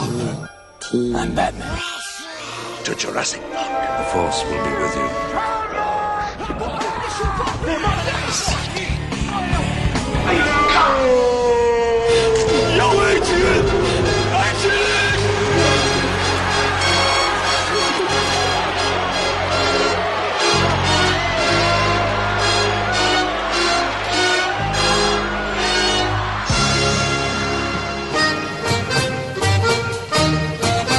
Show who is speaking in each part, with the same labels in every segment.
Speaker 1: I'm Batman.
Speaker 2: To Jurassic Park.
Speaker 1: The Force will be with you.
Speaker 3: Turn up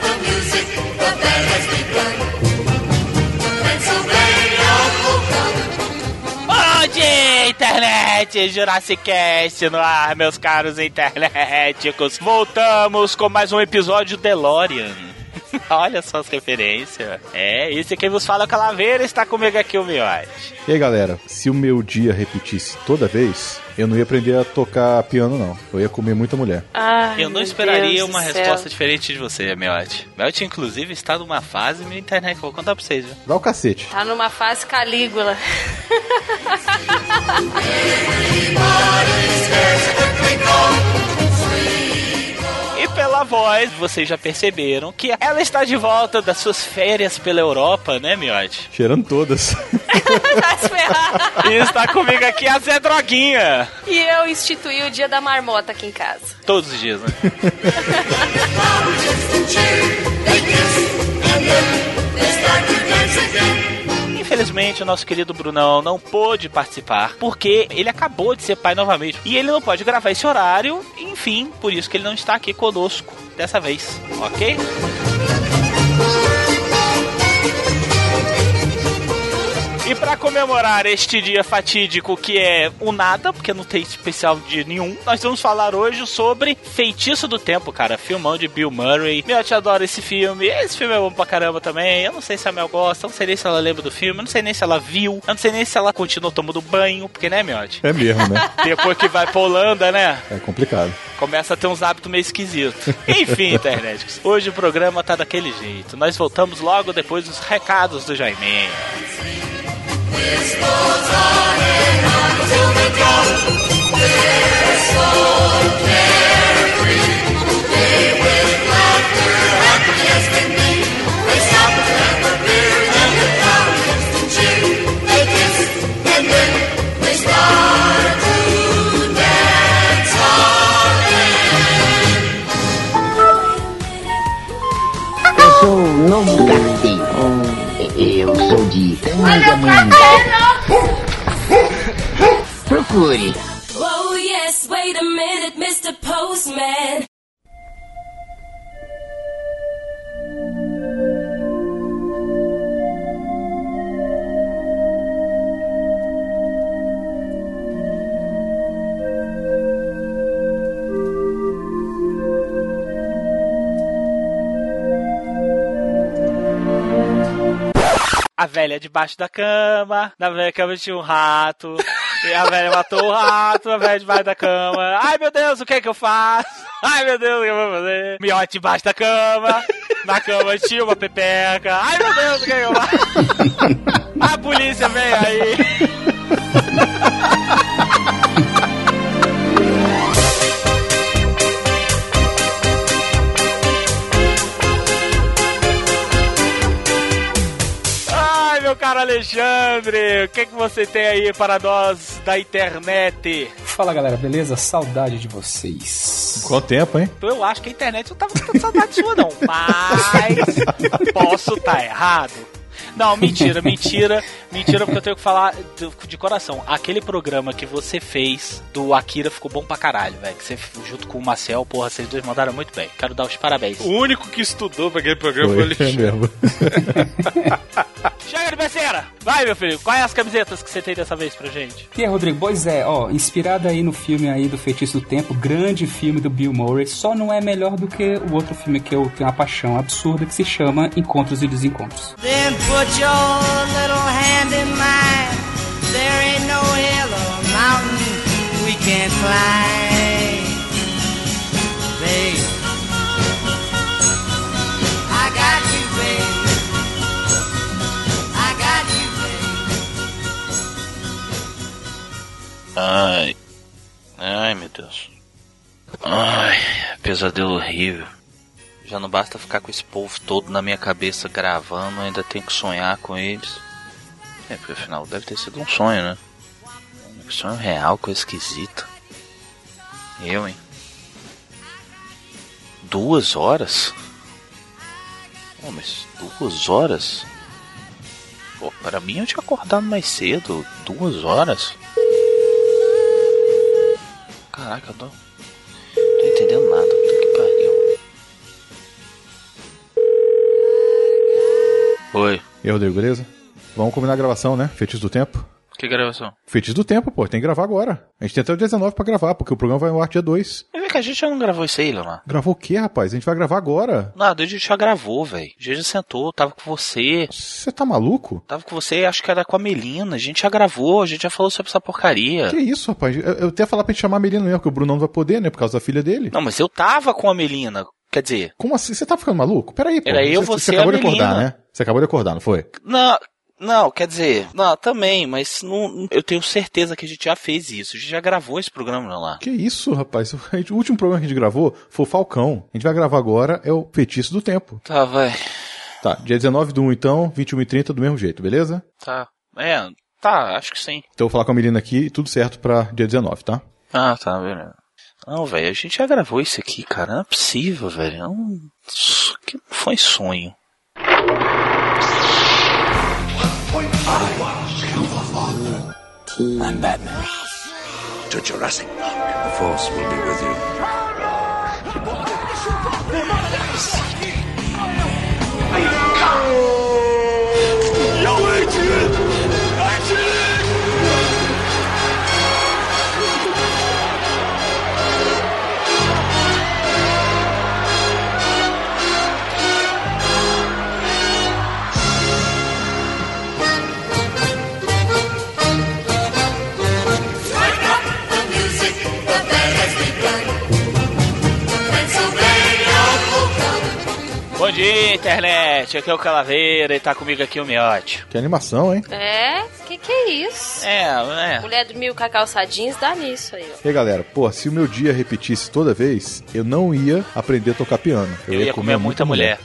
Speaker 3: the music, the band has begun. Pennsylvania will come.
Speaker 4: Bom dia, internet! Jurassic Cast no ar, meus caros interneticos. Voltamos com mais um episódio DeLorean. Olha só as referências. É, esse é quem vos fala é o Calaveira está comigo aqui o Miote.
Speaker 5: E aí galera, se o meu dia repetisse toda vez, eu não ia aprender a tocar piano não. Eu ia comer muita mulher.
Speaker 6: Ai,
Speaker 4: Eu não
Speaker 6: meu
Speaker 4: esperaria
Speaker 6: Deus do
Speaker 4: uma
Speaker 6: céu.
Speaker 4: resposta diferente de você, Miote. Miote, inclusive, está numa fase, minha internet, vou contar pra vocês, viu?
Speaker 5: Dá o cacete.
Speaker 6: Tá numa fase Calígula.
Speaker 4: E pela voz, vocês já perceberam que ela está de volta das suas férias pela Europa, né, Miote?
Speaker 5: Cheirando todas.
Speaker 6: Tá se ferrar.
Speaker 4: E está comigo aqui a Zé Droguinha.
Speaker 6: E eu instituí o dia da marmota aqui em casa.
Speaker 4: Todos os dias, né?
Speaker 3: They kiss, and then they start to dance again.
Speaker 4: Infelizmente, o nosso querido Brunão não pôde participar porque ele acabou de ser pai novamente e ele não pode gravar esse horário, enfim, por isso que ele não está aqui conosco dessa vez, ok? E pra comemorar este dia fatídico que é o nada, porque não tem especial de nenhum, nós vamos falar hoje sobre Feitiço do Tempo, cara. Filmão de Bill Murray. Meu, eu te adoro esse filme. Esse filme é bom pra caramba também. Eu não sei se a Mel gosta, eu não sei nem se ela lembra do filme, eu não sei nem se ela viu, eu não sei nem se ela continuou tomando banho, porque né, Miotti?
Speaker 5: É mesmo, né?
Speaker 4: Depois que vai pra Holanda, né?
Speaker 5: É complicado.
Speaker 4: Começa a ter uns hábitos meio esquisitos. Enfim, internet. Hoje o programa tá daquele jeito. Nós voltamos logo depois dos recados do Jaiminho.
Speaker 3: They kiss, and then they start to dance
Speaker 7: Eu sou o novo Garfield. Eu sou de Tanga Manga. Procure.
Speaker 8: Oh yes, wait a minute, Mr. Postman.
Speaker 4: A velha debaixo da cama, na velha cama tinha um rato, e a velha matou o rato, a velha debaixo da cama. Ai meu Deus, o que é que eu faço? Ai meu Deus, o que eu vou fazer? Miote debaixo da cama, na cama tinha uma pepeca. Ai meu Deus, o que é que eu faço? A polícia veio aí. Ai, meu caro Alexandre, o que, que você tem aí para nós da internet?
Speaker 9: Fala galera, beleza? Saudade de vocês.
Speaker 5: Quanto tempo, hein?
Speaker 4: Então Eu acho que a internet não tava com saudade sua, não. Mas posso estar errado. Não, mentira, mentira, mentira, porque eu tenho que falar de, de coração. Aquele programa que você fez do Akira ficou bom pra caralho, velho. Que você, junto com o Marcel, porra, vocês dois mandaram muito bem. Quero dar os parabéns.
Speaker 10: O único que estudou pra aquele programa
Speaker 5: Foi,
Speaker 10: foi, o
Speaker 5: é
Speaker 10: Alexandre.
Speaker 5: mesmo.
Speaker 4: Chega de besteira! Vai, meu filho, quais as camisetas que você tem dessa vez pra gente?
Speaker 9: E aí, Rodrigo, pois é, ó, inspirado aí no filme aí do Feitiço do Tempo, grande filme do Bill Murray, só não é melhor do que o outro filme que eu tenho uma paixão absurda que se chama Encontros e Desencontros.
Speaker 11: Then put your little hand in mine. There ain't no hill or mountain we can't climb. Babe, I got you, babe. I got you, babe.
Speaker 4: Ai. Ai, meu Deus. Ai, pesadelo horrível. Já não basta ficar com esse povo todo na minha cabeça gravando, ainda tenho que sonhar com eles. É, porque afinal deve ter sido um sonho, né? Um sonho real, coisa esquisita. Eu, hein? Duas horas? Pô, mas duas horas? Pô, pra mim eu tinha acordado mais cedo. Duas horas? Caraca, eu tô... tô entendendo nada. Puta que pariu. Oi.
Speaker 5: E aí, Rodrigo, beleza? Vamos combinar a gravação, né? Feitiço do Tempo.
Speaker 4: Que gravação?
Speaker 5: Feitiço do Tempo, pô. Tem que gravar agora. A gente tem até o 19 pra gravar, porque o programa vai no ar dia 2.
Speaker 4: Mas vem É que a gente já não gravou isso aí, Leonardo.
Speaker 5: Gravou o quê, rapaz? A gente vai gravar agora.
Speaker 4: Nada, a gente já gravou, velho. A gente já sentou, tava com você.
Speaker 5: Você tá maluco?
Speaker 4: Tava com você, acho que era com a Melina. A gente já gravou, a gente já falou sobre essa porcaria.
Speaker 5: Que isso, rapaz? Eu, eu até ia falar pra gente chamar a Melina mesmo, porque o Bruno não vai poder, né? Por causa da filha dele.
Speaker 4: Não, mas eu tava com a Melina. Quer dizer,
Speaker 5: Como assim? Você tá ficando maluco? Peraí, pô.
Speaker 4: Era eu, você e
Speaker 5: acabou
Speaker 4: a
Speaker 5: de acordar,
Speaker 4: Melina.
Speaker 5: né? Você acabou de acordar, não foi?
Speaker 4: Não, não, quer dizer, não, também, mas não, eu tenho certeza que a gente já fez isso. A gente já gravou esse programa não lá.
Speaker 5: Que isso, rapaz? A gente- O último programa que a gente gravou foi o Falcão. A gente vai gravar agora, é o Feitiço do Tempo.
Speaker 4: Tá, vai.
Speaker 5: Tá, dia 19 do 1 então, 21 e 30 do mesmo jeito, beleza?
Speaker 4: Tá. É, tá, acho que sim.
Speaker 5: Então eu vou falar com a menina aqui e tudo certo pra dia 19, tá?
Speaker 4: Ah, tá, beleza. Não, velho, a gente já gravou isso aqui, cara. Não é possível, velho. Não, isso aqui não foi sonho.
Speaker 1: I'm Batman.
Speaker 12: To Jurassic Park.
Speaker 1: The Force will be with you.
Speaker 3: Strike up the music, the band has begun. Pennsylvania will come.
Speaker 13: Bom dia, internet. Aqui é o Calaveira e tá comigo aqui o Miote.
Speaker 5: Que animação, hein?
Speaker 6: É? Que que é isso?
Speaker 13: É,
Speaker 6: Mulher dormiu com a calça jeans, dá nisso aí, ó.
Speaker 5: E aí, galera, pô, se o meu dia repetisse toda vez, eu não ia aprender a tocar piano.
Speaker 13: Eu, ia comer muita mulher.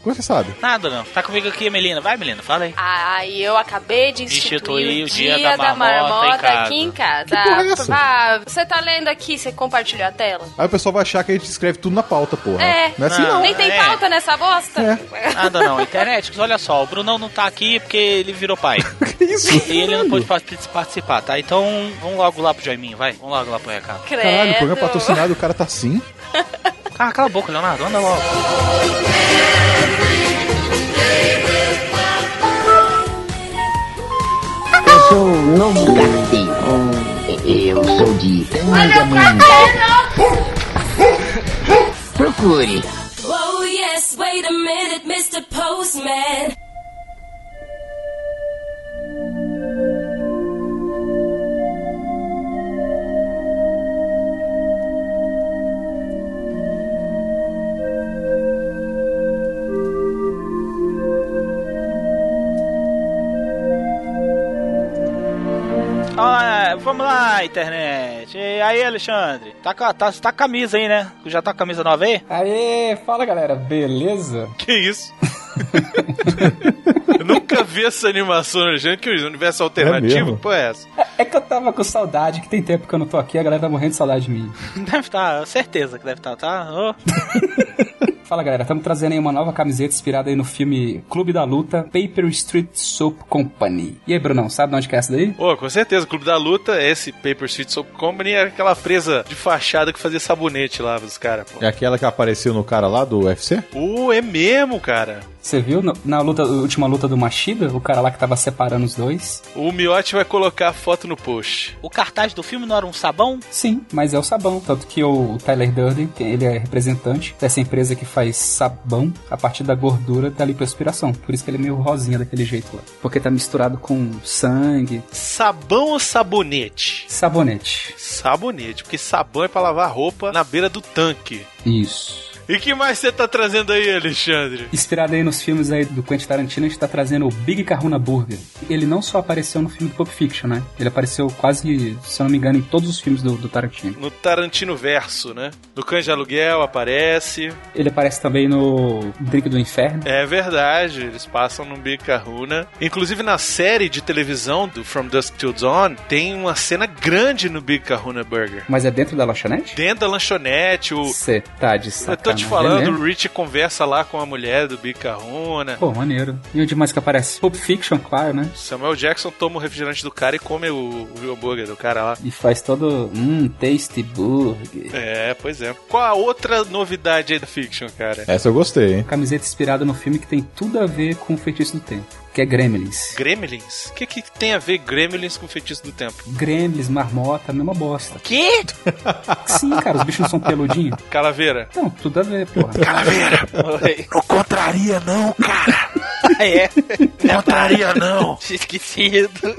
Speaker 5: Como é você sabe?
Speaker 13: Nada, não. Tá comigo aqui, Melina. Vai, Melina, fala aí.
Speaker 6: Aí eu acabei de instituir,
Speaker 13: Instituir o dia da marmota em casa.
Speaker 6: aqui em casa.
Speaker 5: Que porra é essa?
Speaker 6: Ah, você tá lendo aqui, você compartilhou a tela?
Speaker 5: Aí o pessoal vai achar que a gente escreve tudo na pauta, porra.
Speaker 6: É.
Speaker 5: Não é assim, não. É.
Speaker 6: Nem tem
Speaker 13: É.
Speaker 6: pauta nessa bosta?
Speaker 13: Nada não, internet, olha só, o Brunão não tá aqui porque ele virou pai.
Speaker 5: que isso?
Speaker 13: E ele não pôde partic- participar, tá? Então vamos logo lá pro Joiminho, vai. Vamos logo lá pro recado.
Speaker 5: Caralho, o programa é patrocinado, o cara tá assim.
Speaker 13: Ah, cala a boca, Leonardo, anda logo.
Speaker 7: Eu sou um novo gatinho. Eu sou de Tanga Procure.
Speaker 8: Oh yes, wait a minute, Mr. Postman.
Speaker 13: Ah, vamos lá, internet. E aí, Alexandre? Tá com, a- tá, tá com a camisa aí, né? Já tá com a camisa nova aí?
Speaker 9: Aê, fala galera, beleza?
Speaker 14: Que isso? eu nunca vi essa animação no Junk, que o universo alternativo,
Speaker 9: mesmo?
Speaker 14: pô, é essa?
Speaker 9: É que eu tava com saudade, que tem tempo que eu não tô aqui, a galera tá morrendo de saudade de mim.
Speaker 13: Deve tá, certeza que deve tá, tá? Ô.
Speaker 9: Fala galera, estamos trazendo aí uma nova camiseta inspirada aí no filme Clube da Luta, Paper Street Soap Company. E aí, Brunão, sabe de onde que é essa daí?
Speaker 14: Pô, com certeza, o Clube da Luta, esse Paper Street Soap Company, é aquela presa de fachada que fazia sabonete lá dos caras, pô.
Speaker 5: É aquela que apareceu no cara lá do UFC?
Speaker 14: Pô, é mesmo, cara.
Speaker 9: Você viu no- na luta, última luta do Machida, o cara lá que tava separando os dois?
Speaker 14: O Miotti vai colocar a foto no post.
Speaker 13: O cartaz do filme não era um sabão?
Speaker 9: Sim, mas é o sabão. Tanto que o Tyler Durden, que ele é representante dessa empresa que faz sabão a partir da gordura da lipoaspiração. Por isso que ele é meio rosinha daquele jeito lá. Porque tá misturado com sangue.
Speaker 14: Sabão ou sabonete?
Speaker 9: Sabonete.
Speaker 14: Sabonete, porque sabão é pra lavar roupa na beira do tanque.
Speaker 9: Isso.
Speaker 14: E que mais você tá trazendo aí, Alexandre?
Speaker 9: Inspirado aí nos filmes aí do Quentin Tarantino, a gente tá trazendo o Big Kahuna Burger. Ele não só apareceu no filme do Pulp Fiction, né? Ele apareceu quase, se eu não me engano, em todos os filmes do, do Tarantino.
Speaker 14: No Tarantino Verso, né? No Cães de Aluguel aparece.
Speaker 9: Ele aparece também no Drink do Inferno.
Speaker 14: É verdade, eles passam no Big Kahuna. Inclusive na série de televisão do From Dusk Till Dawn, tem uma cena grande no Big Kahuna Burger.
Speaker 9: Mas é dentro da lanchonete?
Speaker 14: Dentro da lanchonete, o...
Speaker 9: Você tá de
Speaker 14: Eu
Speaker 9: sacanagem.
Speaker 14: tô te
Speaker 9: é
Speaker 14: falando,
Speaker 9: mesmo?
Speaker 14: o Rich conversa lá com a mulher do Big né? Kahuna.
Speaker 9: Pô, maneiro. E onde mais que aparece? Pulp Fiction, claro, né?
Speaker 14: Samuel Jackson toma o refrigerante do cara e come o, o hambúrguer do cara lá.
Speaker 9: E faz todo. Hum, tasty burger.
Speaker 14: É, pois é. Qual a outra novidade aí da fiction, cara?
Speaker 5: Essa eu gostei, hein?
Speaker 9: Camiseta inspirada no filme que tem tudo a ver com o feitiço do tempo, que é Gremlins.
Speaker 14: Gremlins? O que, que tem a ver Gremlins com o feitiço do tempo?
Speaker 9: Gremlins, marmota, a mesma bosta.
Speaker 14: Quê?
Speaker 9: Sim, cara, os bichos não são peludinhos.
Speaker 14: Calaveira.
Speaker 9: Não, tudo a ver, porra.
Speaker 15: Calaveira! Não contraria não, cara!
Speaker 14: Ah,
Speaker 4: é?
Speaker 15: Contraria não!
Speaker 4: Tinha esquecido.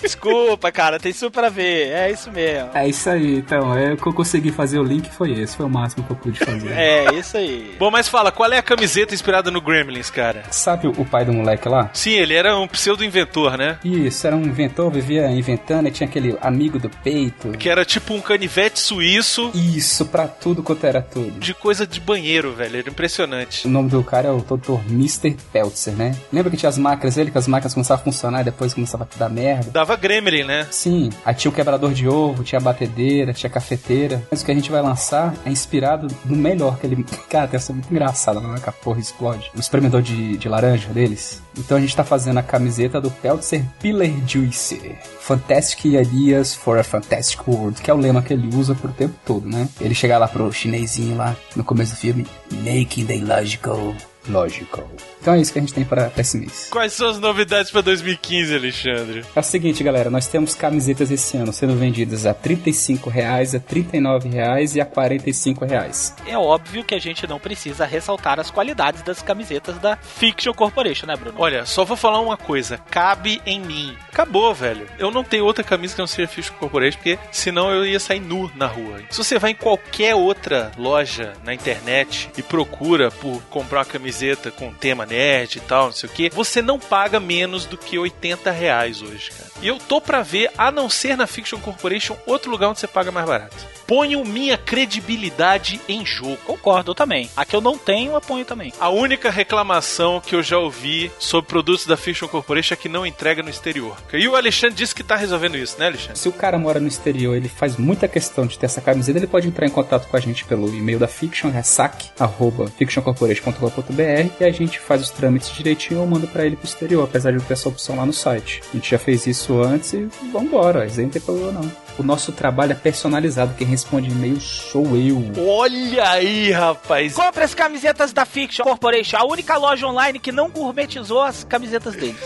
Speaker 4: Desculpa, cara, tem super a ver. É isso mesmo.
Speaker 9: É isso aí, então. É, o que eu consegui fazer o link foi esse, foi o máximo que eu pude fazer.
Speaker 4: É, isso aí.
Speaker 14: Bom, mas fala, qual é a camiseta inspirada no Gremlins, cara?
Speaker 9: Sabe o pai do moleque lá?
Speaker 14: Sim, ele era um pseudo-inventor, né?
Speaker 9: Isso, era um inventor, vivia inventando, e tinha aquele amigo do peito.
Speaker 14: Que era tipo um canivete suíço
Speaker 9: Isso, pra tudo quanto era tudo.
Speaker 14: de coisa de banheiro, velho. Era impressionante.
Speaker 9: O nome do cara é o Dr. Mr. Peltzer, né? Lembra que tinha as máquinas dele, que as máquinas começavam a funcionar e depois começava a dar merda?
Speaker 14: Dava Gremlin, né?
Speaker 9: Sim, aí tinha o quebrador de ovo, tinha a batedeira, tinha a cafeteira. Mas o que a gente vai lançar é inspirado no melhor que ele. Cara, tem essa muito engraçada, né? Que a porra explode. O espremedor de, de laranja deles. Então a gente tá fazendo a camiseta do Peltzer Pillar Juice. Fantastic Ideas for a Fantastic World, que é o lema que ele usa pro tempo todo, né? Ele chega lá pro chinesinho lá no começo do filme. Making the illogical logical. Então é isso que a gente tem pra, pra esse mês.
Speaker 14: Quais são as novidades pra 2015, Alexandre?
Speaker 9: É o seguinte, galera, nós temos camisetas esse ano sendo vendidas a R$ 35 reais, a R$ 39 reais e a R$ 45 reais.
Speaker 4: É óbvio que a gente não precisa ressaltar as qualidades das camisetas da Fiction Corporation, né, Bruno?
Speaker 14: Olha, só vou falar uma coisa. Cabe em mim. Acabou, velho. Eu não tenho outra camisa que não seja Fish Corporation, porque senão eu ia sair nu na rua. Se você vai em qualquer outra loja na internet e procura por comprar uma camiseta com tema nerd e tal, não sei o que, você não paga menos do que 80 reais hoje, cara. E eu tô pra ver, a não ser na Fiction Corporation, outro lugar onde você paga mais barato. Ponho minha credibilidade em jogo.
Speaker 4: Concordo eu também. A que eu não tenho, eu ponho também.
Speaker 14: A única reclamação que eu já ouvi sobre produtos da Fiction Corporation é que não entrega no exterior. E o Alexandre disse que tá resolvendo isso, né, Alexandre?
Speaker 9: Se o cara mora no exterior, ele faz muita questão de ter essa camiseta, ele pode entrar em contato com a gente pelo e-mail da Fiction, ressac, arroba, fictioncorporation.com.br e a gente faz os trâmites direitinho ou manda pra ele pro exterior, apesar de não ter essa opção lá no site. A gente já fez isso antes e vambora, isso aí não tem problema não. O nosso trabalho é personalizado, quem responde e-mail sou eu.
Speaker 14: Olha aí, rapaz!
Speaker 4: Compre as camisetas da Fiction Corporation, a única loja online que não gourmetizou as camisetas deles.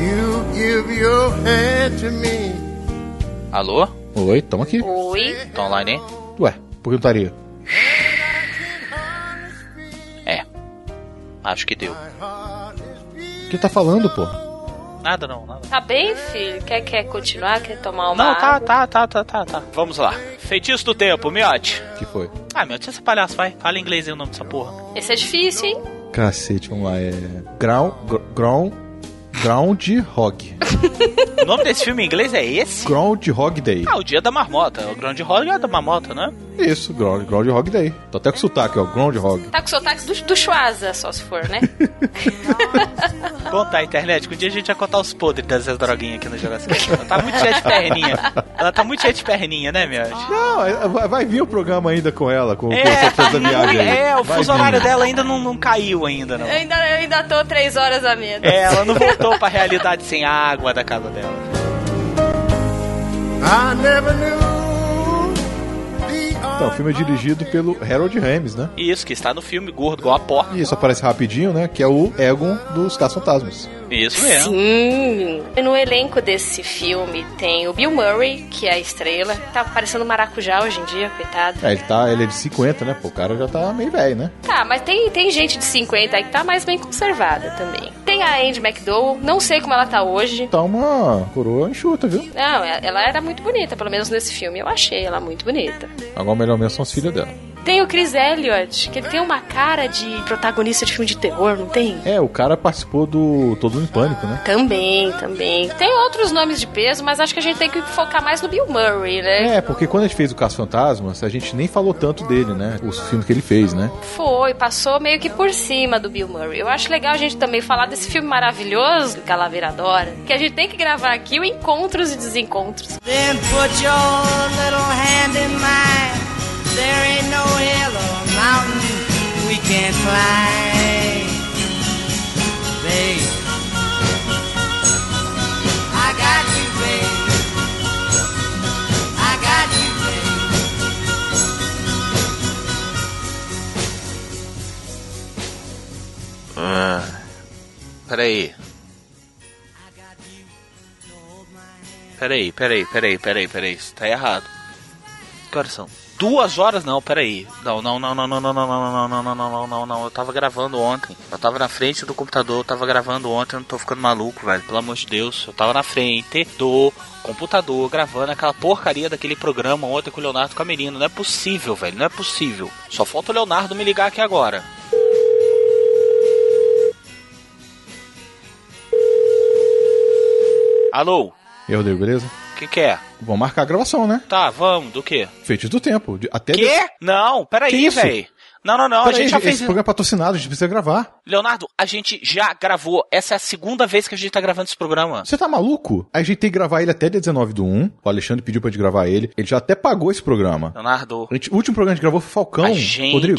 Speaker 16: You give your hand to me.
Speaker 17: Alô?
Speaker 5: Oi, tamo aqui.
Speaker 6: Oi?
Speaker 17: Tá online, hein?
Speaker 5: Ué, por que não tá estaria?
Speaker 17: É. Acho que deu.
Speaker 5: O que tá falando, pô?
Speaker 17: Nada não, nada.
Speaker 6: Tá bem, filho? Quer, quer continuar? Quer tomar uma
Speaker 4: Não, tá,
Speaker 6: água?
Speaker 4: tá, tá, tá, tá, tá. Vamos lá. Feitiço do tempo, miote.
Speaker 5: que foi?
Speaker 4: Ah, miote, esse palhaço, vai. Fala em inglês aí o nome dessa porra.
Speaker 6: Esse é difícil, hein?
Speaker 5: Cacete, vamos lá. É. Ground. gr- Ground. Groundhog.
Speaker 4: O nome desse filme em inglês é esse?
Speaker 5: Groundhog Day.
Speaker 4: Ah, o Dia da Marmota. O Grande Rock é da Marmota, né?
Speaker 5: Isso, Ground, Groundhog Day. Tô até com sotaque, ó. Groundhog.
Speaker 6: Tá com o sotaque do, do Schwaza, só se for, né?
Speaker 4: Conta a internet, que um dia a gente vai contar os podres dessas droguinhas aqui no Jurassic Ela tá muito cheia de perninha. Ela tá muito cheia de perninha, né, miote?
Speaker 5: Não, é- vai- vai vir o programa ainda com ela, com, com
Speaker 4: É,
Speaker 5: essa coisa da viagem. aí.
Speaker 4: é, o
Speaker 5: Vai
Speaker 4: fuso
Speaker 5: vir.
Speaker 4: horário dela ainda não, não caiu ainda, não.
Speaker 6: Eu ainda, eu ainda tô três horas a menos.
Speaker 4: É, ela não voltou pra realidade sem a água da casa dela.
Speaker 16: I never knew the
Speaker 5: Então, o filme é dirigido pelo Harold Ramis, né?
Speaker 4: Isso, que está no filme Gordo Igual a Porca.
Speaker 5: Isso aparece rapidinho, né? Que é o Egon dos Caça-Fantasmas.
Speaker 4: Isso mesmo.
Speaker 6: Sim. No elenco desse filme tem o Bill Murray, que é a estrela. Tá parecendo um maracujá hoje em dia, coitado.
Speaker 5: É, ele, tá, ele é de 50, né? Pô, o cara já tá meio velho, né?
Speaker 6: Tá, mas tem, tem gente de 50 aí que tá mais bem conservada também. Tem a Andy McDowell, não sei como ela tá hoje.
Speaker 5: Tá uma coroa enxuta, viu?
Speaker 6: Não, e- ela era muito bonita, pelo menos nesse filme. Eu achei ela muito bonita.
Speaker 5: Agora, melhor mesmo são os filhos dela.
Speaker 6: Tem o Chris Elliott, que ele tem uma cara de protagonista de filme de terror, não tem?
Speaker 5: É, o cara participou do Todo Mundo em Pânico, né?
Speaker 6: Também, também. Tem outros nomes de peso, mas acho que a gente tem que focar mais no Bill Murray, né?
Speaker 5: É, porque quando a gente fez o Caso Fantasmas, a gente nem falou tanto dele, né? Os filmes que ele fez, né?
Speaker 6: Foi, passou meio que por cima do Bill Murray. Eu acho legal a gente também falar desse filme maravilhoso, que Calaveira adora, que a gente tem que gravar aqui o Encontros e Desencontros.
Speaker 11: Then put your little hand in mine. There ain't no hill or mountain we can't climb, babe. I got you, babe. I got you, babe.
Speaker 18: Ah, peraí. Peraí, peraí, peraí, peraí, peraí. Isso tá errado. Que horas são? Duas horas? Não, peraí. Não, não, não, não, não, não, não, não, não, não, não, não, não, não, não. Eu tava gravando ontem. Eu tava na frente do computador, eu tava gravando ontem, eu não tô ficando maluco, velho. Pelo amor de Deus, eu tava na frente do computador gravando aquela porcaria daquele programa ontem com o Leonardo Camerino. Não é possível, velho. Não é possível. Só falta o Leonardo me ligar aqui agora. Alô?
Speaker 5: E aí, Rodrigo, beleza?
Speaker 18: O que, que é?
Speaker 5: Vão marcar a gravação, né?
Speaker 18: Tá, vamos, do quê?
Speaker 5: Feitiço do Tempo. de- Até
Speaker 18: Quê? Não,
Speaker 5: Que
Speaker 18: peraí,
Speaker 5: isso?
Speaker 18: velho. Não, não, não,
Speaker 5: Peraí,
Speaker 18: a gente já
Speaker 5: esse
Speaker 18: fez.
Speaker 5: programa é patrocinado, a gente precisa gravar.
Speaker 4: Leonardo, a gente já gravou. Essa é a segunda vez que a gente tá gravando esse programa.
Speaker 5: Você tá maluco? A gente tem que gravar ele até dia 19 do 1. O Alexandre pediu pra gente gravar ele. Ele já até pagou esse programa.
Speaker 4: Leonardo.
Speaker 5: A gente- o último programa que a gente gravou foi Falcão,
Speaker 4: a gente
Speaker 5: Rodrigo.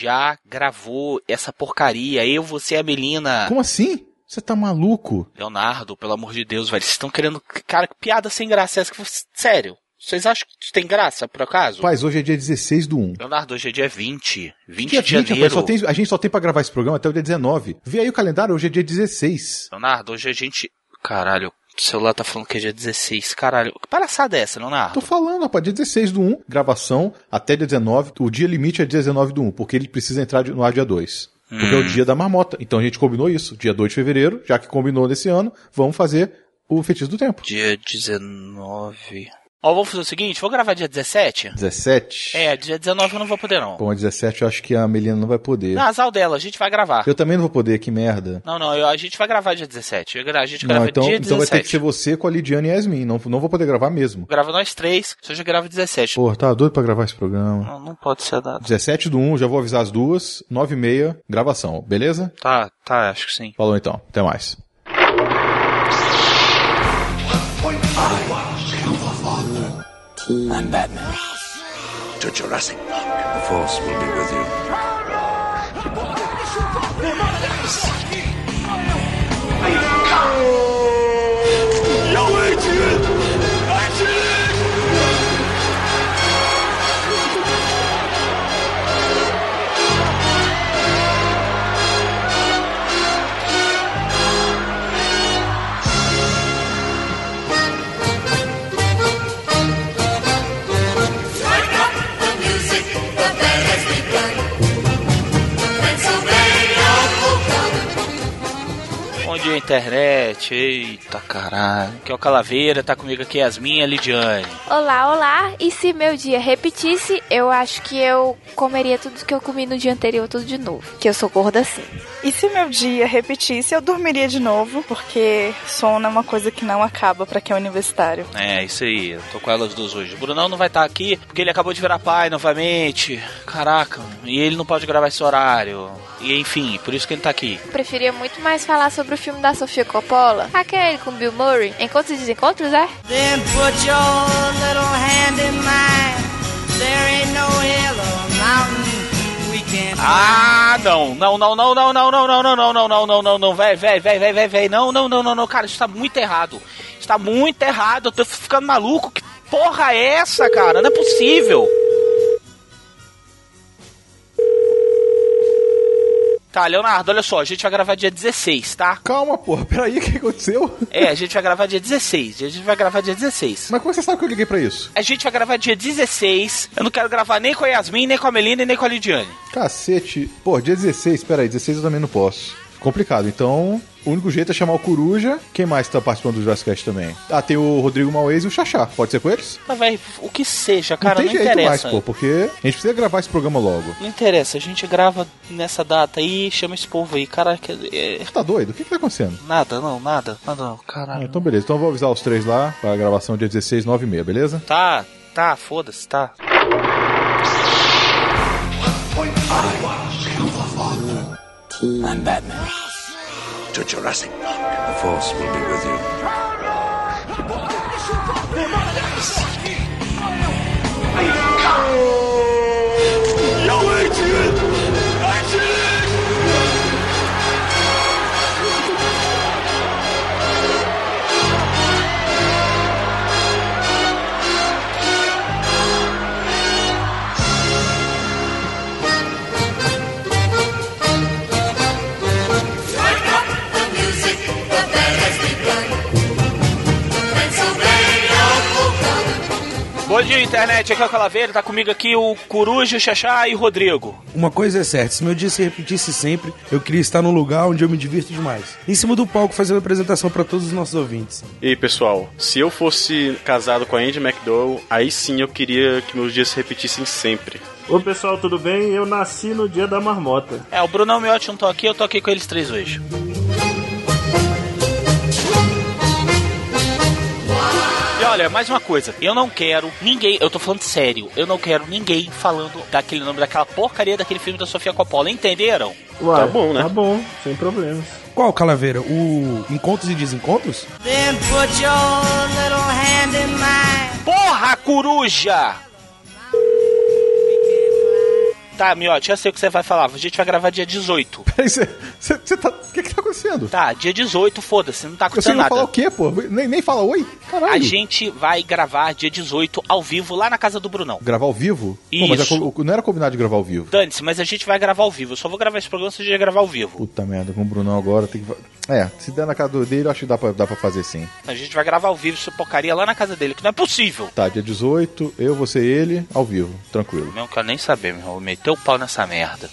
Speaker 4: já gravou essa porcaria. Eu, você e a Melina.
Speaker 5: Como assim? Você tá maluco?
Speaker 4: Leonardo, pelo amor de Deus, velho. Vocês estão querendo. Cara, que piada sem graça é essa que você. Sério. Vocês acham que isso tem graça, por acaso?
Speaker 5: Rapaz, hoje é dia 16 do 1.
Speaker 4: Leonardo, hoje é dia 20. 20
Speaker 5: Dia
Speaker 4: de
Speaker 5: 20, rapaz,
Speaker 4: janeiro.
Speaker 5: só tem- a gente só tem pra gravar esse programa até o dia 19. Vê aí o calendário, hoje é dia 16.
Speaker 4: Leonardo, hoje a gente. Caralho, o celular tá falando que é dia 16. Caralho, que palhaçada é essa, Leonardo?
Speaker 5: Tô falando, rapaz, dia 16 do 1, gravação até dia 19. O dia limite é dia 19 do 1, porque ele precisa entrar de- no ar dia 2. Porque é
Speaker 4: Hum.
Speaker 5: o dia da marmota. Então a gente combinou isso. Dia 2 de fevereiro, já que combinou nesse ano, vamos fazer o feitiço do tempo.
Speaker 4: Dia 19. Ó, vamos fazer o seguinte, vou gravar dia 17?
Speaker 5: 17.
Speaker 4: É, dia 19 eu não vou poder não.
Speaker 5: Bom, 17 eu acho que a Melina não vai poder.
Speaker 4: Na azal dela, a gente vai gravar.
Speaker 5: Eu também não vou poder, que merda.
Speaker 4: Não, não, eu- a gente vai gravar dia 17. Eu gra- A gente
Speaker 5: Não,
Speaker 4: grava
Speaker 5: então,
Speaker 4: dia
Speaker 5: então vai ter que
Speaker 4: 17.
Speaker 5: ser você com a Lidiane e a Yasmin. Não, não vou poder gravar mesmo.
Speaker 4: Grava nós três, só já grava 17.
Speaker 5: Porra, tá doido pra gravar esse programa.
Speaker 4: Não, não pode ser dado.
Speaker 5: 17 do 1, já vou avisar as duas. 9 e meia, gravação, beleza?
Speaker 4: Tá, tá, acho que sim.
Speaker 5: Falou então, até mais.
Speaker 1: I'm Batman. To Jurassic Park. The Force will be with you.
Speaker 3: Turn up the music, the band has begun. Pennsylvania will come.
Speaker 4: Bom dia, é internet. Eita, caralho. Aqui é o Calaveira, tá comigo aqui Yasmin e a Lidiane.
Speaker 19: Olá, olá! E se meu dia repetisse, eu acho que eu comeria tudo que eu comi no dia anterior, tudo de novo. Que eu sou gorda assim.
Speaker 20: E se meu dia repetisse, eu dormiria de novo, porque sono é uma coisa que não acaba pra quem é universitário.
Speaker 4: É, isso aí. eu Tô com elas duas hoje. O Brunão não vai estar aqui porque ele acabou de virar pai novamente. Caraca, e ele não pode gravar esse horário. E enfim, por isso que ele tá aqui.
Speaker 19: Eu preferia muito mais falar sobre o filme da Sofia Coppola, aquele com Bill Murray, Encontros e Desencontros, é?
Speaker 11: Then put your little hand in mine. There ain't no hill or mountain we can't
Speaker 4: Ah, não, não, não, não, não, não, não, não, não, não, não, não, não, não, não, véi, véi, véi, véi, véi, véi, não, não, não, não, não, cara, isso tá muito errado. Isso tá muito errado, eu tô ficando maluco. Que porra é essa, cara? Não é possível. Tá, Leonardo, olha só, a gente vai gravar dia 16, tá?
Speaker 5: Calma, porra, peraí, o que aconteceu?
Speaker 4: É, a gente vai gravar dia 16, a gente vai gravar dia 16.
Speaker 5: Mas como você sabe que eu liguei pra isso?
Speaker 4: A gente vai gravar dia 16, eu não quero gravar nem com a Yasmin, nem com a Melina e nem com a Lidiane.
Speaker 5: Cacete. Pô, dia 16, peraí, 16 eu também não posso. Complicado, então o único jeito é chamar o Coruja. Quem mais tá participando do Jazzcast também? Ah, tem o Rodrigo Mauês e o Xaxá. Pode ser com eles?
Speaker 4: Mas, véi, o que seja, cara, não,
Speaker 5: tem jeito mais,
Speaker 4: interessa.
Speaker 5: pô, porque a gente precisa gravar esse programa logo.
Speaker 4: Não interessa, a gente grava nessa data aí, chama esse povo aí, cara, que- é...
Speaker 5: Tá doido? O que que tá acontecendo?
Speaker 4: Nada, não, nada, nada não,
Speaker 5: Ah,
Speaker 4: caralho.
Speaker 5: então beleza, então eu vou avisar os três lá pra gravação dia 16, 9 e meia, beleza?
Speaker 4: Tá, tá, foda-se, tá.
Speaker 1: I'm Batman. To Jurassic Park. The Force will be with you.
Speaker 3: The music, the band has begun. Pennsylvania will come.
Speaker 4: Bom dia, internet, aqui é o Calaveiro, tá comigo aqui o Coruja, o Xaxá e o Rodrigo.
Speaker 21: Uma coisa é certa, se meu dia se repetisse sempre, eu queria estar num lugar onde eu me divirto demais. Em cima do palco fazendo apresentação pra todos os nossos ouvintes.
Speaker 22: E aí, pessoal, se eu fosse casado com a Andy McDowell, aí sim eu queria que meus dias se repetissem sempre.
Speaker 23: Ô pessoal, tudo bem? Eu nasci no dia da marmota.
Speaker 4: É, o Brunão Miotti não tô aqui, eu tô aqui com eles três hoje. E olha, mais uma coisa, eu não quero ninguém, eu tô falando sério, eu não quero ninguém falando daquele nome daquela porcaria daquele filme da Sofia Coppola, entenderam?
Speaker 23: Uai,
Speaker 21: Tá bom, né?
Speaker 23: Tá bom, sem problemas.
Speaker 21: Qual, Calaveira? O Encontros e Desencontros?
Speaker 11: Then put your little hand in mine.
Speaker 4: Porra, coruja! Tá, Miotti, eu sei o que você vai falar. A gente vai gravar dia 18.
Speaker 5: Peraí, você, você, você tá. O que que tá acontecendo?
Speaker 4: Tá, dia 18, foda-se, não tá
Speaker 5: Eu sei
Speaker 4: acontecendo
Speaker 5: não
Speaker 4: nada.
Speaker 5: falar o quê, pô? Nem, nem fala oi? Caralho.
Speaker 4: A gente vai gravar dia 18 ao vivo lá na casa do Brunão.
Speaker 5: Gravar ao vivo? Pô, mas
Speaker 4: Isso.
Speaker 5: é co- não era combinado de gravar ao vivo.
Speaker 4: Dane-se, mas a gente vai gravar ao vivo. Eu só vou gravar esse programa se a gente gravar ao vivo.
Speaker 5: Puta merda, com o Brunão agora tem que. É, se der na casa do- dele, eu acho que dá pra, dá pra fazer sim.
Speaker 4: A gente vai gravar ao vivo essa porcaria lá na casa dele, que não é possível.
Speaker 5: Tá, dia 18, eu, você e ele, ao vivo, tranquilo.
Speaker 24: Não quero nem saber, meu irmão. Meteu o pau nessa merda.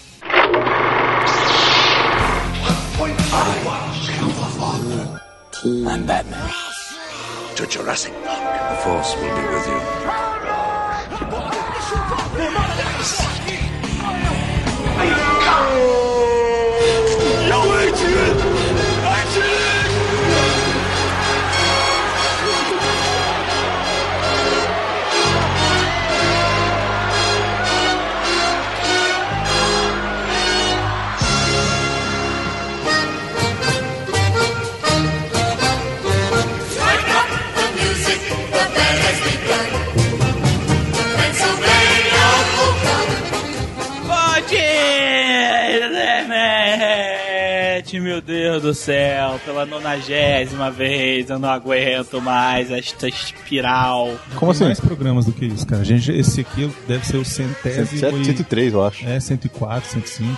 Speaker 1: I'm Batman. To Jurassic Park. The Force will be with you.
Speaker 3: Strike up the music, the band has begun. Pennsylvania will come.
Speaker 4: Bom dia, internet! Meu Deus do céu, pela nonagésima vez eu não aguento mais esta espiral.
Speaker 14: Como assim? mais programas do que isso, cara. A gente, esse aqui deve ser o centésimo.
Speaker 5: 107, 103, eu acho.
Speaker 14: É, 104, 105.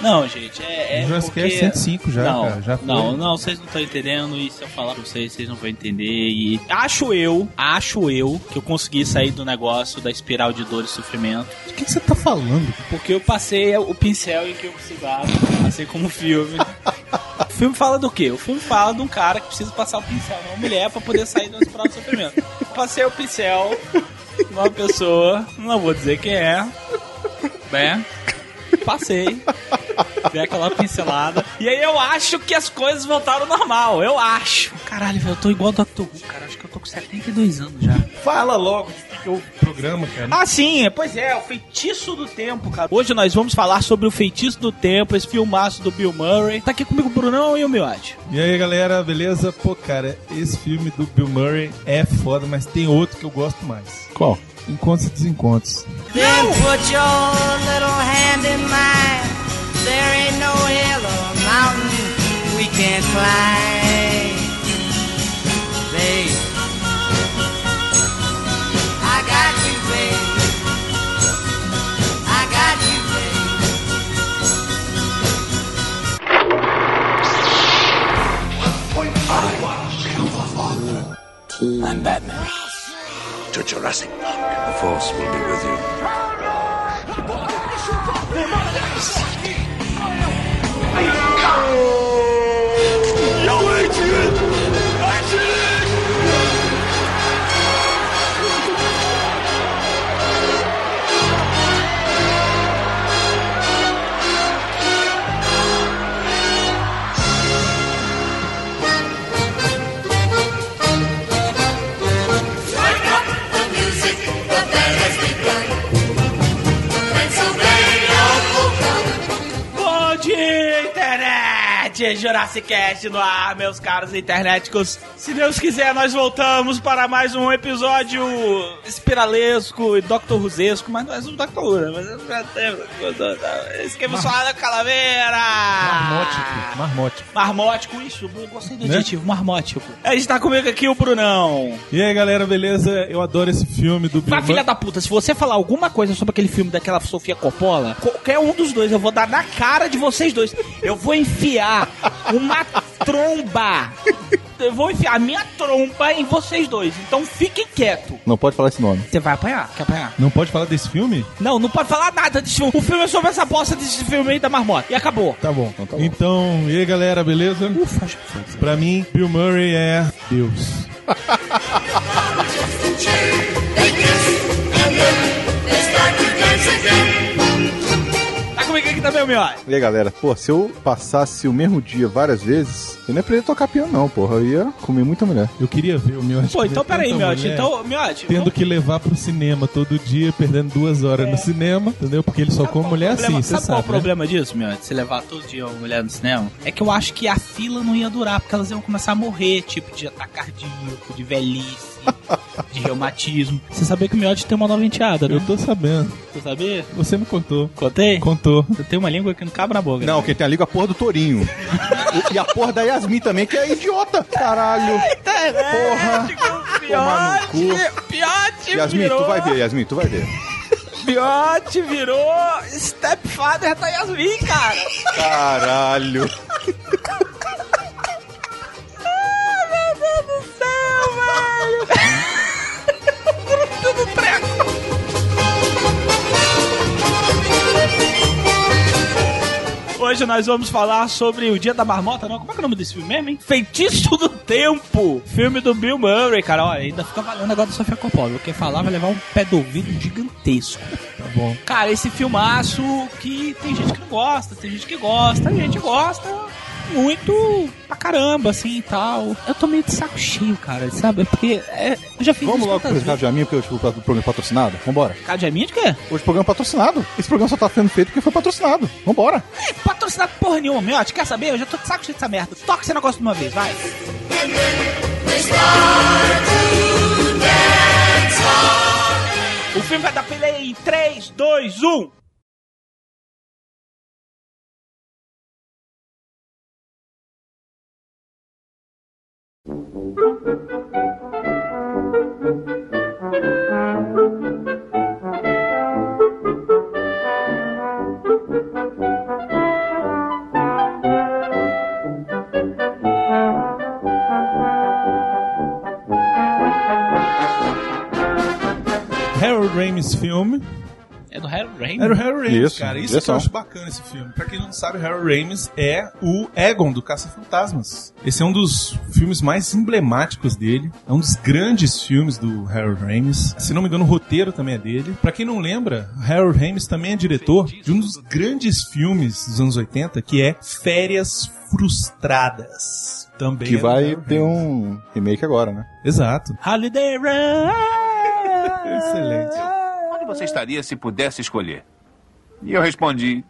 Speaker 4: Não, gente, é. é
Speaker 14: O Jurassic
Speaker 4: porque...
Speaker 14: 105 já,
Speaker 4: não,
Speaker 14: cara, já foi.
Speaker 4: Não, não, vocês não estão entendendo e se eu falar pra vocês, vocês não vão entender. E acho eu, acho eu que eu consegui sair do negócio da espiral de dor e sofrimento.
Speaker 14: O que, que você tá falando?
Speaker 4: Porque eu passei o pincel em que eu precisava, passei como filme. o filme fala do quê? O filme fala de um cara que precisa passar o pincel numa mulher pra poder sair do hospital do sofrimento. Eu Passei o pincel numa pessoa, não vou dizer quem é, né? Passei, dei aquela pincelada. E aí eu acho que as coisas voltaram ao normal, eu acho. Caralho, velho, eu tô igual o Dr. Who, cara, acho que eu tô com 72 anos já.
Speaker 14: Fala logo do que que é o programa, cara.
Speaker 4: Ah, sim, pois é, o feitiço do tempo, cara. Hoje nós vamos falar sobre o feitiço do tempo, esse filmaço do Bill Murray. Tá aqui comigo o Brunão e o Miotti.
Speaker 14: E aí, galera, beleza? Pô, cara, esse filme do Bill Murray é foda, mas tem outro que eu gosto mais.
Speaker 5: Qual?
Speaker 14: Encontros e Desencontros.
Speaker 11: Then put your little hand in mine. There ain't no hill or mountain we can't climb. Babe, I got you, babe. I got you, babe.
Speaker 1: to Jurassic Park. The Force will be with you.
Speaker 3: Light up the music, the band has begun. Pennsylvania will come.
Speaker 4: Bom dia, internet! Jurassic Cast no ar, meus caros internéticos. Se Deus quiser, nós voltamos para mais um episódio espiralesco e Dr. Rusesco, mas não é um Dr. Who, né? Mas é um- Esquema
Speaker 14: Mar-
Speaker 4: só da Ah. calaveira!
Speaker 14: Marmótico, marmótico.
Speaker 4: Marmótico, isso, eu gostei do
Speaker 14: Né?
Speaker 4: adjetivo, marmótico. A gente tá comigo aqui o Brunão.
Speaker 14: E aí, galera, beleza? Eu adoro esse filme do Bill
Speaker 4: Vai, filha
Speaker 14: Murray.
Speaker 4: da puta, se você falar alguma coisa sobre aquele filme daquela Sofia Coppola, qualquer um dos dois, eu vou dar na cara de vocês dois. Eu vou enfiar uma tromba. Eu vou enfiar a minha tromba em vocês dois. Então fiquem quieto.
Speaker 5: Não pode falar esse nome.
Speaker 4: Você vai apanhar? Quer apanhar?
Speaker 14: Não pode falar desse filme?
Speaker 4: Não, não pode falar nada desse filme. O filme é sobre essa bosta desse filme aí da marmota. E acabou.
Speaker 14: Tá bom. Então, e aí, galera, beleza? Ufa,
Speaker 4: assim.
Speaker 14: pra mim, Bill Murray é Deus.
Speaker 4: Tá comigo aqui também, meu ó.
Speaker 5: E aí, galera, pô, se eu passasse o mesmo dia várias vezes, eu não ia aprender a tocar piano, não, porra. Eu ia comer muita mulher.
Speaker 14: Eu queria ver o meu
Speaker 4: Pô, então peraí,
Speaker 14: Tanta
Speaker 4: Miote.
Speaker 14: mulher.
Speaker 4: Então, Miote,
Speaker 14: Tendo que levar pro cinema todo dia, perdendo duas horas no cinema, entendeu? Porque ele só come
Speaker 5: É
Speaker 14: mulher
Speaker 4: problema-
Speaker 14: assim, você
Speaker 4: sabe É.
Speaker 5: né?
Speaker 4: qual é
Speaker 14: sabe.
Speaker 4: o problema disso, meu? De você levar todo dia uma mulher no cinema? É que eu acho que a fila não ia durar, porque elas iam começar a morrer, tipo, de ataque cardíaco, de velhice, de reumatismo. Você sabia que o Miotti tem uma nova enteada, né?
Speaker 14: Eu tô sabendo.
Speaker 4: Tu sabia?
Speaker 14: Você me contou.
Speaker 4: Contei?
Speaker 14: Contou.
Speaker 4: Eu tenho uma língua que não cabe na boca.
Speaker 5: Não, quem tem a liga é a porra do Torinho. e, e a porra da Yasmin também, que é idiota. Caralho.
Speaker 4: É,
Speaker 5: Porra. Tomar no cu.
Speaker 4: Piote
Speaker 5: Yasmin, tu vai ver, Yasmin, tu vai ver.
Speaker 4: Piote virou stepfather da Yasmin, cara.
Speaker 5: Tá. Caralho.
Speaker 4: Meu Deus do céu, velho. Tudo treco. Hoje nós vamos falar sobre o Dia da Marmota, não? Como é que é o nome desse filme mesmo, hein? Feitiço do Tempo! Filme do Bill Murray, cara. Olha, ainda fica valendo agora da Sofia Coppola. Quem falar vai levar um pé do ouvido gigantesco.
Speaker 14: Tá bom.
Speaker 4: Cara, esse filmaço que tem gente que não gosta, tem gente que gosta, a gente gosta muito pra caramba, assim e tal. Eu tô meio de saco cheio, cara, sabe? Porque é, eu já fiz
Speaker 5: Vamos
Speaker 4: isso
Speaker 5: logo
Speaker 4: tantas
Speaker 5: pro
Speaker 4: vezes.
Speaker 5: Rádio Jaminha, porque hoje o programa é patrocinado. Vambora.
Speaker 4: Rádio Jaminha de quê?
Speaker 5: Hoje o programa é patrocinado. Esse programa só tá sendo feito porque foi patrocinado. Vambora.
Speaker 4: É, patrocinado porra nenhuma, meu. ó, Quer saber? Eu já tô de saco cheio dessa merda. Toca esse negócio de uma vez, vai. O filme vai dar play em 3, 2, 1.
Speaker 14: Harold Ramis filme.
Speaker 4: É do Harold Ramis?
Speaker 14: Era o Harold Ramis,
Speaker 5: Isso,
Speaker 14: cara. Isso
Speaker 5: direção.
Speaker 14: que eu acho bacana esse filme. Pra quem não sabe, o Harold Ramis é o Egon do Caça-Fantasmas. Esse é um dos filmes mais emblemáticos dele. É um dos grandes filmes do Harold Ramis. Se não me engano, o roteiro também é dele. Pra quem não lembra, Harold Ramis também é diretor de um dos grandes filmes dos anos 80, que é Férias Frustradas. Também
Speaker 5: Que
Speaker 14: é do
Speaker 5: vai
Speaker 14: Harold
Speaker 5: ter
Speaker 14: Ramis.
Speaker 5: um remake agora, né?
Speaker 14: Exato.
Speaker 4: Holiday Run!
Speaker 14: Excelente.
Speaker 25: Onde você estaria se pudesse escolher? E eu respondi: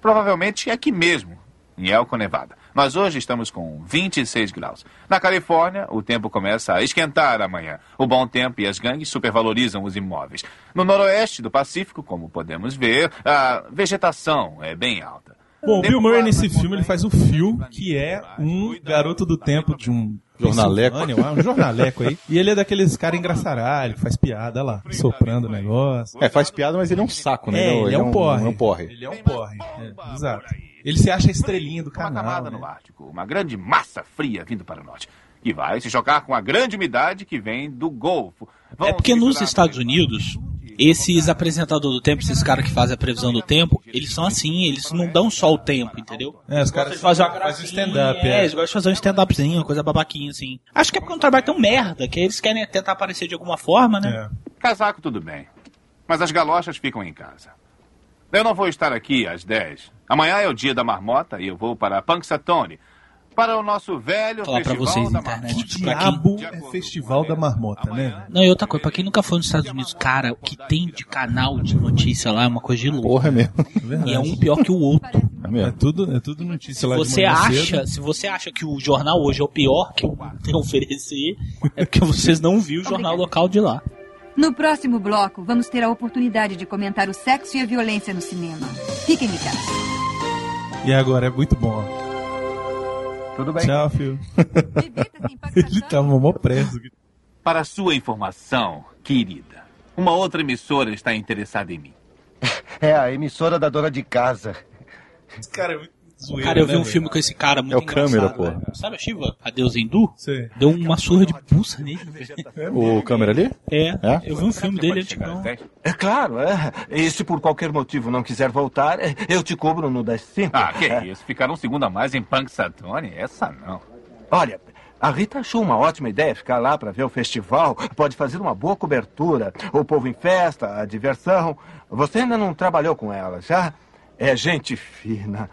Speaker 25: provavelmente aqui mesmo, em Elko, Nevada. Mas hoje estamos com 26 graus. Na Califórnia, o tempo começa a esquentar amanhã. O bom tempo e as gangues supervalorizam os imóveis. No noroeste do Pacífico, como podemos ver, a vegetação é bem alta.
Speaker 14: Bom, o Bill Murray nesse filme ele faz o Phil, que é um garoto do tempo de um
Speaker 5: Jornaleco.
Speaker 14: Pensilvânia, Um jornaleco aí. E ele é daqueles caras engraçaralho, faz piada lá, soprando o negócio.
Speaker 5: É, faz piada, mas ele é um saco, né?
Speaker 14: É,
Speaker 5: Não,
Speaker 14: ele é um porre.
Speaker 5: É um porre.
Speaker 14: Ele é um porre. É, exato. Ele se acha a estrelinha do
Speaker 25: Uma
Speaker 14: canal.
Speaker 4: né?
Speaker 25: camada no Ártico, uma grande massa fria vindo para o norte. que vai se chocar com a grande umidade que vem do Golfo.
Speaker 4: É porque nos Estados Unidos, esses apresentadores do tempo, esses caras que fazem a previsão do tempo, eles são assim, eles não dão só o tempo, entendeu?
Speaker 14: É, os caras fazem faz um stand-up.
Speaker 4: É,
Speaker 14: É.
Speaker 4: eles gostam de fazer um stand-upzinho, uma coisa babaquinha assim. Acho que é porque é um trabalho tão merda, que eles querem tentar aparecer de alguma forma, né?
Speaker 25: É. Casaco tudo bem, mas as galochas ficam em casa. Eu não vou estar aqui às 10. Amanhã é o dia da marmota e eu vou para Punxsutawney, para o nosso velho
Speaker 4: Falar pra
Speaker 25: festival
Speaker 4: vocês,
Speaker 25: da
Speaker 4: internet.
Speaker 25: marmota.
Speaker 4: Pra
Speaker 14: Diabo
Speaker 4: quem-
Speaker 14: é festival da marmota, né?
Speaker 4: Não, e outra coisa, pra quem nunca foi nos Estados Unidos, cara, o que tem de canal de notícia lá é uma coisa de louco.
Speaker 5: Porra mesmo.
Speaker 4: E é um pior que o outro.
Speaker 5: É, mesmo.
Speaker 14: é tudo, é tudo notícia lá de
Speaker 4: Você
Speaker 14: manhã
Speaker 4: acha,
Speaker 14: cedo.
Speaker 4: se você acha que o jornal hoje é o pior que eu tenho a oferecer, é porque vocês não viram o jornal local de lá.
Speaker 26: No próximo bloco, vamos ter a oportunidade de comentar o sexo e a violência no cinema. Fiquem ligados.
Speaker 14: E agora é muito bom. Tudo
Speaker 25: bem.
Speaker 14: Tchau, filho. Ele tava mó preso.
Speaker 25: Para sua informação, querida, uma outra emissora está interessada em mim.
Speaker 27: É a emissora da dona de casa.
Speaker 14: Cara, é muito zoeiro,
Speaker 4: Cara, eu vi
Speaker 14: né,
Speaker 4: um
Speaker 14: velho?
Speaker 4: filme com esse cara muito
Speaker 27: É o câmera,
Speaker 4: engraçado, né?
Speaker 27: porra.
Speaker 4: velho. Sabe a Shiva? A Deus Hindu? Deu uma surra de pulsa nele. velho.
Speaker 5: O câmera ali?
Speaker 4: É,
Speaker 5: É?
Speaker 4: eu vi um filme dele antigão.
Speaker 27: É claro, é. E se por qualquer motivo não quiser voltar, é, eu te cobro no das cinco. É.
Speaker 25: Ah, que isso? Ficar um segundo a mais em Punxsutawney? Essa não.
Speaker 27: Olha, a Rita achou uma ótima ideia ficar lá para ver o festival. Pode fazer uma boa cobertura. O povo em festa, a diversão. Você ainda não trabalhou com ela, já? É gente fina.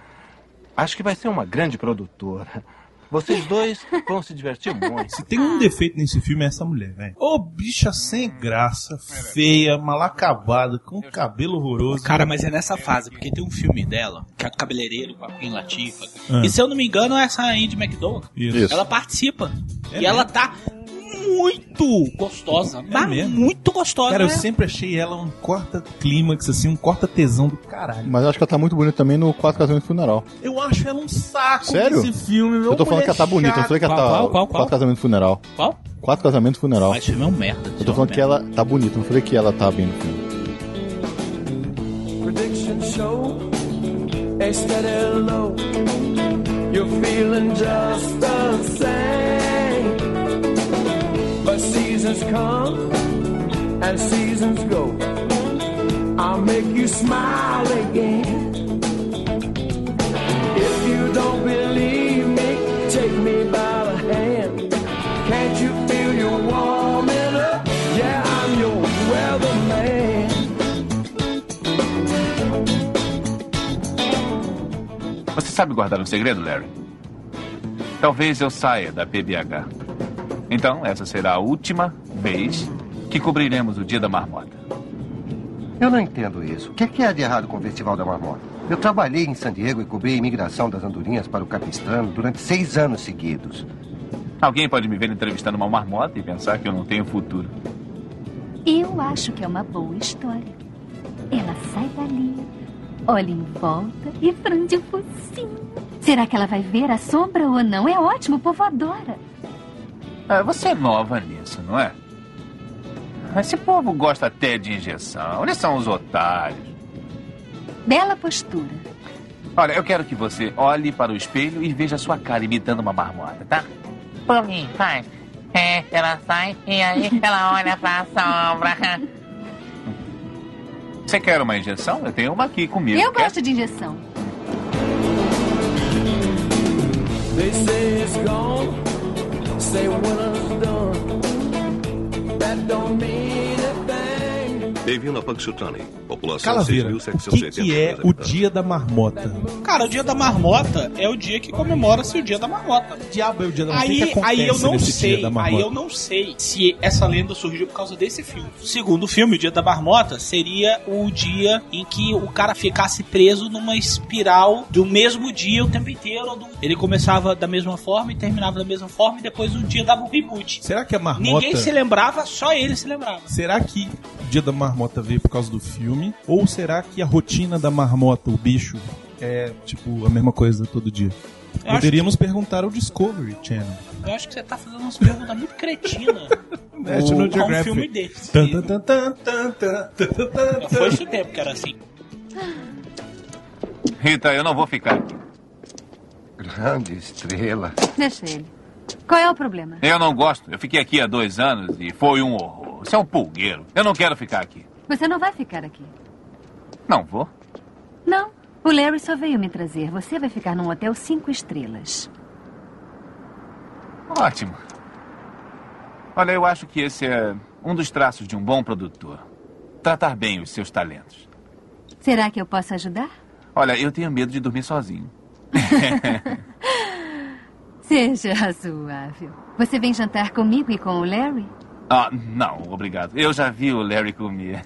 Speaker 27: Acho que vai ser uma grande produtora. Vocês dois vão se divertir muito.
Speaker 14: Se tem um defeito nesse filme é essa mulher, velho. Ô, bicha sem graça, feia, mal acabada, com cabelo horroroso.
Speaker 4: Cara, mas é nessa fase, porque tem um filme dela, que é do cabeleireiro com a Queen Latifa.
Speaker 14: Ah.
Speaker 4: E se eu não me engano, é essa Andy McDowell.
Speaker 14: Isso.
Speaker 4: Ela participa. e
Speaker 14: É
Speaker 4: ela tá muito gostosa. mas muito gostosa.
Speaker 14: Cara, eu
Speaker 4: né?
Speaker 14: sempre achei ela um corta-clímax, assim, um corta-tesão do caralho.
Speaker 5: Mas eu acho que ela tá muito bonita também no Quatro Casamentos e Funeral.
Speaker 14: Eu acho ela um saco
Speaker 5: Sério?
Speaker 14: nesse filme, meu
Speaker 5: eu tô falando que ela tá bonita, eu não falei que ela tá. Quatro Casamentos e Funeral.
Speaker 4: Qual?
Speaker 5: Quatro Casamentos e Funeral. Mas
Speaker 4: filme é um merda.
Speaker 5: Eu tô falando que ela tá bonita, eu não falei que ela tá bem no filme.
Speaker 3: Predictions show a steady low. You're feeling just the same. But seasons come and seasons go. I'll make you smile again. If you don't believe me, take me by the hand. Can't you feel you're warming up? Yeah, I'm your weatherman.
Speaker 25: Você sabe guardar um segredo, Larry? Talvez eu saia da PBH. Então, essa será a última vez que cobriremos o Dia da Marmota.
Speaker 27: Eu não entendo isso. O que, é que há de errado com o Festival da Marmota? Eu trabalhei em San Diego e cobri a imigração das andorinhas para o Capistrano durante seis anos seguidos.
Speaker 25: Alguém pode me ver entrevistando uma marmota e pensar que eu não tenho futuro.
Speaker 19: Eu acho que é uma boa história. Ela sai dali, olha em volta e franze o focinho. Será que ela vai ver a sombra ou não? É ótimo, o povo adora.
Speaker 25: Ah, você é nova nisso, não é? Ah, Esse povo gosta até de injeção. Eles são os otários.
Speaker 19: Bela postura.
Speaker 25: Olha, eu quero que você olhe para o espelho e veja a sua cara imitando uma marmota, tá?
Speaker 11: Por mim, faz. É, ela sai e aí ela olha pra sombra.
Speaker 25: Você quer uma injeção? Eu tenho uma aqui comigo.
Speaker 19: Eu
Speaker 25: Quer?
Speaker 19: gosto de injeção.
Speaker 3: They say it's gone, say winter's done. That don't mean a thing.
Speaker 28: Bem-vindo a Punxsutawney. População
Speaker 14: Calaveira, o
Speaker 28: 6.770.
Speaker 14: que, que é o dia da marmota?
Speaker 4: Cara, o dia da marmota é o dia que comemora-se o dia da marmota.
Speaker 14: Diabo é o dia da
Speaker 4: Aí,
Speaker 14: marmota. O que que
Speaker 4: aí eu
Speaker 14: acontece
Speaker 4: não
Speaker 14: nesse dia
Speaker 4: sei,
Speaker 14: da
Speaker 4: aí
Speaker 14: marmota?
Speaker 4: eu não sei se essa lenda surgiu por causa desse filme. O segundo filme, o Dia da Marmota, seria o dia em que o cara ficasse preso numa espiral do mesmo dia o tempo inteiro. do- Ele começava da mesma forma e terminava da mesma forma e depois o dia dava um reboot.
Speaker 14: Será que a marmota...
Speaker 4: Ninguém se lembrava, só ele se lembrava.
Speaker 14: Será que o dia da marmota veio por causa do filme? Ou será que a rotina da marmota, o bicho, é tipo a mesma coisa todo dia?
Speaker 4: Eu acho
Speaker 14: Poderíamos perguntar ao Discovery Channel.
Speaker 4: Eu acho que você tá fazendo umas perguntas muito cretinas.
Speaker 14: National
Speaker 4: Qual um
Speaker 14: Geographic.
Speaker 4: filme desse.
Speaker 14: Tan, tan, tan, tan, tan, tan, tan, tan,
Speaker 4: Não
Speaker 14: tan.
Speaker 4: foi isso o tempo que era assim.
Speaker 25: Rita, eu não vou ficar aqui.
Speaker 27: Grande estrela.
Speaker 19: Deixa ele. Qual é o problema?
Speaker 25: Eu não gosto. Eu fiquei aqui há dois anos e foi um horror. Você é um pulgueiro. Eu não quero ficar aqui.
Speaker 19: Você não vai ficar aqui.
Speaker 25: Não vou.
Speaker 19: Não. O Larry só veio me trazer. Você vai ficar num hotel cinco estrelas.
Speaker 25: Ótimo. Olha, eu acho que esse é um dos traços de um bom produtor. Tratar bem os seus talentos.
Speaker 19: Será que eu posso ajudar?
Speaker 25: Olha, eu tenho medo de dormir sozinho.
Speaker 19: Seja razoável. Você vem jantar comigo e com o Larry?
Speaker 25: Ah, não, obrigado. Eu já vi o Larry comer.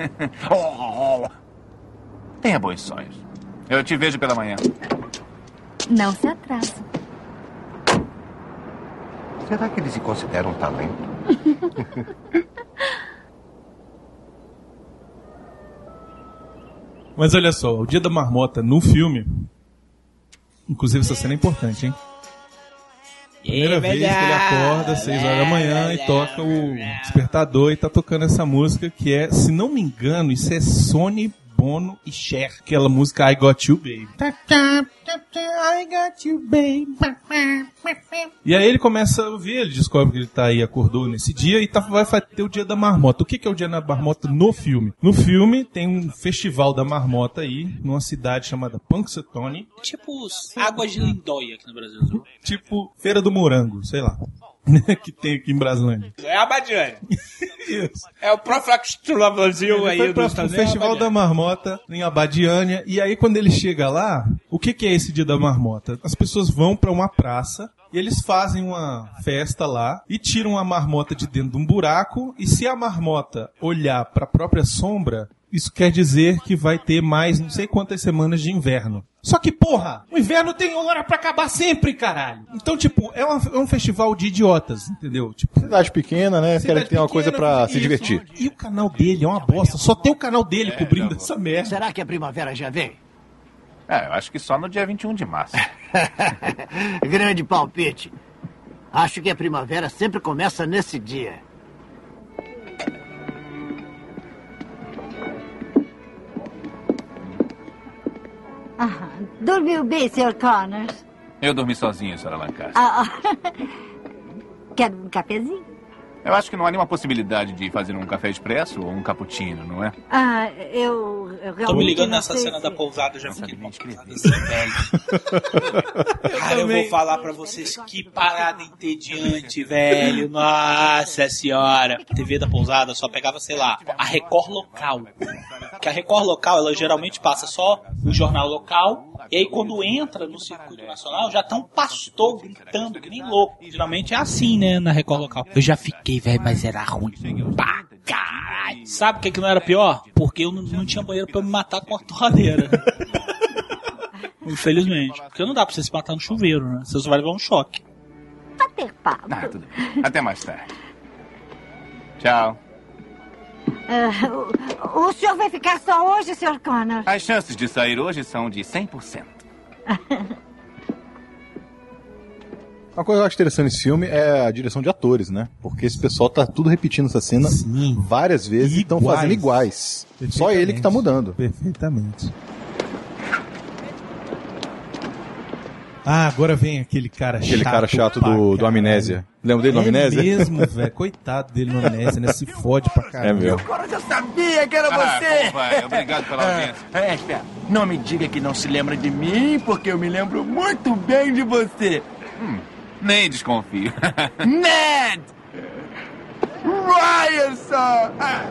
Speaker 25: Oh, oh, oh. Tenha bons sonhos. Eu te vejo pela manhã.
Speaker 19: Não se atrasa.
Speaker 21: Será que ele se considera um talento?
Speaker 14: Mas olha só, o dia da marmota no filme. Inclusive, essa cena é importante, hein? Primeira vez que ele acorda, 6 horas da manhã, e toca o despertador e tá tocando essa música que é, se não me engano, isso é Sony Bono e Cher, aquela música I Got You Baby.
Speaker 16: I got you, babe.
Speaker 14: E aí ele começa a ouvir, ele descobre que ele tá aí, acordou nesse dia e tá, vai fa- ter o dia da marmota. O que, que é o dia da marmota no filme? No filme tem um festival da marmota aí, numa cidade chamada Punxsutawney,
Speaker 4: Tipo os águas de lindóia aqui no Brasil.
Speaker 14: tipo Feira do Morango, sei lá, que tem aqui em Braslândia.
Speaker 4: É a Badiane. É o Proflactula Brasil
Speaker 14: Ele
Speaker 4: aí
Speaker 14: foi
Speaker 4: do é
Speaker 14: pra o Festival da Marmota em Abadiânia. E aí, quando ele chega lá, o que, que é esse dia da marmota? As pessoas vão pra uma praça. E eles fazem uma festa lá e tiram a marmota de dentro de um buraco. E se a marmota olhar pra própria sombra, isso quer dizer que vai ter mais não sei quantas semanas de inverno. Só que, porra, o inverno tem hora pra acabar sempre, caralho. Então, tipo, é, uma- é um festival de idiotas, entendeu? Tipo,
Speaker 5: Cidade pequena, né? Quero que tenha uma coisa pra se
Speaker 14: isso.
Speaker 5: divertir.
Speaker 14: E o canal dele é uma bosta. Só tem o canal
Speaker 4: É,
Speaker 14: dele cobrindo essa merda.
Speaker 21: Será que a primavera já vem?
Speaker 25: É, eu acho que só no dia 21 de março.
Speaker 21: Grande palpite. Acho que a primavera sempre começa nesse dia.
Speaker 29: Ah, dormiu bem, Sr. Connors?
Speaker 25: Eu dormi sozinho, senhora Lancaster.
Speaker 29: Ah, Quer um cafezinho?
Speaker 25: Eu acho que não há nenhuma possibilidade de fazer um café expresso ou um cappuccino, não é?
Speaker 29: Ah, eu, eu realmente
Speaker 4: Tô me ligando
Speaker 29: não
Speaker 4: nessa
Speaker 29: sei
Speaker 4: cena
Speaker 29: se-
Speaker 4: da pousada, já fiquei empolgado assim, velho. Cara, eu vou falar pra vocês que parada entediante, velho. Nossa senhora. A TV da pousada só pegava, sei lá, a Record local. Que a Record local, ela geralmente passa só o jornal local. E aí, quando entra no circuito nacional, já tá um pastor gritando que nem louco. Geralmente é assim, né, na Record local. Eu já fiquei, velho, mas era ruim. Pá, caralho. Sabe o que, que não era pior? Porque eu não, não tinha banheiro pra eu me matar com a torradeira. Infelizmente. Porque não dá pra você se matar no chuveiro, né? Você só vai levar um choque.
Speaker 25: Ah, tudo bem. Até mais tarde. Tchau.
Speaker 29: Ah, o, o senhor vai ficar só hoje, Sr. Connors?
Speaker 25: As chances de sair hoje são de 100%.
Speaker 5: Uma coisa que eu acho interessante nesse filme é a direção de atores, né? Porque esse pessoal tá tudo repetindo essa cena várias vezes e estão
Speaker 14: Iguais.
Speaker 5: fazendo iguais. Só ele que tá mudando.
Speaker 14: Perfeitamente. Ah, agora vem aquele cara
Speaker 5: Aquele
Speaker 14: chato.
Speaker 5: cara chato
Speaker 14: pra
Speaker 5: do, do Amnésia. Lembra dele do Amnésia?
Speaker 14: É mesmo, velho. Coitado dele no Amnésia, né? Se fode pra
Speaker 5: É
Speaker 14: caralho.
Speaker 5: meu.
Speaker 21: Eu sabia que era
Speaker 14: Ah,
Speaker 21: você!
Speaker 14: bom, vai. Obrigado pela
Speaker 21: audiência. É, espera. Não me diga que não se lembra de mim, porque eu me lembro muito bem de você.
Speaker 14: Hum,
Speaker 25: Nem desconfio.
Speaker 21: Ned! Ryan só! Ah.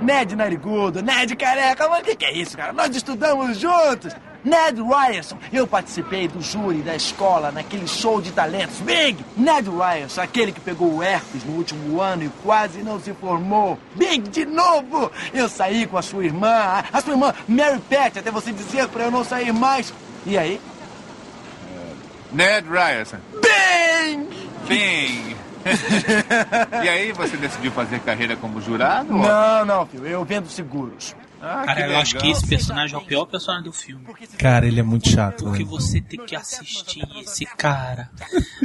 Speaker 21: Ned Narigudo, Ned Careca, mas o que, que é isso, cara? Nós estudamos juntos! Ned Ryerson, eu participei do júri da escola naquele show de talentos Big! Ned Ryerson, aquele que pegou o herpes no último ano e quase não se formou. Big, de novo! Eu saí com a sua irmã, a- a sua irmã Mary Pat, até você dizer pra eu não sair mais. E aí?
Speaker 25: Ned Ryerson.
Speaker 21: Bing!
Speaker 25: Bem. e aí, você decidiu fazer carreira como jurado?
Speaker 21: Não, não, filho, eu vendo seguros.
Speaker 4: Cara, eu acho que esse personagem é o pior personagem do filme.
Speaker 14: Cara, ele é muito chato,
Speaker 4: Porque
Speaker 14: velho.
Speaker 4: você tem que assistir esse cara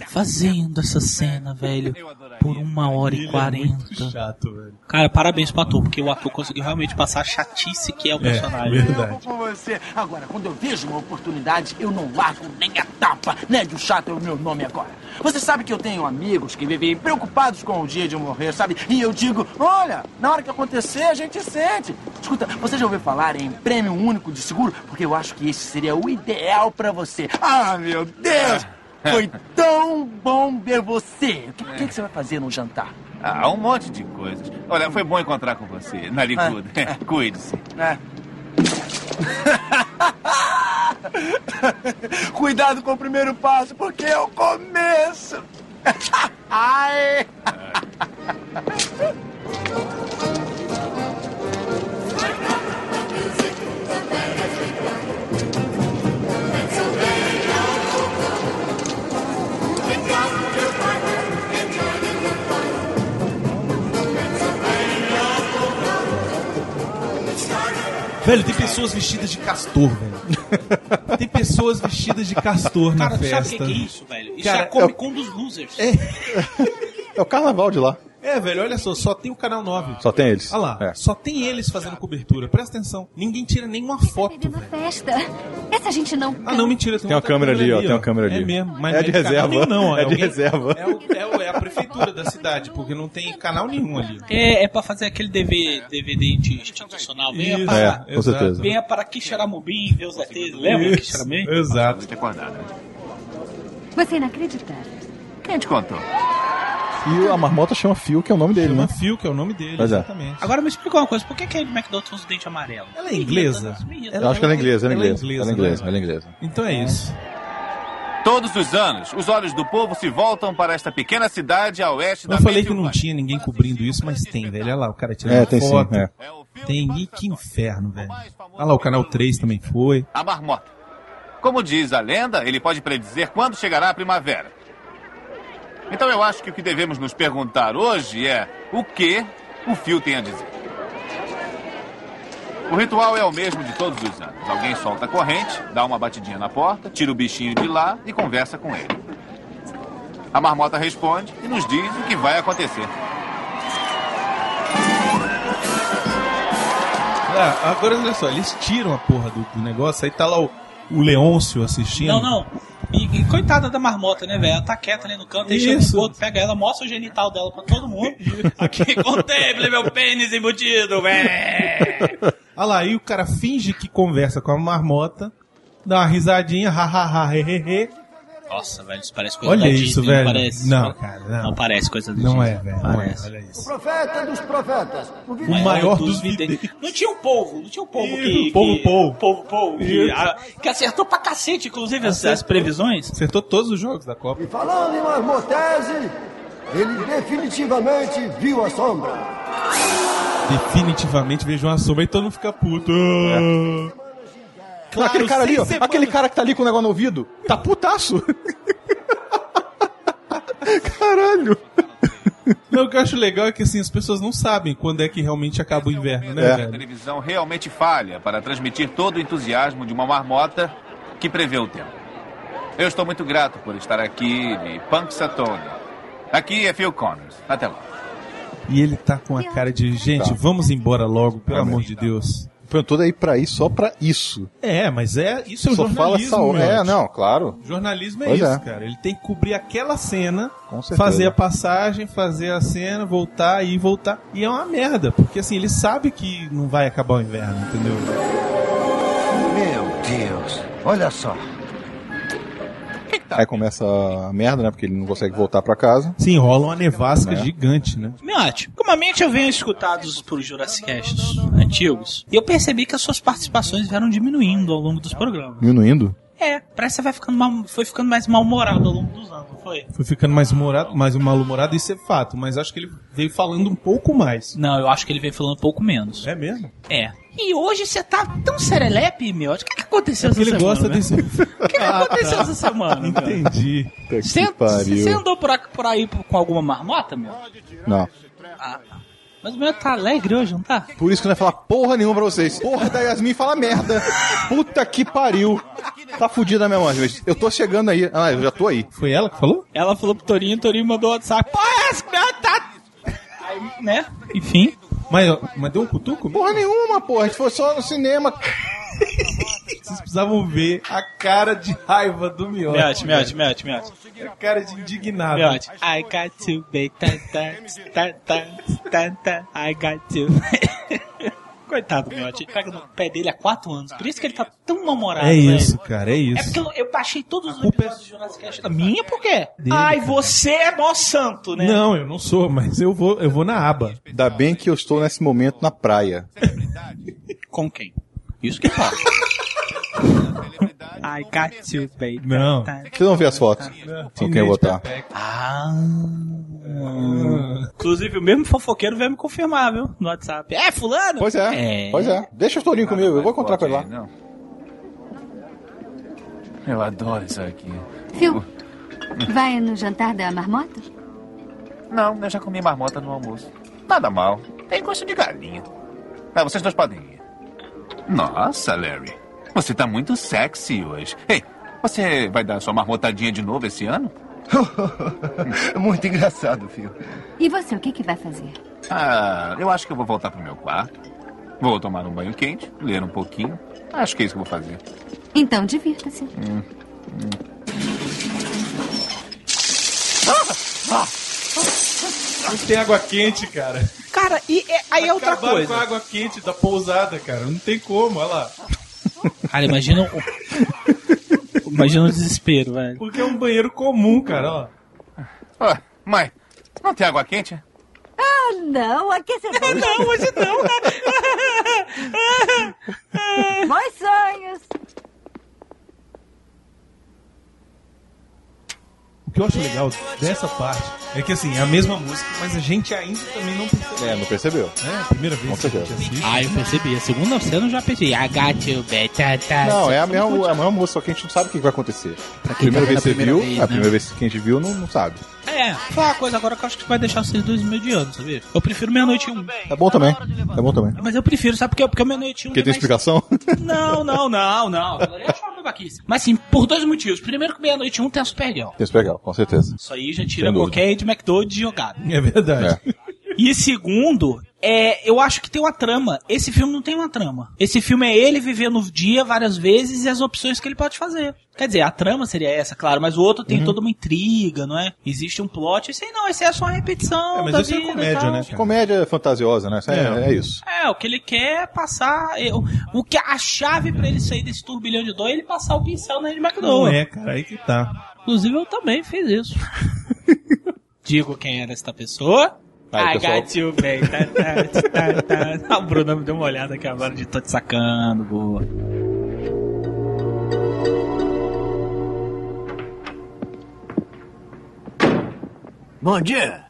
Speaker 4: fazendo essa cena, velho, por uma hora e quarenta.
Speaker 14: é chato, velho.
Speaker 4: Cara, parabéns pro ator, porque o ator conseguiu realmente passar a chatice que é o personagem.
Speaker 6: Com você. Agora, quando eu vejo uma oportunidade, eu não largo nem a tapa. Ned o Chato é o meu nome agora. Você sabe que eu tenho amigos que vivem preocupados com o dia de eu morrer, sabe? E eu digo, olha, na hora que acontecer, a gente sente. Escuta, você já ouviu falar em prêmio único de seguro? Porque eu acho que esse seria o ideal pra você. Ah, meu Deus! Foi tão bom ver você. O que, o que que você vai fazer no jantar?
Speaker 25: Ah, um monte de coisas. Olha, foi bom encontrar com você, narigudo.
Speaker 14: Ah.
Speaker 25: Cuide-se.
Speaker 6: É. Cuidado com o primeiro passo, porque é o começo. Ai!
Speaker 3: Oh,
Speaker 14: Velho, tem pessoas vestidas de castor, velho. Tem pessoas vestidas de castor na
Speaker 4: Cara, tu
Speaker 14: festa.
Speaker 4: sabe o que que é isso, velho? Isso
Speaker 14: Cara,
Speaker 4: é a Comic Con dos losers.
Speaker 5: É o carnaval de lá.
Speaker 14: É, velho, olha só, só tem o Canal 9.
Speaker 5: Só tem eles.
Speaker 14: Olha lá,
Speaker 5: É.
Speaker 14: só tem eles fazendo cobertura. Presta atenção. Ninguém tira nenhuma foto, velho.
Speaker 30: tá Festa. Essa gente não. tá-
Speaker 14: Ah, não, mentira.
Speaker 5: Tem uma
Speaker 14: outra
Speaker 5: câmera ali, ó, tem uma câmera
Speaker 14: É
Speaker 5: ali.
Speaker 14: mesmo. Mas
Speaker 5: É
Speaker 14: não
Speaker 5: de
Speaker 14: canal
Speaker 5: reserva.
Speaker 14: nenhum, não.
Speaker 5: É de
Speaker 14: alguém-
Speaker 5: reserva.
Speaker 14: É, o- é o- é a prefeitura da cidade, porque não tem canal nenhum ali.
Speaker 4: É, é pra fazer aquele DV, DVD de institucional. Venha
Speaker 14: Isso,
Speaker 4: para,
Speaker 14: é, com certeza.
Speaker 4: Venha para Quixeramobim ver os ETs. Lembra
Speaker 14: Isso,
Speaker 4: Quixeramobim?
Speaker 14: Exato.
Speaker 5: né?
Speaker 30: Você é inacreditável.
Speaker 25: Quem te contou?
Speaker 5: E a marmota chama Phil, que é o nome dele, né?
Speaker 14: Phil, que é o nome dele,
Speaker 5: Pois é.
Speaker 14: exatamente.
Speaker 4: Agora me explica uma coisa, por que que a Amy McDonald tem os dentes amarelos?
Speaker 14: Ela é inglesa?
Speaker 5: Eu acho que ela é inglesa, ela é
Speaker 14: Ela é
Speaker 5: inglesa. Ela
Speaker 14: inglesa,
Speaker 5: é inglesa,
Speaker 14: né?
Speaker 5: ela é inglesa.
Speaker 14: Então é isso.
Speaker 25: Todos os anos, os olhos do povo se voltam para esta pequena cidade a oeste
Speaker 14: Eu
Speaker 25: da
Speaker 14: falei que não tinha ninguém cobrindo isso, mas tem, velho. Olha lá, o cara tirando
Speaker 5: É, tem sim,
Speaker 14: foto.
Speaker 5: é.
Speaker 14: Tem, e que inferno, velho. Olha lá, o canal 3 também foi.
Speaker 25: a marmota. Como diz a lenda, ele pode predizer quando chegará a primavera. Então eu acho que o que devemos nos perguntar hoje é o que o fio tem a dizer. O ritual é o mesmo de todos os anos. Alguém solta a corrente, dá uma batidinha na porta, tira o bichinho de lá e conversa com ele. A marmota responde e nos diz o que vai acontecer.
Speaker 14: Ah, agora olha só, eles tiram a porra do, do negócio, aí tá lá o, o Leôncio assistindo.
Speaker 4: Não, não. E, e coitada da marmota, né, velho? Ela tá quieta ali no canto, aí chega
Speaker 14: Isso.
Speaker 4: o outro, pega ela, mostra o genital dela pra todo mundo. Aqui, contemple meu pênis embutido, velho!
Speaker 14: Olha lá, aí o cara finge que conversa com a marmota, dá uma risadinha, ha ha ha, he, he, he.
Speaker 4: Nossa, velho, isso parece coisa da
Speaker 14: Olha isso,
Speaker 4: Disney, não
Speaker 14: velho.
Speaker 4: Parece.
Speaker 14: Não, cara, não.
Speaker 4: Não parece coisa da
Speaker 14: Não
Speaker 4: Disney.
Speaker 14: é, velho. Não é,
Speaker 4: Parece.
Speaker 14: olha isso.
Speaker 31: O profeta dos profetas. O,
Speaker 14: O maior dos
Speaker 4: videntes. Não tinha um povo, não tinha um povo
Speaker 14: Ih,
Speaker 4: que.
Speaker 14: o povo
Speaker 4: que-
Speaker 14: Paul.
Speaker 4: povo Paul, que,
Speaker 14: Isso.
Speaker 4: a- que acertou pra cacete, inclusive, as, as previsões.
Speaker 14: Acertou todos os jogos da Copa.
Speaker 31: Falando em marmotese, ele definitivamente viu a sombra.
Speaker 14: Definitivamente vejo uma sombra e todo mundo fica puto. Ah. Claro,
Speaker 5: aquele cara ali,
Speaker 14: sem
Speaker 5: ó,
Speaker 14: ser
Speaker 5: aquele cara que tá ali com o negócio no ouvido, tá putaço. Caralho.
Speaker 14: Não, o que eu acho legal é que assim, as pessoas não sabem quando é que realmente acaba o inverno, né,
Speaker 5: É.
Speaker 25: A
Speaker 14: velho?
Speaker 25: televisão realmente falha para transmitir todo o entusiasmo de uma marmota que prevê o tempo. Eu estou muito grato por estar aqui de Punk Satone. Aqui é Phil Connors. Até lá.
Speaker 14: E ele tá com a cara de, gente,
Speaker 5: Tá.
Speaker 14: vamos embora logo, pelo amor de Deus.
Speaker 5: Perguntou daí pra ir só pra isso.
Speaker 14: É, mas é isso é o
Speaker 5: Só fala
Speaker 14: jornalismo.
Speaker 5: essa hora.
Speaker 14: Miotti.
Speaker 5: É, não, claro.
Speaker 14: Jornalismo é
Speaker 5: Pois
Speaker 14: isso,
Speaker 5: é.
Speaker 14: cara. Ele tem que cobrir aquela cena,
Speaker 5: certeza.
Speaker 14: fazer a passagem, fazer a cena, voltar e voltar. E é uma merda, porque assim, ele sabe que não vai acabar o inverno, entendeu?
Speaker 6: Meu Deus, olha só.
Speaker 5: Aí começa a merda, né? Porque ele não consegue voltar pra casa.
Speaker 14: Se enrola uma nevasca
Speaker 5: Né?
Speaker 14: gigante, né?
Speaker 4: Miote, ultimamente eu venho escutado os por Jurassicasts antigos e eu percebi que as suas participações vieram diminuindo ao longo dos programas.
Speaker 5: Diminuindo.
Speaker 4: É, parece que você vai ficando mal- foi ficando mais mal-humorado ao longo dos anos, não foi?
Speaker 14: Foi ficando mais humorado, mais mal-humorado, isso é fato. Mas acho que ele veio falando um pouco mais.
Speaker 4: Não, eu acho que ele veio falando um pouco menos.
Speaker 14: É mesmo?
Speaker 4: É. E hoje você tá tão serelepe, Miote. O que, que aconteceu essa
Speaker 14: É Ele
Speaker 4: semana?
Speaker 14: gosta
Speaker 4: né?
Speaker 14: desse. Ah, tá.
Speaker 4: O que, que aconteceu essa
Speaker 5: Tá
Speaker 4: semana?
Speaker 14: Entendi.
Speaker 4: Você você andou por, a- por aí por- com alguma marmota, meu?
Speaker 5: Não.
Speaker 4: Ah, Mas o meu tá alegre hoje, não tá?
Speaker 5: Por isso que não vai falar porra nenhuma pra vocês. Porra da Yasmin fala merda. Puta que pariu. Tá fudida mesmo, gente. Eu tô chegando aí. Ah, eu já tô aí.
Speaker 14: Foi ela que falou?
Speaker 4: Ela falou pro Torinho, o Torinho mandou WhatsApp. Pô, esse meu tá... Aí, né? Enfim.
Speaker 14: Mas, mas deu um cutuco?
Speaker 5: Porra nenhuma, porra. A gente foi só no cinema.
Speaker 14: Vocês precisavam ver a cara de raiva do Miotti.
Speaker 4: Miotti,
Speaker 14: velho.
Speaker 4: Miotti, Miotti, Miotti.
Speaker 14: A cara de indignado.
Speaker 4: Miotti. I got you, baby. Tan, tan, tan, tan, tan, tan. I got you. Coitado do Miotti. Ele Pega no pé dele há quatro anos. Por isso que ele tá tão mal-humorado.
Speaker 14: É
Speaker 4: velho.
Speaker 14: isso, cara, é
Speaker 4: É
Speaker 14: isso.
Speaker 4: porque eu, eu baixei todos os episódios do Jurassic Cast. Minha por quê? Ai, você é mó santo, né?
Speaker 14: Não, eu não sou, mas eu vou, eu vou na aba.
Speaker 5: Ainda bem que eu estou nesse momento na praia.
Speaker 4: Com quem? Isso que é fala. I got you, baby. Tá.
Speaker 5: Não. Você não vê as fotos? Então quem eu botar?
Speaker 4: Ah. Inclusive, o mesmo fofoqueiro veio me confirmar, viu? No WhatsApp. É, fulano?
Speaker 5: Pois é, pois é. Deixa o Torinho comigo, eu vou encontrar com ele lá.
Speaker 25: Eu adoro isso aqui.
Speaker 30: Phil, vai no jantar da marmota?
Speaker 25: Não, eu já comi marmota no almoço. Nada mal. Tem gosto de galinha. Ah, vocês dois podem ir. Nossa, Larry. Você tá muito sexy hoje. Ei, você vai dar sua marmotadinha de novo esse ano?
Speaker 21: muito engraçado, filho.
Speaker 30: E você, o que, que vai fazer?
Speaker 25: Ah, eu acho que eu vou voltar pro meu quarto. Vou tomar um banho quente, ler um pouquinho. Acho que é isso que eu vou fazer.
Speaker 30: Então, divirta-se.
Speaker 25: Hum.
Speaker 14: Não tem água quente, cara.
Speaker 4: Cara, e é- aí é outra
Speaker 14: Acabaram
Speaker 4: coisa.
Speaker 14: com a água quente da pousada, cara. Não tem como, olha lá.
Speaker 4: Cara, imagina o... imagina o desespero, velho.
Speaker 14: Porque é um banheiro comum, cara, ó.
Speaker 25: Ó, mãe, não tem água quente?
Speaker 29: Ah, não, aqui você tem. não, hoje não. Bons sonhos.
Speaker 14: O que eu acho legal dessa parte é que, assim, é a mesma música, mas a gente ainda também não percebeu.
Speaker 5: É, não percebeu.
Speaker 14: É, a primeira vez que a gente assiste.
Speaker 4: Ah, eu percebi. A segunda cena eu já percebi. I got you, baby. Tá, tá.
Speaker 5: Não, é a mesma, é a mesma música, só que a gente não sabe o que vai acontecer. A
Speaker 4: quem tá
Speaker 5: primeira
Speaker 4: vendo
Speaker 5: vez que
Speaker 4: a
Speaker 5: você
Speaker 4: primeira
Speaker 5: viu,
Speaker 4: vez,
Speaker 5: a
Speaker 4: né?
Speaker 5: primeira vez que a gente viu, não, não sabe.
Speaker 4: É, foi uma coisa agora que eu acho que vai deixar vocês dois medianos, sabia? Eu prefiro meia-noite e um.
Speaker 5: É bom também. É bom também.
Speaker 4: Mas eu prefiro, sabe por quê? Porque o meia-noite e um.
Speaker 5: Porque tem
Speaker 4: mais-
Speaker 5: explicação?
Speaker 4: Não, não, não, não. Eu acho uma babaquice. Mas sim, por dois motivos. Primeiro que meia-noite e um tem a Super Girl.
Speaker 5: Tem legal, com certeza.
Speaker 4: Isso aí já tira
Speaker 5: Sem dúvida.
Speaker 4: qualquer de McDonald's de jogada.
Speaker 14: É verdade.
Speaker 4: E segundo, é, eu acho que tem uma trama. Esse filme não tem uma trama. Esse filme é ele vivendo o dia várias vezes e as opções que ele pode fazer. Quer dizer, a trama seria essa, claro, mas o outro tem toda uma intriga, não é? Existe um plot. Esse aí não, esse é só uma repetição. da
Speaker 14: é
Speaker 4: vida e né, tal.
Speaker 5: é
Speaker 14: né,
Speaker 5: Comédia fantasiosa, né? Isso É, é isso.
Speaker 4: É, o que ele quer é passar. é, o, o que a chave pra ele sair desse turbilhão de dor é ele passar o pincel na Andy
Speaker 14: Não
Speaker 4: McDowell.
Speaker 14: é, cara, aí que tá.
Speaker 4: Inclusive, eu também fiz isso. Digo quem era esta pessoa.
Speaker 14: Aí,
Speaker 4: I
Speaker 14: pessoal.
Speaker 4: got you, baby. Tá, tá, tá, tá. Ah, o Bruno me deu uma olhada aqui agora de tô te sacando, boa.
Speaker 8: Bom dia.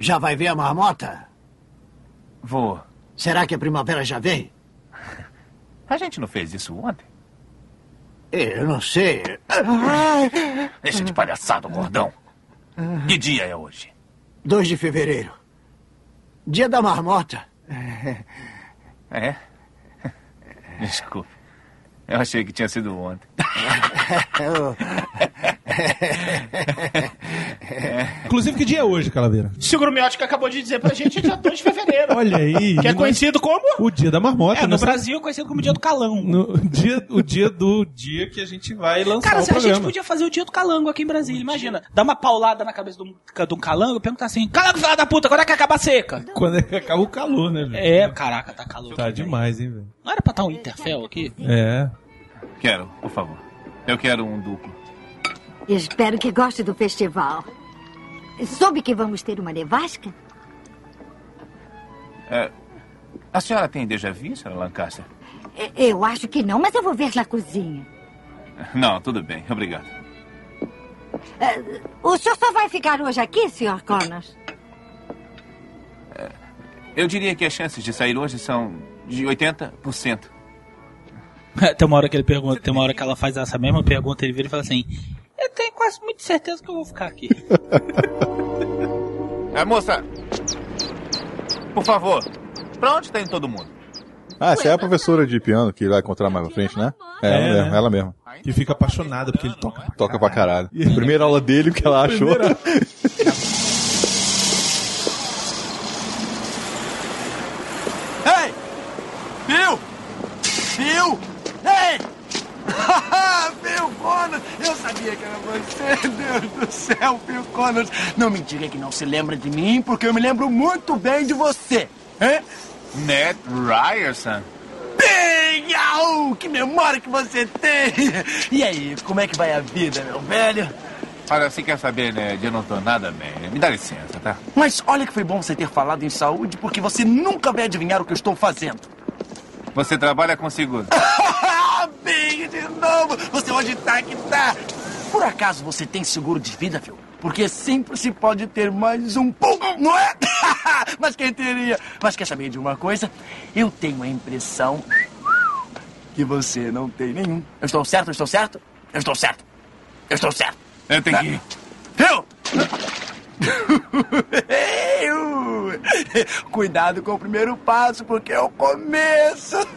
Speaker 8: Já vai ver a marmota?
Speaker 25: Vou.
Speaker 8: Será que a primavera já vem?
Speaker 25: A gente não fez isso ontem?
Speaker 8: Eu não sei.
Speaker 25: Deixa de palhaçada, gordão. Que dia é hoje?
Speaker 8: 2 de fevereiro. Dia da marmota.
Speaker 25: É? Desculpe. Eu achei que tinha sido ontem.
Speaker 14: Inclusive, que dia é hoje, Calaveira?
Speaker 32: Seguro Miotti que acabou de dizer pra gente é dia 2 de fevereiro.
Speaker 14: Olha aí.
Speaker 32: Que é conhecido como.
Speaker 14: O dia da marmota.
Speaker 4: É, no
Speaker 14: nessa-
Speaker 4: Brasil é conhecido como Dia do Calango.
Speaker 14: No dia, o dia do dia que a gente vai lançar
Speaker 4: Cara,
Speaker 14: o
Speaker 4: se a
Speaker 14: programa.
Speaker 4: gente podia fazer o Dia do Calango aqui em Brasília, imagina. Dar uma paulada na cabeça de um, de um calango e perguntar assim: Calango, filha da puta, quando é que acaba a seca?
Speaker 14: Quando é que acaba o calor, né, velho?
Speaker 4: É, caraca, tá calor.
Speaker 14: Tá demais, hein, velho?
Speaker 4: Não era pra estar um Interfell aqui?
Speaker 14: É.
Speaker 25: Quero, por favor. Eu quero um duplo.
Speaker 29: Espero que goste do festival. Soube que vamos ter uma nevasca?
Speaker 25: É, a senhora tem déjà vu, senhora Lancaster?
Speaker 29: E- Eu acho que não, mas eu vou ver na cozinha.
Speaker 25: Não, tudo bem. Obrigado.
Speaker 29: Ah, O senhor só vai ficar hoje aqui, senhor Connors?
Speaker 25: Eu diria que as chances de sair hoje são de 80%.
Speaker 4: tem uma hora que ele pergunta, tem uma hora que ela faz essa mesma pergunta, ele vira e fala assim: Eu tenho quase muito certeza que eu vou ficar aqui.
Speaker 25: Ah, moça! É, Por favor, pra onde tá indo todo mundo?
Speaker 5: Ah, essa é a professora de piano que vai encontrar mais pra frente, né? É, ela,
Speaker 14: É,
Speaker 5: mesma,
Speaker 14: né?
Speaker 5: ela mesma.
Speaker 14: Que fica apaixonada porque ele toca.
Speaker 5: Toca pra caralho. Primeira aula dele, o que ela achou.
Speaker 14: Primeira-
Speaker 21: Ei! Bill! Bill! Ei! Bill Connors! Eu sabia que era você, Deus do céu, Bill Connors! Não me diga que não se lembra de mim, porque eu me lembro muito bem de você! Hã?
Speaker 25: Ned Ryerson.
Speaker 21: Bem! Au! Que memória que você tem! E aí, como é que vai a vida, meu velho?
Speaker 25: Olha, você quer saber, né? Eu não tô nada bem. Me dá licença, tá?
Speaker 21: Mas olha que foi bom você ter falado em saúde, porque você nunca vai adivinhar o que eu estou fazendo.
Speaker 25: Você trabalha com seguro.
Speaker 21: Bem, de novo! Você onde tá que tá? Por acaso você tem seguro de vida, viu? Porque sempre se pode ter mais um pum, não é? Mas quem teria? Mas quer saber de uma coisa? Eu tenho a impressão que você não tem nenhum. Eu estou certo, eu estou certo? Eu estou certo. Eu estou certo.
Speaker 25: Eu tenho que ir.
Speaker 21: Eu! Eu! Cuidado com o primeiro passo, porque é o começo!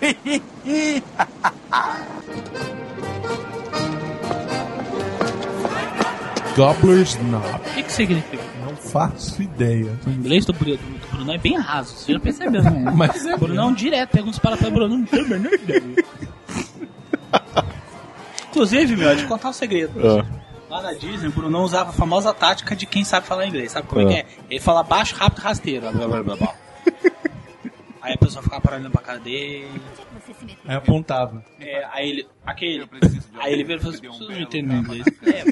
Speaker 14: Gobbler Snob.
Speaker 4: O que, que significa?
Speaker 14: Não faço ideia.
Speaker 4: O inglês do Bruno, do Bruno é bem raso, você já percebeu, né?
Speaker 14: Mas é
Speaker 4: o Bruno é um direto, pergunta para o Bruno, não é tem a menor ideia. Inclusive, meu, de contar um segredo. Lá na Disney, o Brunão usava a famosa tática de quem sabe falar inglês. Sabe como é,
Speaker 14: Ah.
Speaker 4: que é? Ele fala baixo, rápido, rasteiro. Blá, blá, blá, blá. Aí a pessoa ficava parando pra cara dele.
Speaker 14: Aí apontava.
Speaker 4: É, aí ele. Aquele. Aí ele veio e falou assim: "Vocês não entendem inglês. É,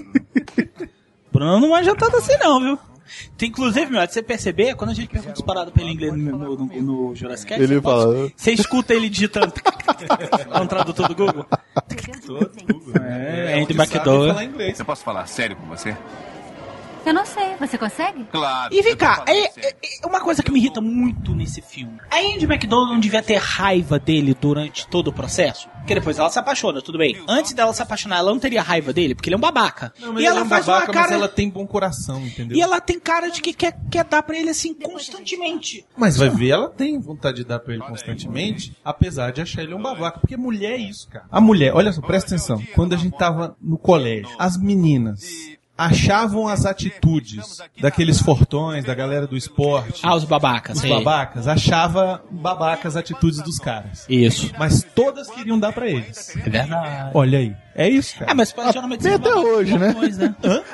Speaker 4: Bruno não manja tanto assim, não, viu? Tem, inclusive, meu, se você perceber, quando a gente pergunta disparado pra ele em inglês no, no, no, no Jurassic Cast,
Speaker 5: Ele
Speaker 4: você pode-
Speaker 5: fala.
Speaker 4: Você escuta ele digitando. É um tradutor do Google. É, Andy McDowell.
Speaker 25: inglês. Eu posso falar sério com você?
Speaker 19: Eu não sei, você consegue?
Speaker 25: Claro.
Speaker 4: E vem cá, é, é- é uma coisa que me irrita muito nesse filme. A Andy McDowell não devia ter raiva dele durante todo o processo? Porque depois ela se apaixona, tudo bem. Antes dela se apaixonar, ela não teria raiva dele, porque ele é um babaca.
Speaker 14: Não, mas ele
Speaker 4: e ela
Speaker 14: é um
Speaker 4: faz
Speaker 14: babaca,
Speaker 4: uma cara...
Speaker 14: mas ela tem bom coração, entendeu?
Speaker 4: E ela tem cara de que quer, quer dar pra ele assim constantemente.
Speaker 14: Mas vai ver, ela tem vontade de dar pra ele constantemente, apesar de achar ele um babaca, porque mulher é isso, cara. A mulher, olha só, presta atenção. Quando a gente tava no colégio, as meninas achavam as atitudes daqueles fortões, da galera do esporte.
Speaker 4: Ah, os babacas,
Speaker 14: Os
Speaker 4: sei.
Speaker 14: babacas, achava babacas as atitudes dos caras.
Speaker 4: Isso.
Speaker 14: Mas todas queriam dar pra eles.
Speaker 4: É verdade.
Speaker 14: Olha aí. É isso, cara.
Speaker 4: É, mas pode geralmente ser até
Speaker 5: hoje, né?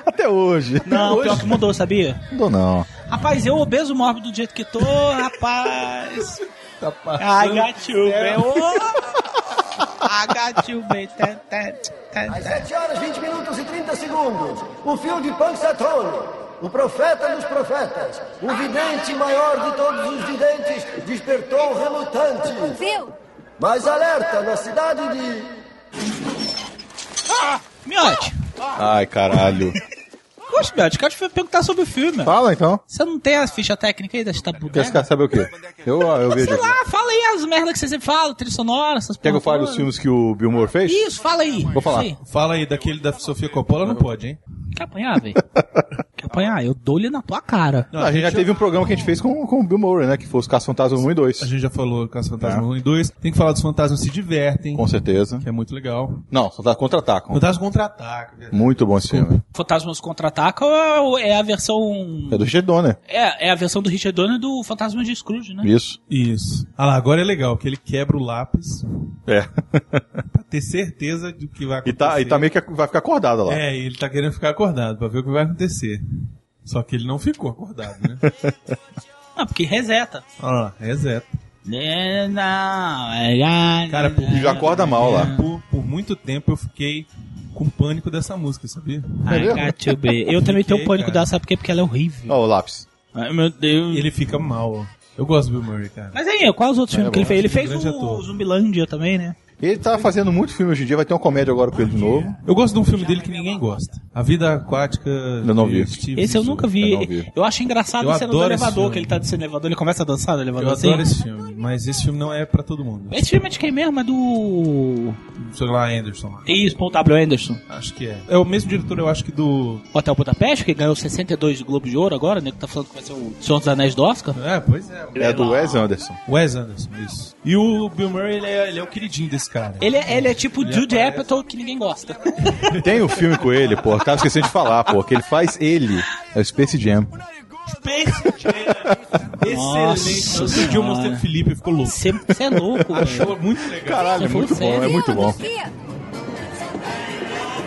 Speaker 5: Até hoje.
Speaker 4: Não,
Speaker 5: Até
Speaker 4: pior
Speaker 5: hoje.
Speaker 4: que mudou, sabia?
Speaker 5: Mudou não.
Speaker 4: Rapaz, eu obeso mórbido do jeito que tô, rapaz.
Speaker 14: Tá
Speaker 4: I got you,
Speaker 14: É.
Speaker 4: man. Oh, I got you, man. Tá, tá, tá,
Speaker 31: Às
Speaker 4: tá.
Speaker 31: 7 horas, 20 minutos e 30 segundos, o fio de Pansatone, o profeta dos profetas, o vidente maior de todos os videntes, despertou relutante.
Speaker 19: Viu?
Speaker 31: Mas alerta, na cidade de... Ah,
Speaker 4: Miote,
Speaker 5: Ai, caralho.
Speaker 4: poxa, Miote, eu quero te perguntar sobre o filme.
Speaker 5: Fala então.
Speaker 4: Você não tem a ficha técnica aí da
Speaker 5: Quer
Speaker 4: Chitabugana?
Speaker 5: ficar- saber o quê? Eu, eu vejo
Speaker 4: Sei
Speaker 5: aqui.
Speaker 4: lá, fala aí as merdas que você sempre fala, trilha sonora, essas
Speaker 5: Quer que eu fale
Speaker 4: porra toda.
Speaker 5: dos filmes que o Bill Moore fez?
Speaker 4: Isso, fala aí.
Speaker 5: Vou falar.
Speaker 4: Isso aí.
Speaker 14: Fala aí, daquele da Sofia Coppola não pode, hein?
Speaker 4: Quer apanhar, velho? Quer apanhar? Eu dou-lhe na tua cara.
Speaker 5: Não, a gente já teve um programa que a gente fez com, com o Bill Murray, né? Que foi os Caça-Fantasmas 1 e É. 2. A
Speaker 14: gente já falou Caça-Fantasmas 1 e 2. Tem que falar dos fantasmas se divertem.
Speaker 5: Tá. Com certeza.
Speaker 14: Que é muito legal.
Speaker 5: Não, só tá contra-atacam.
Speaker 14: Fantasmas contra-ataque.
Speaker 5: Muito bom esse filme.
Speaker 4: Fantasmas Contra-Atacam é o- é a versão...
Speaker 5: É do Richard Donner.
Speaker 4: É, é a versão do Richard Donner do Fantasma de Scrooge, né?
Speaker 5: Isso.
Speaker 14: Isso. Ah lá, agora é legal, que ele quebra o lápis
Speaker 5: É.
Speaker 14: pra ter certeza do que vai
Speaker 5: E
Speaker 14: acontecer.
Speaker 5: tá, e tá meio que vai ficar acordado lá.
Speaker 14: É, e ele tá querendo ficar acordado pra ver o que vai acontecer. Só que ele não ficou acordado, né?
Speaker 4: Ah, porque reseta. Né,
Speaker 14: Olha lá, é reset.
Speaker 4: Cara,
Speaker 14: por,
Speaker 5: Já acorda mal lá.
Speaker 14: É, Por, por muito tempo eu fiquei com pânico dessa música, sabia?
Speaker 5: É
Speaker 4: I got you, baby. Eu também tenho um
Speaker 14: Fiquei,
Speaker 4: pânico
Speaker 14: cara.
Speaker 4: dela, sabe por quê? Porque ela é horrível.
Speaker 5: Ó, o lápis.
Speaker 4: Ai, meu Deus.
Speaker 14: Ele fica mal, ó. Eu gosto do Bill Murray, cara.
Speaker 4: Mas aí, quais os outros
Speaker 5: É,
Speaker 4: filmes que ele
Speaker 5: bom,
Speaker 4: fez? Ele
Speaker 5: acho que é um
Speaker 4: fez
Speaker 5: grande
Speaker 4: o Zumbilândia também, né?
Speaker 5: Ele tá fazendo muito filme hoje em dia, vai ter uma comédia agora com ele de novo.
Speaker 14: Eu gosto de um filme dele que ninguém gosta. A vida aquática. Eu
Speaker 5: não vi.
Speaker 4: Esse eu nunca
Speaker 14: Eu
Speaker 4: vi. Eu,
Speaker 14: não vi.
Speaker 4: acho engraçado
Speaker 14: Eu
Speaker 4: a cena do
Speaker 14: adoro esse
Speaker 4: elevador,
Speaker 14: filme.
Speaker 4: que ele tá descendo o elevador, ele começa a dançar no elevador
Speaker 14: Eu
Speaker 4: assim.
Speaker 14: adoro esse filme, mas esse filme não é pra todo mundo.
Speaker 4: Esse filme é de quem mesmo? É do.
Speaker 14: Sei lá, Anderson. lá.
Speaker 4: Isso, Paul W. Anderson.
Speaker 14: Acho que é. É o mesmo diretor, eu acho que do.
Speaker 4: Hotel Budapeste, que ganhou 62 Globos de Ouro agora, né? Que tá falando que vai ser o Senhor dos Anéis do Oscar.
Speaker 14: É, pois é.
Speaker 5: É do Wes Anderson.
Speaker 14: Wes Anderson, isso. E o Bill Murray, ele é, ele é o queridinho desse cara.
Speaker 4: Ele é, ele é tipo
Speaker 14: Ele
Speaker 4: Jude Apatow que ninguém gosta.
Speaker 5: Tem o filme com ele, pô. Cara, esqueci de falar, pô. Que ele faz ele. É o Space Jam.
Speaker 4: Nossa
Speaker 14: Excelente. Outro dia eu mostrei
Speaker 4: Senhora.
Speaker 14: pro Felipe, ficou louco.
Speaker 4: Você é louco,
Speaker 14: Achou muito legal.
Speaker 5: Caralho, é muito bom, é muito bom.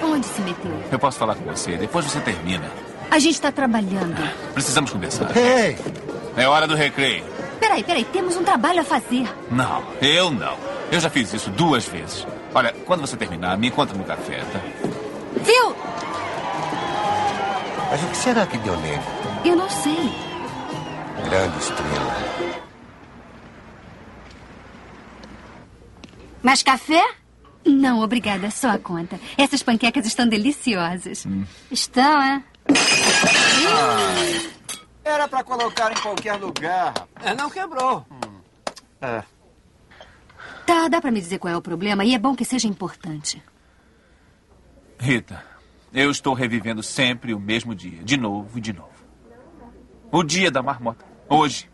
Speaker 19: Onde se meteu?
Speaker 25: Eu posso falar com você, depois você termina.
Speaker 19: A gente tá trabalhando.
Speaker 25: Precisamos conversar.
Speaker 27: Ei!
Speaker 25: É hora do recreio.
Speaker 19: Peraí, peraí, temos um trabalho a fazer.
Speaker 25: Não, eu não. Eu já fiz isso duas vezes. Olha, quando você terminar, me encontra no café, tá?
Speaker 19: Viu?
Speaker 31: Mas o que
Speaker 25: Tá,
Speaker 31: será que deu nele?
Speaker 19: Eu não sei.
Speaker 31: Grande estrela.
Speaker 19: Mas café? Não, obrigada, só a conta. Essas panquecas estão deliciosas. Estão, é?
Speaker 31: Era pra colocar em qualquer lugar. É, não quebrou. É.
Speaker 19: Tá, dá pra me dizer qual é o problema e é bom que seja importante.
Speaker 25: Rita, eu estou revivendo sempre o mesmo dia, de novo e de novo. O dia da marmota. Hoje.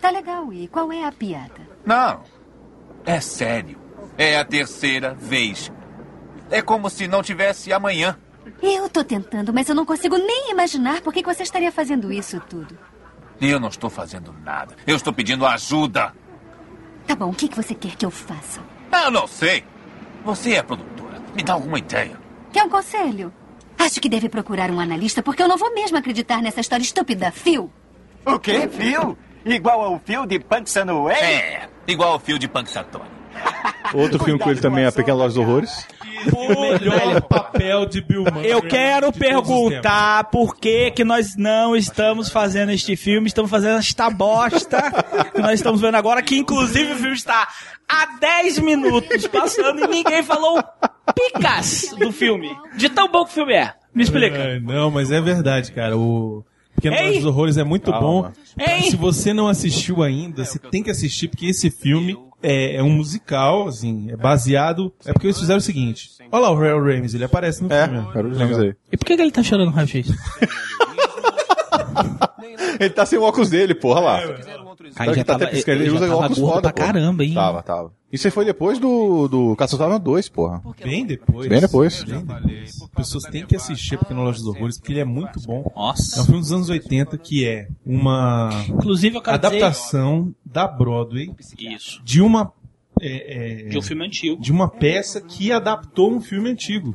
Speaker 19: Tá legal, e qual é a piada?
Speaker 25: Não. É sério. É a terceira vez. É como se não tivesse amanhã.
Speaker 19: Eu tô tentando, mas eu não consigo nem imaginar por que que você estaria fazendo isso tudo.
Speaker 25: Eu não estou fazendo nada. Eu estou pedindo ajuda. Ah,
Speaker 19: Tá bom, o que, que você quer que eu faça?
Speaker 25: Eu não sei. Você é a produtora. Me dá alguma ideia.
Speaker 19: Quer um conselho? Acho que deve procurar um analista, porque eu não vou mesmo acreditar nessa história estúpida, Phil.
Speaker 31: O quê? Fio? Igual ao fio de Punk Sanuel?
Speaker 25: É, igual ao fio de Punk Satone.
Speaker 5: Outro filme com ele também é A Pequena Loja dos Horrores.
Speaker 14: melhor papel de Bill Murray.
Speaker 4: Eu quero perguntar por que que nós não estamos fazendo este filme, estamos fazendo esta bosta que nós estamos vendo agora, que inclusive o filme está há 10 minutos passando e ninguém falou picas do filme. De tão bom que o filme é. Me explica.
Speaker 14: É, não, mas é verdade, cara. O Pequeno
Speaker 4: Ei!
Speaker 14: Loja dos Horrores é muito
Speaker 4: Calma.
Speaker 14: bom. Se você não assistiu ainda,
Speaker 4: É,
Speaker 14: você tem que assistir, porque esse filme é, é um musical, assim, é baseado. É porque eles fizeram o seguinte: olha lá o Harold Ramis, ele aparece no
Speaker 5: É,
Speaker 14: filme.
Speaker 5: Harold Ramis aí.
Speaker 4: E por que, que ele tá chorando raio X?
Speaker 5: Ele tá sem o óculos dele, porra lá.
Speaker 4: É,
Speaker 5: Tá
Speaker 4: Cara, já tava- é, ele já tava gordo pra
Speaker 5: caramba, hein? Tava, tava. Isso aí foi depois do, do Caçatava 2, porra.
Speaker 14: Bem depois.
Speaker 5: Bem depois.
Speaker 14: Bem depois. As pessoas têm que assistir Pequeno Loja dos Horrores, porque ele é muito bom.
Speaker 4: assim, Nossa.
Speaker 14: É um filme dos anos 80 que é uma
Speaker 4: Inclusive, eu quero dizer-
Speaker 14: adaptação da Broadway
Speaker 4: Isso.
Speaker 14: de uma. é, é,
Speaker 4: De um filme antigo.
Speaker 14: de uma peça que adaptou um filme antigo.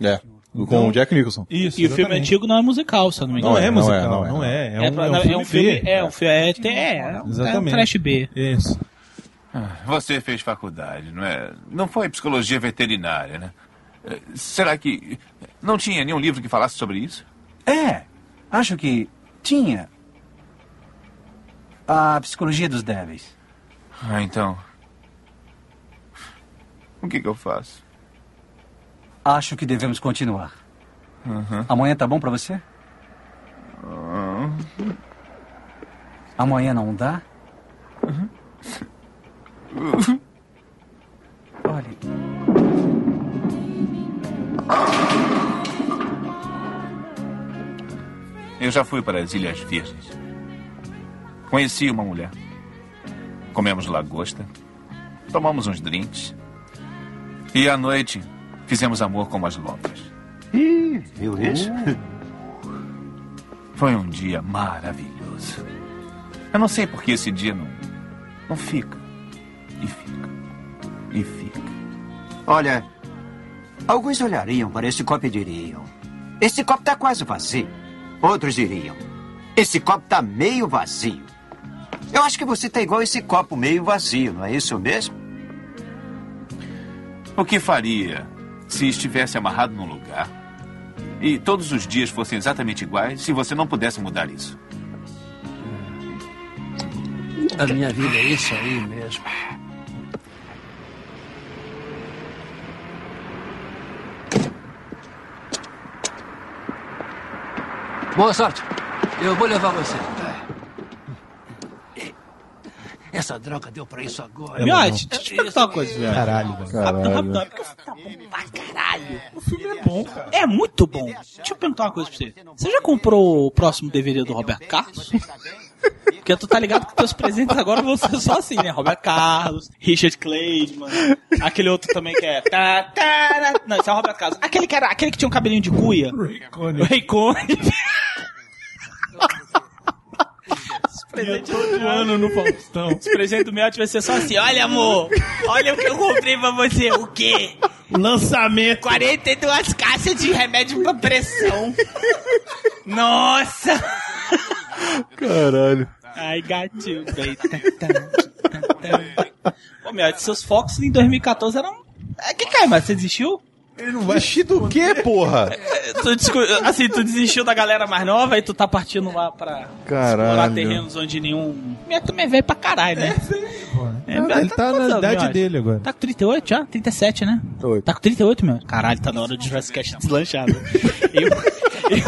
Speaker 14: Então,
Speaker 5: É. Com o Jack Nicholson.
Speaker 14: Isso,
Speaker 4: e o filme
Speaker 14: exatamente.
Speaker 4: antigo não é musical, se eu não me
Speaker 14: Não
Speaker 4: engano.
Speaker 14: é
Speaker 5: não é,
Speaker 14: musical,
Speaker 5: não
Speaker 14: não é. É,
Speaker 4: É
Speaker 14: um,
Speaker 4: pra-
Speaker 14: é um
Speaker 4: não, é um filme-
Speaker 14: B.
Speaker 4: é um filme- é- é- é um
Speaker 14: Exatamente.
Speaker 4: trash B.
Speaker 14: Isso.
Speaker 25: Você fez faculdade, não é? Não foi psicologia veterinária, né? Eh, Será que não tinha nenhum livro que falasse sobre isso?
Speaker 3: É, acho que tinha. A psicologia dos débeis.
Speaker 25: Ah, então. O que, que eu faço?
Speaker 3: Acho que devemos continuar. Amanhã tá bom pra você? Amanhã não dá? Olha.
Speaker 25: Eu já fui para as Ilhas Virgens. Conheci uma mulher. Comemos lagosta. Tomamos uns drinks. E à noite fizemos amor como as lombas.
Speaker 31: Ih, viu isso?
Speaker 25: É. Foi um dia maravilhoso. Eu não sei por que esse dia não. não fica. E fica. E fica.
Speaker 31: Olha, alguns olhariam para esse copo e diriam: Esse copo tá quase vazio. Outros diriam: Esse copo tá meio vazio. Eu acho que você tá igual esse copo meio vazio, não é isso mesmo?
Speaker 25: O que faria se estivesse amarrado num lugar e todos os dias fossem exatamente iguais se você não pudesse mudar isso?
Speaker 3: A minha vida é isso aí mesmo.
Speaker 31: Boa sorte. Eu vou levar você.
Speaker 33: Essa droga deu pra isso agora.
Speaker 4: Miote, É, deixa eu te perguntar uma coisa, Miote.
Speaker 33: Caralho,
Speaker 4: velho.
Speaker 33: Caralho.
Speaker 4: Rapidão, rapidão. É porque o filme tá bom pra caralho. O filme é bom, cara. É muito bom. Deixa eu perguntar uma coisa pra você. Você já comprou o próximo DVD do Roberto Carlos? Porque tu tá ligado que teus presentes agora vão ser só assim, né? Roberto Carlos, Richard Clayman, aquele outro também que é. Tá, tá, tá. Não, esse é o Roberto Carlos. Aquele que, era, aquele que tinha um cabelinho de cuia.
Speaker 34: Raycone.
Speaker 4: O Raycone. presente
Speaker 34: todo ano no Faustão.
Speaker 4: Os presentes do Melt vai ser só assim: olha, amor, olha o que eu comprei pra você. O quê?
Speaker 3: é
Speaker 35: Lançamento.
Speaker 4: 42 caixas de remédio pra pressão. Nossa!
Speaker 5: Caralho.
Speaker 4: Ai, gatinho. bem. Tá, tá, tá, tá. Ô, Melt, seus focos em 2014 eram. É, que cai, mas você desistiu? É,
Speaker 5: Ele não vai. Desistir do quê, porra?
Speaker 4: Tu descu- assim, tu desistiu da galera mais nova e tu tá partindo lá pra explorar
Speaker 5: Caralho.
Speaker 4: terrenos onde nenhum. Minha turma é velho pra caralho, né? É,
Speaker 14: Não,
Speaker 4: meu,
Speaker 14: ele tá
Speaker 4: quantos
Speaker 14: na
Speaker 4: anos,
Speaker 14: idade
Speaker 4: meu?
Speaker 14: dele agora.
Speaker 4: Tá com 38 já? 37, né? Tá com 38, meu? Caralho, tá na hora do Jurassic Cast deslanchado. Eu, eu,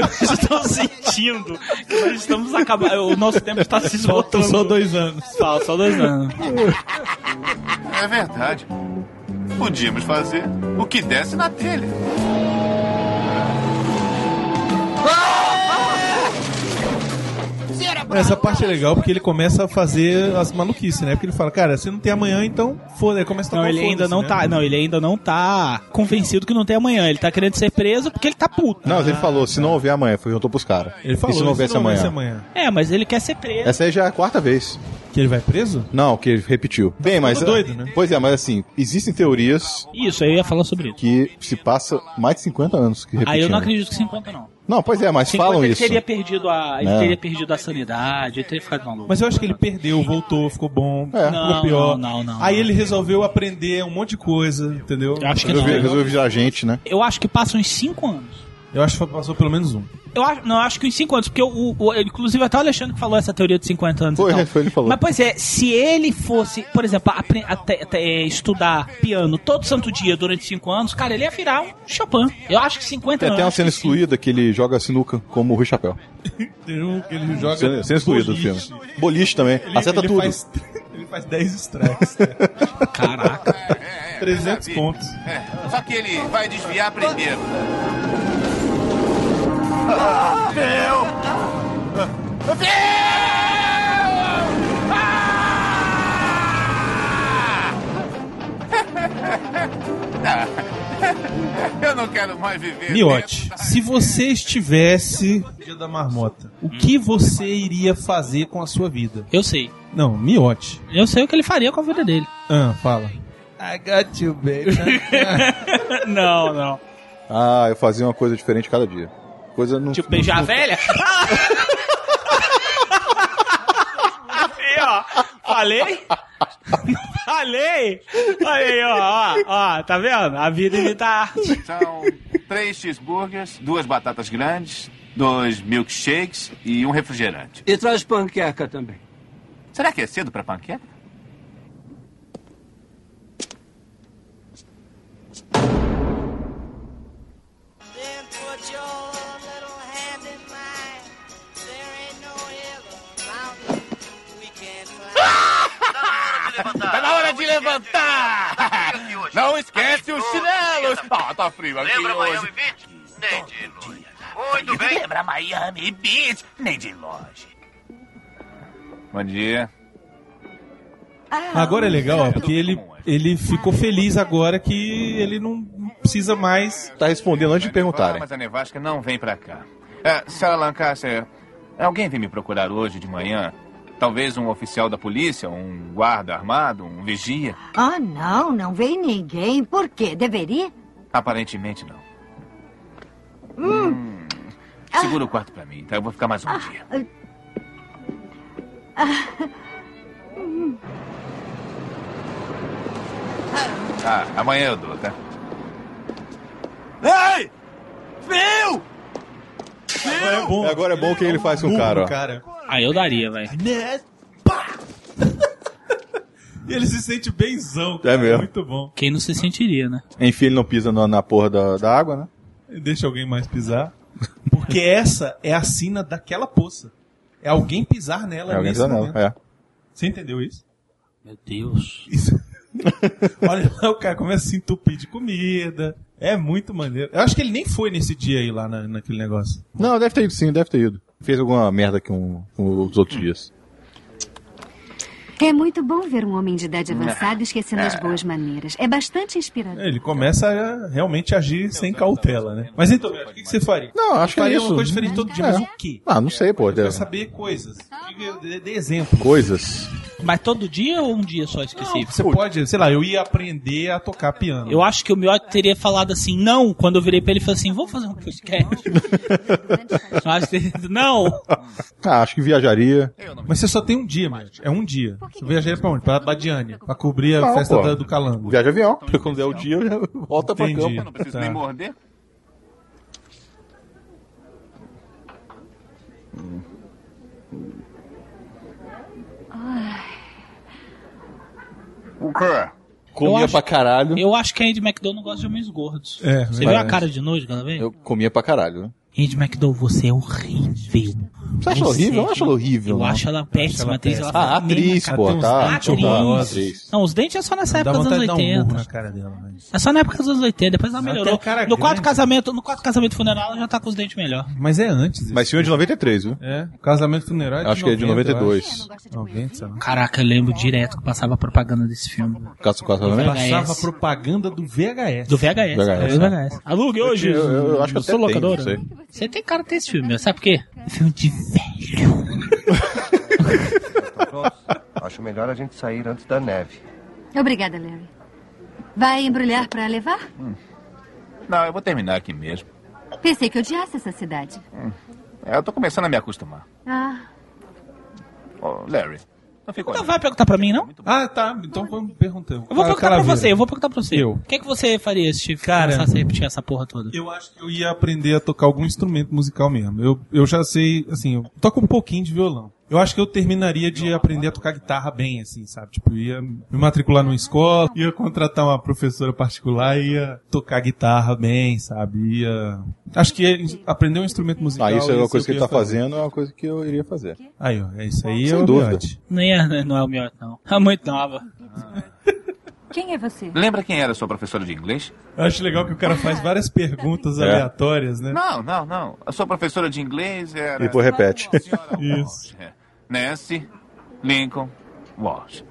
Speaker 4: eu estou sentindo que nós estamos acabando. O nosso tempo está se esgotando.
Speaker 14: Faltam só dois anos.
Speaker 4: Falta só dois
Speaker 3: tá
Speaker 4: anos.
Speaker 25: É verdade. Podíamos fazer o que desse na telha.
Speaker 14: Essa parte é legal porque ele começa a fazer as maluquices, né? Porque ele fala, cara, se não tem amanhã, então foda. Aí começa a
Speaker 4: Não,
Speaker 14: tocar
Speaker 4: ele
Speaker 14: foda-se,
Speaker 4: ainda não
Speaker 14: né?
Speaker 4: tá. Não, ele ainda não tá convencido que não tem amanhã. Ele tá querendo ser preso porque ele tá puto.
Speaker 5: Não, mas ele falou, se
Speaker 4: tá.
Speaker 5: não houver amanhã, foi juntou pros caras. Ele
Speaker 4: falou,
Speaker 5: e se não houvesse amanhã?
Speaker 4: É, mas ele quer ser preso.
Speaker 5: Essa aí já é a quarta vez.
Speaker 14: Que ele vai preso? Tá
Speaker 5: Não, que ele repetiu. Bem, mas.
Speaker 4: ficando doido, né?
Speaker 5: Pois é, mas assim, existem teorias.
Speaker 4: Isso, eu ia falar sobre isso.
Speaker 5: Que se passa mais de 50 anos que repetiram.
Speaker 4: Aí eu não acredito que 50 não.
Speaker 5: Não, pois é, mas
Speaker 4: 50
Speaker 5: falam
Speaker 4: ele
Speaker 5: isso.
Speaker 4: Teria perdido a, ele
Speaker 5: É.
Speaker 4: teria perdido a sanidade, ele teria ficado maluco.
Speaker 14: Mas eu acho que ele perdeu, voltou, ficou bom,
Speaker 5: É.
Speaker 4: Não,
Speaker 14: ficou pior.
Speaker 4: não, não, não.
Speaker 14: Aí ele resolveu aprender um monte de coisa, entendeu? Eu
Speaker 4: acho que Resolveu- não. resolveu
Speaker 5: virar gente, né?
Speaker 4: Eu acho que passa uns 5 anos.
Speaker 14: Eu acho que passou pelo menos um.
Speaker 4: Eu acho, não, eu acho que uns 5 anos, porque o, o- inclusive até o Alexandre que falou essa teoria de 50 anos.
Speaker 5: Foi,
Speaker 4: e tal.
Speaker 5: foi, ele falou.
Speaker 4: Mas pois é, se ele fosse, por exemplo, apre- até- até, é, estudar piano todo santo dia durante 5 anos, cara, ele ia virar um Chopin. Então, Eu acho que 50
Speaker 5: Tem até uma
Speaker 4: anos.
Speaker 5: cena excluída que ele joga sinuca como o Rui Chapéu.
Speaker 14: Tem um que ele joga.
Speaker 5: Cena, cena excluída do filme. Boliche também.
Speaker 14: Ele-
Speaker 5: Acerta
Speaker 14: ele
Speaker 5: tudo.
Speaker 14: faz- ele faz 10 strikes. né? É,
Speaker 4: Caraca.
Speaker 14: 300 pontos.
Speaker 25: É, só que ele vai desviar primeiro.
Speaker 3: Meu!
Speaker 25: Ah, Eu não quero mais viver.
Speaker 14: Miote, se você estivesse no É dia da marmota, o que você iria fazer com a sua vida?
Speaker 4: Eu sei.
Speaker 14: Não, Miote.
Speaker 4: Eu sei o que ele faria com a vida dele.
Speaker 14: Ah, fala.
Speaker 4: I got you, baby. não, não.
Speaker 5: Ah, eu fazia uma coisa diferente cada dia. Coisa não. Tipo,
Speaker 4: Beijar a velha? Aí, ó. Falei? Falei? Aí, ó, ó, ó, tá vendo? A vida imita a arte.
Speaker 25: São três cheeseburgers, duas batatas grandes, dois milkshakes e um refrigerante.
Speaker 31: E traz panqueca também.
Speaker 25: Será que é cedo pra panqueca? Tá na hora de levantar! Não esquece os chinelos! Ah, tá frio aqui
Speaker 3: Lembra
Speaker 25: hoje.
Speaker 3: Miami Beach? Nem de longe. Muito bem. Lembra Miami Beach? Nem de longe.
Speaker 25: Bom dia.
Speaker 14: Agora é legal, ó, porque ele, ele ficou feliz agora que ele não precisa mais.
Speaker 5: Tá respondendo antes de
Speaker 25: Ah, mas a nevasca não vem pra cá. É, senhora Lancaster, alguém veio me procurar hoje de manhã? Talvez um oficial da polícia, um guarda armado, um vigia?
Speaker 29: Ah, não, não veio ninguém. Por quê? Deveria?
Speaker 25: Aparentemente não.
Speaker 29: Hum.
Speaker 4: Ah.
Speaker 25: Segura o quarto pra mim, tá? Eu vou ficar mais um dia. Ah, amanhã eu dou, tá?
Speaker 3: Ei! Viu?
Speaker 5: é bom. Agora é bom o que ele faz com o cara, ó.
Speaker 4: Aí eu daria, velho.
Speaker 14: E ele se sente benzão.
Speaker 5: É mesmo.
Speaker 14: Muito bom.
Speaker 4: Quem não se sentiria, né?
Speaker 5: Enfim, ele não pisa na, na porra da, da água, né?
Speaker 14: Deixa alguém mais pisar. Porque essa é a sina daquela poça. É alguém pisar nela
Speaker 5: É alguém
Speaker 14: nesse
Speaker 5: pisar nela,
Speaker 14: momento.
Speaker 5: é.
Speaker 14: Você entendeu isso?
Speaker 4: Meu Deus.
Speaker 14: Isso. Olha lá, o cara começa a se entupir de comida. É muito maneiro. Eu acho que ele nem foi nesse dia aí lá na- naquele negócio.
Speaker 5: Não, deve ter ido sim, deve ter ido. Fez alguma merda com, com os outros dias.
Speaker 30: É muito bom ver um homem de idade avançada esquecendo as boas maneiras. É bastante inspirador.
Speaker 14: Ele começa a realmente agir sem cautela, né? Mas então, Beto, o que que você faria?
Speaker 5: Não, acho que é
Speaker 14: faria
Speaker 5: isso.
Speaker 14: uma coisa diferente todo dia,
Speaker 5: É.
Speaker 14: mas o quê?
Speaker 5: Ah, não sei, pô.
Speaker 14: Quer
Speaker 5: deve-
Speaker 14: saber coisas. Diga- Dê dê exemplo.
Speaker 5: Coisas.
Speaker 4: Mas todo dia ou um dia só específico?
Speaker 14: Você pode, sei lá, eu ia aprender a tocar piano.
Speaker 4: Eu acho que o Miotti teria falado assim, não, quando eu virei pra ele e falei assim, vou fazer um podcast. eu acho que ele- não.
Speaker 5: Ah, acho que viajaria.
Speaker 14: Mas você só tem um dia, mano. É um dia. Você viajaria pra onde? Pra Badiane. Pra cobrir a
Speaker 5: Não,
Speaker 14: festa
Speaker 5: pô.
Speaker 14: da- do Calango.
Speaker 5: Viaja avião. Porque quando der o dia,
Speaker 25: é
Speaker 5: já
Speaker 25: um
Speaker 5: volta pra
Speaker 14: Entendi.
Speaker 5: campo.
Speaker 25: Não preciso
Speaker 14: Tá.
Speaker 25: nem morder. O quê?
Speaker 5: Comia
Speaker 4: Eu acho-
Speaker 5: pra caralho.
Speaker 4: Eu acho que a Andy McDonald gosta de homens gordos.
Speaker 5: É,
Speaker 4: Você viu
Speaker 5: verdade.
Speaker 4: a cara de nojo cada vez?
Speaker 5: Eu comia pra caralho. né?
Speaker 4: Andy McDowell, você é horrível.
Speaker 5: Você acha horrível? Eu não acho ela horrível,
Speaker 4: Eu
Speaker 5: não.
Speaker 4: acho ela péssima atriz. Ela
Speaker 5: Ah,
Speaker 4: faz a mesma
Speaker 5: atriz,
Speaker 4: cara.
Speaker 5: pô, tá.
Speaker 4: Atriz.
Speaker 14: é
Speaker 5: tá, atriz.
Speaker 4: Não, os dentes é só nessa
Speaker 14: Dá
Speaker 4: época dos
Speaker 14: vontade de
Speaker 4: anos
Speaker 14: dar um
Speaker 4: 80.
Speaker 14: burro na cara dela, velho.
Speaker 4: É só na época dos anos 80, depois ela
Speaker 14: Ela
Speaker 4: melhorou.
Speaker 14: tem a cara
Speaker 4: no quarto
Speaker 14: grande.
Speaker 4: casamento, no quarto casamento funeral, ela já tá com os dentes melhor.
Speaker 14: Mas é antes.
Speaker 5: Mas filme é de 93, viu?
Speaker 14: É. Casamento funeral é de
Speaker 5: Acho que é de
Speaker 14: 90, eu
Speaker 5: 92.
Speaker 14: acho. né? 90, sei lá.
Speaker 4: Caraca, eu lembro direto que passava propaganda desse filme.
Speaker 5: Caso quatro, né?
Speaker 14: Passava propaganda do VHS.
Speaker 4: Do VHS.
Speaker 5: VHS,
Speaker 4: Do VHS. Alugue
Speaker 5: Eu
Speaker 4: hoje.
Speaker 5: tinha- eu- eu acho que
Speaker 4: eu sou
Speaker 5: até tem,
Speaker 4: locadora.
Speaker 5: não sei.
Speaker 4: Você tem cara de ter esse filme, meu. sabe por quê? É filme de velho.
Speaker 31: Acho melhor a gente sair antes da neve.
Speaker 30: Obrigada, Larry. Vai embrulhar para levar?
Speaker 25: Não, eu vou terminar aqui mesmo.
Speaker 30: Pensei que odiasse essa cidade.
Speaker 25: É, Eu tô começando a me acostumar.
Speaker 30: Ah,
Speaker 25: Ô, Larry, não ficou.
Speaker 4: Então vai perguntar pra mim, não?
Speaker 14: Ah, tá. Então vamos perguntar.
Speaker 4: Eu vou perguntar pra você, eu vou perguntar pra você.
Speaker 14: Eu.
Speaker 4: O que, é que você faria se
Speaker 14: Cara,
Speaker 4: começasse a repetir essa porra toda?
Speaker 14: Eu acho que eu ia aprender a tocar algum instrumento musical mesmo. Eu, eu já sei, assim, eu toco um pouquinho de violão. Eu acho que eu terminaria de aprender a tocar guitarra bem, assim, sabe? Tipo, ia me matricular numa escola, ia contratar uma professora particular e ia tocar guitarra bem, sabe? Ia... Acho que ia aprender um instrumento musical.
Speaker 5: Ah, isso é
Speaker 14: ia
Speaker 5: uma
Speaker 14: ser
Speaker 5: coisa
Speaker 14: o
Speaker 5: que ele
Speaker 14: eu
Speaker 5: tá
Speaker 14: ia fazer.
Speaker 5: fazendo, é uma coisa que eu iria fazer.
Speaker 14: Aí, ó, é isso aí.
Speaker 5: Sem
Speaker 14: é o
Speaker 5: dúvida.
Speaker 14: Miotti.
Speaker 4: Não, é, não é o Miotti, não. É muito nova.
Speaker 19: Quem é você?
Speaker 25: Lembra quem era sua professora de inglês?
Speaker 14: Eu acho legal que o cara faz várias perguntas
Speaker 25: É.
Speaker 14: aleatórias, né?
Speaker 25: Não, não, não. A sua professora de inglês era.
Speaker 5: E depois repete.
Speaker 14: Isso.
Speaker 25: É. Nancy Lincoln Walsh.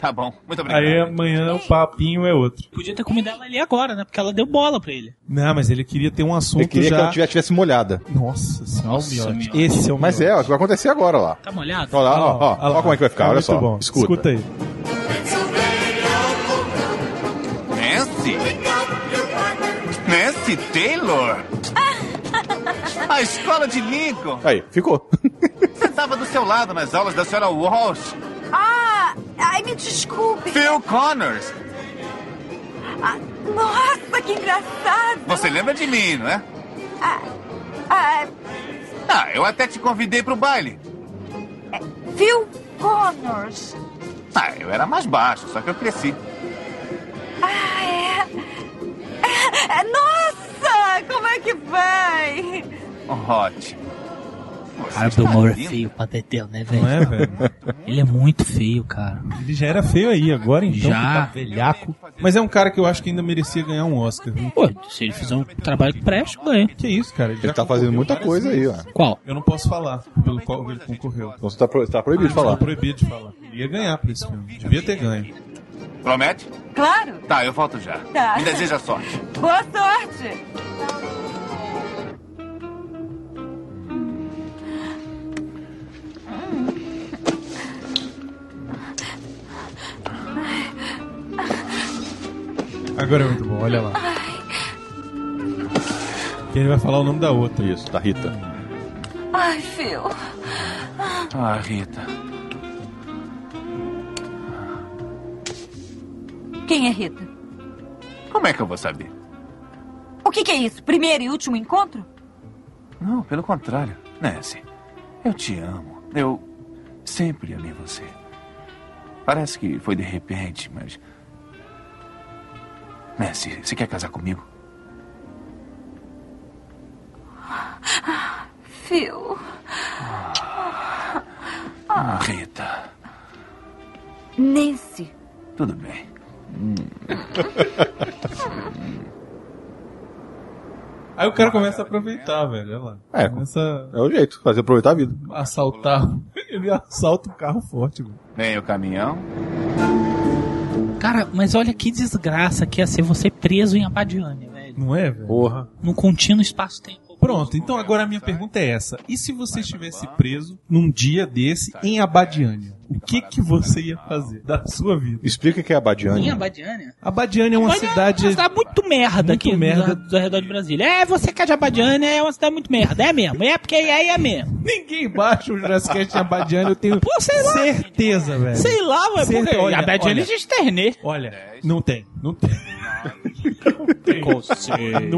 Speaker 25: Tá bom, muito obrigado.
Speaker 14: Aí amanhã o papinho é outro.
Speaker 4: Podia ter comido ela ali agora, né? Porque ela deu bola pra ele.
Speaker 14: Não, mas ele queria ter um assunto
Speaker 5: Eu queria
Speaker 14: já...
Speaker 5: que ela tivesse, tivesse molhada.
Speaker 14: Nossa senhora,
Speaker 4: Nossa,
Speaker 14: o Miotti.
Speaker 4: Miotti.
Speaker 14: Esse é o
Speaker 5: Mas é, ó, o que vai acontecer agora lá.
Speaker 4: Tá molhado?
Speaker 5: Olha lá, ó, ó,
Speaker 14: Olha lá.
Speaker 5: ó como é que vai ficar,
Speaker 14: É
Speaker 5: olha
Speaker 14: muito
Speaker 5: só.
Speaker 14: bom.
Speaker 5: Escuta.
Speaker 14: Escuta aí.
Speaker 25: Nancy? Nancy Taylor? A escola de Lincoln?
Speaker 5: Aí, ficou.
Speaker 25: Você tava do seu lado nas aulas da senhora Walsh.
Speaker 36: Ah, ai, me desculpe.
Speaker 25: Phil Connors.
Speaker 36: Ah, nossa, que engraçado.
Speaker 25: Você lembra de mim, não é?
Speaker 36: Ah,
Speaker 25: Ah, eu até te convidei pro baile.
Speaker 36: Phil Connors.
Speaker 25: Ah, eu era mais baixo, só que eu cresci.
Speaker 36: Ah, é. Ah, Nossa, como é que vai?
Speaker 25: Ótimo.
Speaker 4: Cara do humor é feio pra Teteu, né, velho? Não
Speaker 14: é, velho?
Speaker 4: Ele é muito feio, cara.
Speaker 14: Ele já era feio aí, agora então
Speaker 4: Já.
Speaker 14: já. tá velhaco. Mas é um cara que eu acho que ainda merecia ganhar um Oscar. Viu?
Speaker 4: Pô, se ele fizer um trabalho que preste, ganha.
Speaker 14: Que isso, cara? assim. Ele,
Speaker 5: Ele tá fazendo muita coisa aí, ó.
Speaker 4: Qual?
Speaker 14: Eu não posso falar pelo qual ele concorreu.
Speaker 5: Então você tá, pro- tá proibido de
Speaker 14: Tá
Speaker 5: falar.
Speaker 14: proibido de falar. Ele ia ganhar por esse filme. Devia ter ganho.
Speaker 25: Promete?
Speaker 36: Claro.
Speaker 25: Tá, eu volto já.
Speaker 36: Tá.
Speaker 25: Me deseja sorte.
Speaker 36: Boa sorte.
Speaker 14: Agora é muito bom, olha lá. Que ele vai falar o nome da outra.
Speaker 5: Isso, da Rita.
Speaker 36: Ai, Phil.
Speaker 25: Ah, Rita.
Speaker 36: Quem é Rita?
Speaker 25: Como é que eu vou saber?
Speaker 36: O que, que é isso? Primeiro e último encontro?
Speaker 25: Não, pelo contrário. Nancy, eu te amo. Eu sempre amei você. Parece que foi de repente, mas. Nancy, você quer casar comigo?
Speaker 3: Phil.
Speaker 25: Ah, Rita,
Speaker 3: Nesse.
Speaker 25: tudo bem.
Speaker 14: Aí o cara começa a aproveitar, velho. Olha lá.
Speaker 5: É,
Speaker 14: começa
Speaker 5: é o jeito, fazer aproveitar a vida.
Speaker 14: a assaltar. Ele assalta um carro forte, velho.
Speaker 25: Vem o caminhão.
Speaker 4: Cara, mas olha que desgraça que ia ser você preso em Abadiânia, velho.
Speaker 14: Não é, velho? Porra.
Speaker 4: Num contínuo espaço-tempo.
Speaker 14: Pronto, então agora a minha pergunta é essa. E se você estivesse preso num dia desse em Abadiânia? O que que você ia fazer da sua vida?
Speaker 5: Explica o que é
Speaker 4: Em
Speaker 5: Abadiânia.
Speaker 4: Abadiânia?
Speaker 14: Abadiânia é uma
Speaker 4: Abadiânia
Speaker 14: cidade...
Speaker 4: É uma cidade muito merda
Speaker 14: Muito
Speaker 4: aqui
Speaker 14: merda.
Speaker 4: Do, do arredor de Brasília. É, você que é de Abadiânia é uma cidade muito merda. É mesmo. É porque aí é mesmo.
Speaker 14: Ninguém baixa o Jurassic Cast em Abadiânia, eu tenho
Speaker 4: Pô, sei lá.
Speaker 14: certeza, velho.
Speaker 4: Sei lá, ué,
Speaker 14: Certeza.
Speaker 4: porque
Speaker 14: Olha,
Speaker 4: Abadiânia né,
Speaker 14: olha.
Speaker 4: de externê.
Speaker 14: Olha, não tem. Não tem.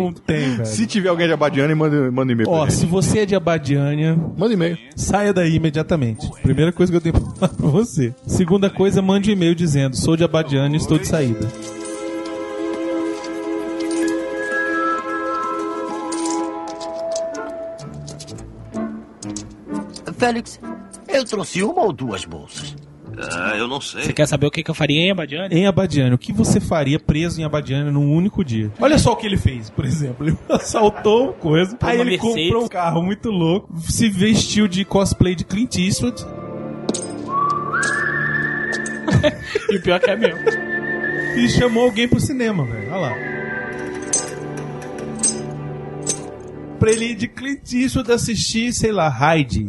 Speaker 14: Não tem, velho.
Speaker 5: Se tiver alguém de Abadiânia, manda, manda um e-mail
Speaker 14: Ó,
Speaker 5: pra gente.
Speaker 14: se você é de Abadiânia,
Speaker 5: manda e-mail.
Speaker 14: Saia daí imediatamente. Primeira coisa que eu tenho pra falar pra você. Segunda coisa, mande um e-mail dizendo: sou de Abadiânia e estou de saída.
Speaker 37: Félix, eu trouxe uma ou duas bolsas?
Speaker 31: Ah, eu não sei.
Speaker 4: Você quer saber o que, que eu faria em Abadiânia?
Speaker 14: Em Abadiânia, o que você faria preso em Abadiânia num único dia? Olha só o que ele fez, por exemplo. Ele assaltou uma coisa,
Speaker 4: Uma
Speaker 14: aí ele
Speaker 4: Mercedes.
Speaker 14: comprou um carro muito louco, se vestiu de cosplay de Clint Eastwood.
Speaker 4: E o pior que é mesmo.
Speaker 14: E chamou alguém pro cinema, velho. Olha lá. Pra ele ir de Clint Eastwood assistir, sei lá, Hyde.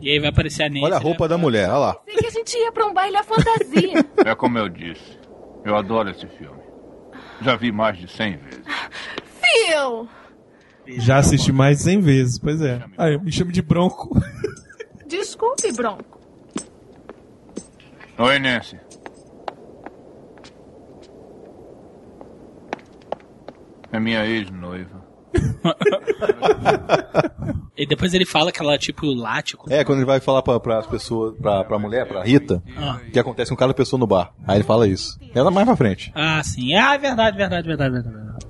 Speaker 4: E aí vai aparecer a Nancy.
Speaker 5: Olha a roupa da mulher, olha lá.
Speaker 6: Pensei que a gente ia pra um baile à fantasia.
Speaker 25: É como eu disse. Eu adoro esse filme. Já vi mais de 100 vezes.
Speaker 6: Phil!
Speaker 14: Já assisti mais de 100 vezes, pois é. Aí, me chame de Bronco.
Speaker 6: Desculpe, Bronco.
Speaker 25: Oi, Nancy. É minha ex-noiva.
Speaker 4: E depois ele fala que ela, tipo, late.
Speaker 5: É, quando ele vai falar pra, pras pessoas, pra, pra mulher, pra Rita,
Speaker 4: Ah.
Speaker 5: que acontece com cada pessoa no bar. Aí ele fala isso. Ela mais pra frente.
Speaker 4: Ah, sim. Ah, verdade, verdade, verdade, verdade. verdade.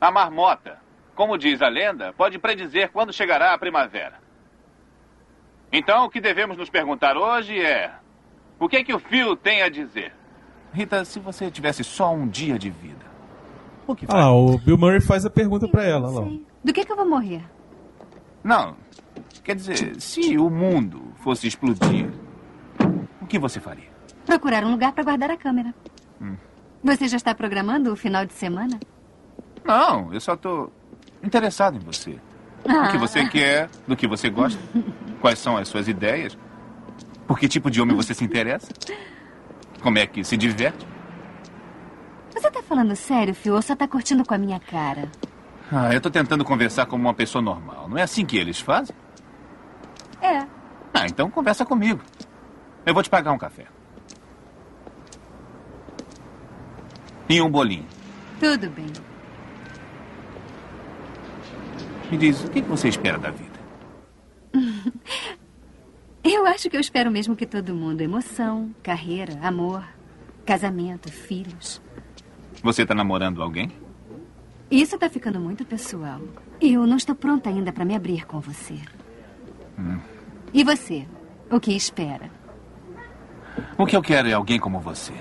Speaker 25: A marmota, como diz a lenda, pode predizer quando chegará a primavera. Então, o que devemos nos perguntar hoje é: o que é que o Phil tem a dizer? Rita, se você tivesse só um dia de vida, o que
Speaker 14: Olha lá, o Bill Murray faz a pergunta pra ela. olha lá.
Speaker 19: Do que, que eu vou morrer?
Speaker 25: Não, quer dizer, se o mundo fosse explodir, o que você faria?
Speaker 19: Procurar um lugar para guardar a câmera.
Speaker 25: Hum.
Speaker 19: Você já está programando o final de semana?
Speaker 25: Não, eu só tô interessado em você.
Speaker 19: Ah,
Speaker 25: Do que você quer, do que você gosta, quais são as suas ideias, por que tipo de homem você se interessa, como é que se diverte.
Speaker 19: Você tá falando sério, Phil, ou só tá curtindo com a minha cara?
Speaker 25: Ah, eu tô tentando conversar como uma pessoa normal. Não é assim que eles fazem?
Speaker 19: É.
Speaker 25: Ah, então conversa comigo. Eu vou te pagar um café. E um bolinho.
Speaker 19: Tudo bem.
Speaker 25: Me diz, o que que você espera da vida?
Speaker 19: Eu acho que eu espero o mesmo que todo mundo: emoção, carreira, amor, casamento, filhos.
Speaker 25: Você tá namorando alguém?
Speaker 19: Isso tá ficando muito pessoal. Eu não estou pronta ainda para me abrir com você.
Speaker 25: Hum.
Speaker 19: E você? O que espera?
Speaker 25: O que eu quero é alguém como você.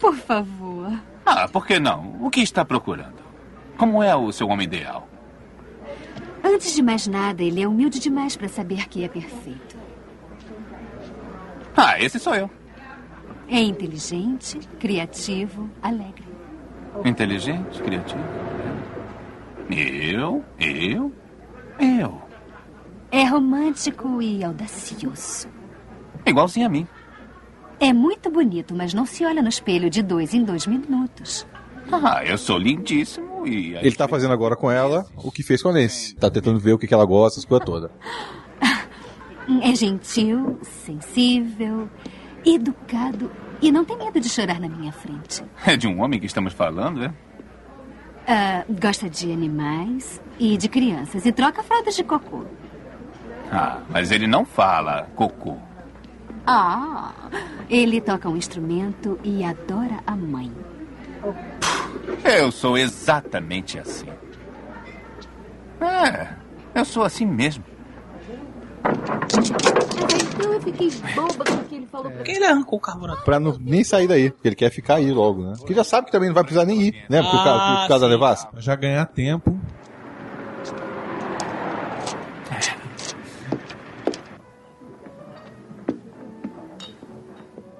Speaker 19: Por favor.
Speaker 25: Ah, por que não? O que está procurando? Como é o seu homem ideal?
Speaker 19: Antes de mais nada, ele é humilde demais para saber que é perfeito.
Speaker 25: Ah, esse sou eu.
Speaker 19: É inteligente, criativo, alegre.
Speaker 25: Inteligente, criativo. né? Eu, eu, eu.
Speaker 19: É romântico e audacioso.
Speaker 25: Igualzinho a mim.
Speaker 19: É muito bonito, mas não se olha no espelho de dois em dois minutos.
Speaker 25: Ah, eu sou lindíssimo e.
Speaker 5: Ele tá fazendo agora com ela o que fez com a Nancy. Tá tentando ver o que, que ela gosta, as coisas todas.
Speaker 19: É gentil, sensível, educado e não tem medo de chorar na minha frente.
Speaker 25: É de um homem que estamos falando, é?
Speaker 19: Ah, gosta de animais e de crianças e troca fraldas de cocô.
Speaker 25: Ah, mas ele não fala cocô.
Speaker 19: Ah, ele toca um instrumento e adora a mãe.
Speaker 25: Eu sou exatamente assim. É, eu sou assim mesmo.
Speaker 30: Então eu fiquei boba com o que ele falou pra
Speaker 4: Quem ele arrancou o né? carburador?
Speaker 5: Pra não, nem sair daí. porque Ele quer ficar aí logo, né? Porque já sabe que também não vai precisar nem ir, né? Porque o cara,
Speaker 4: Ah,
Speaker 5: por causa da devassa.
Speaker 14: Já ganhar tempo.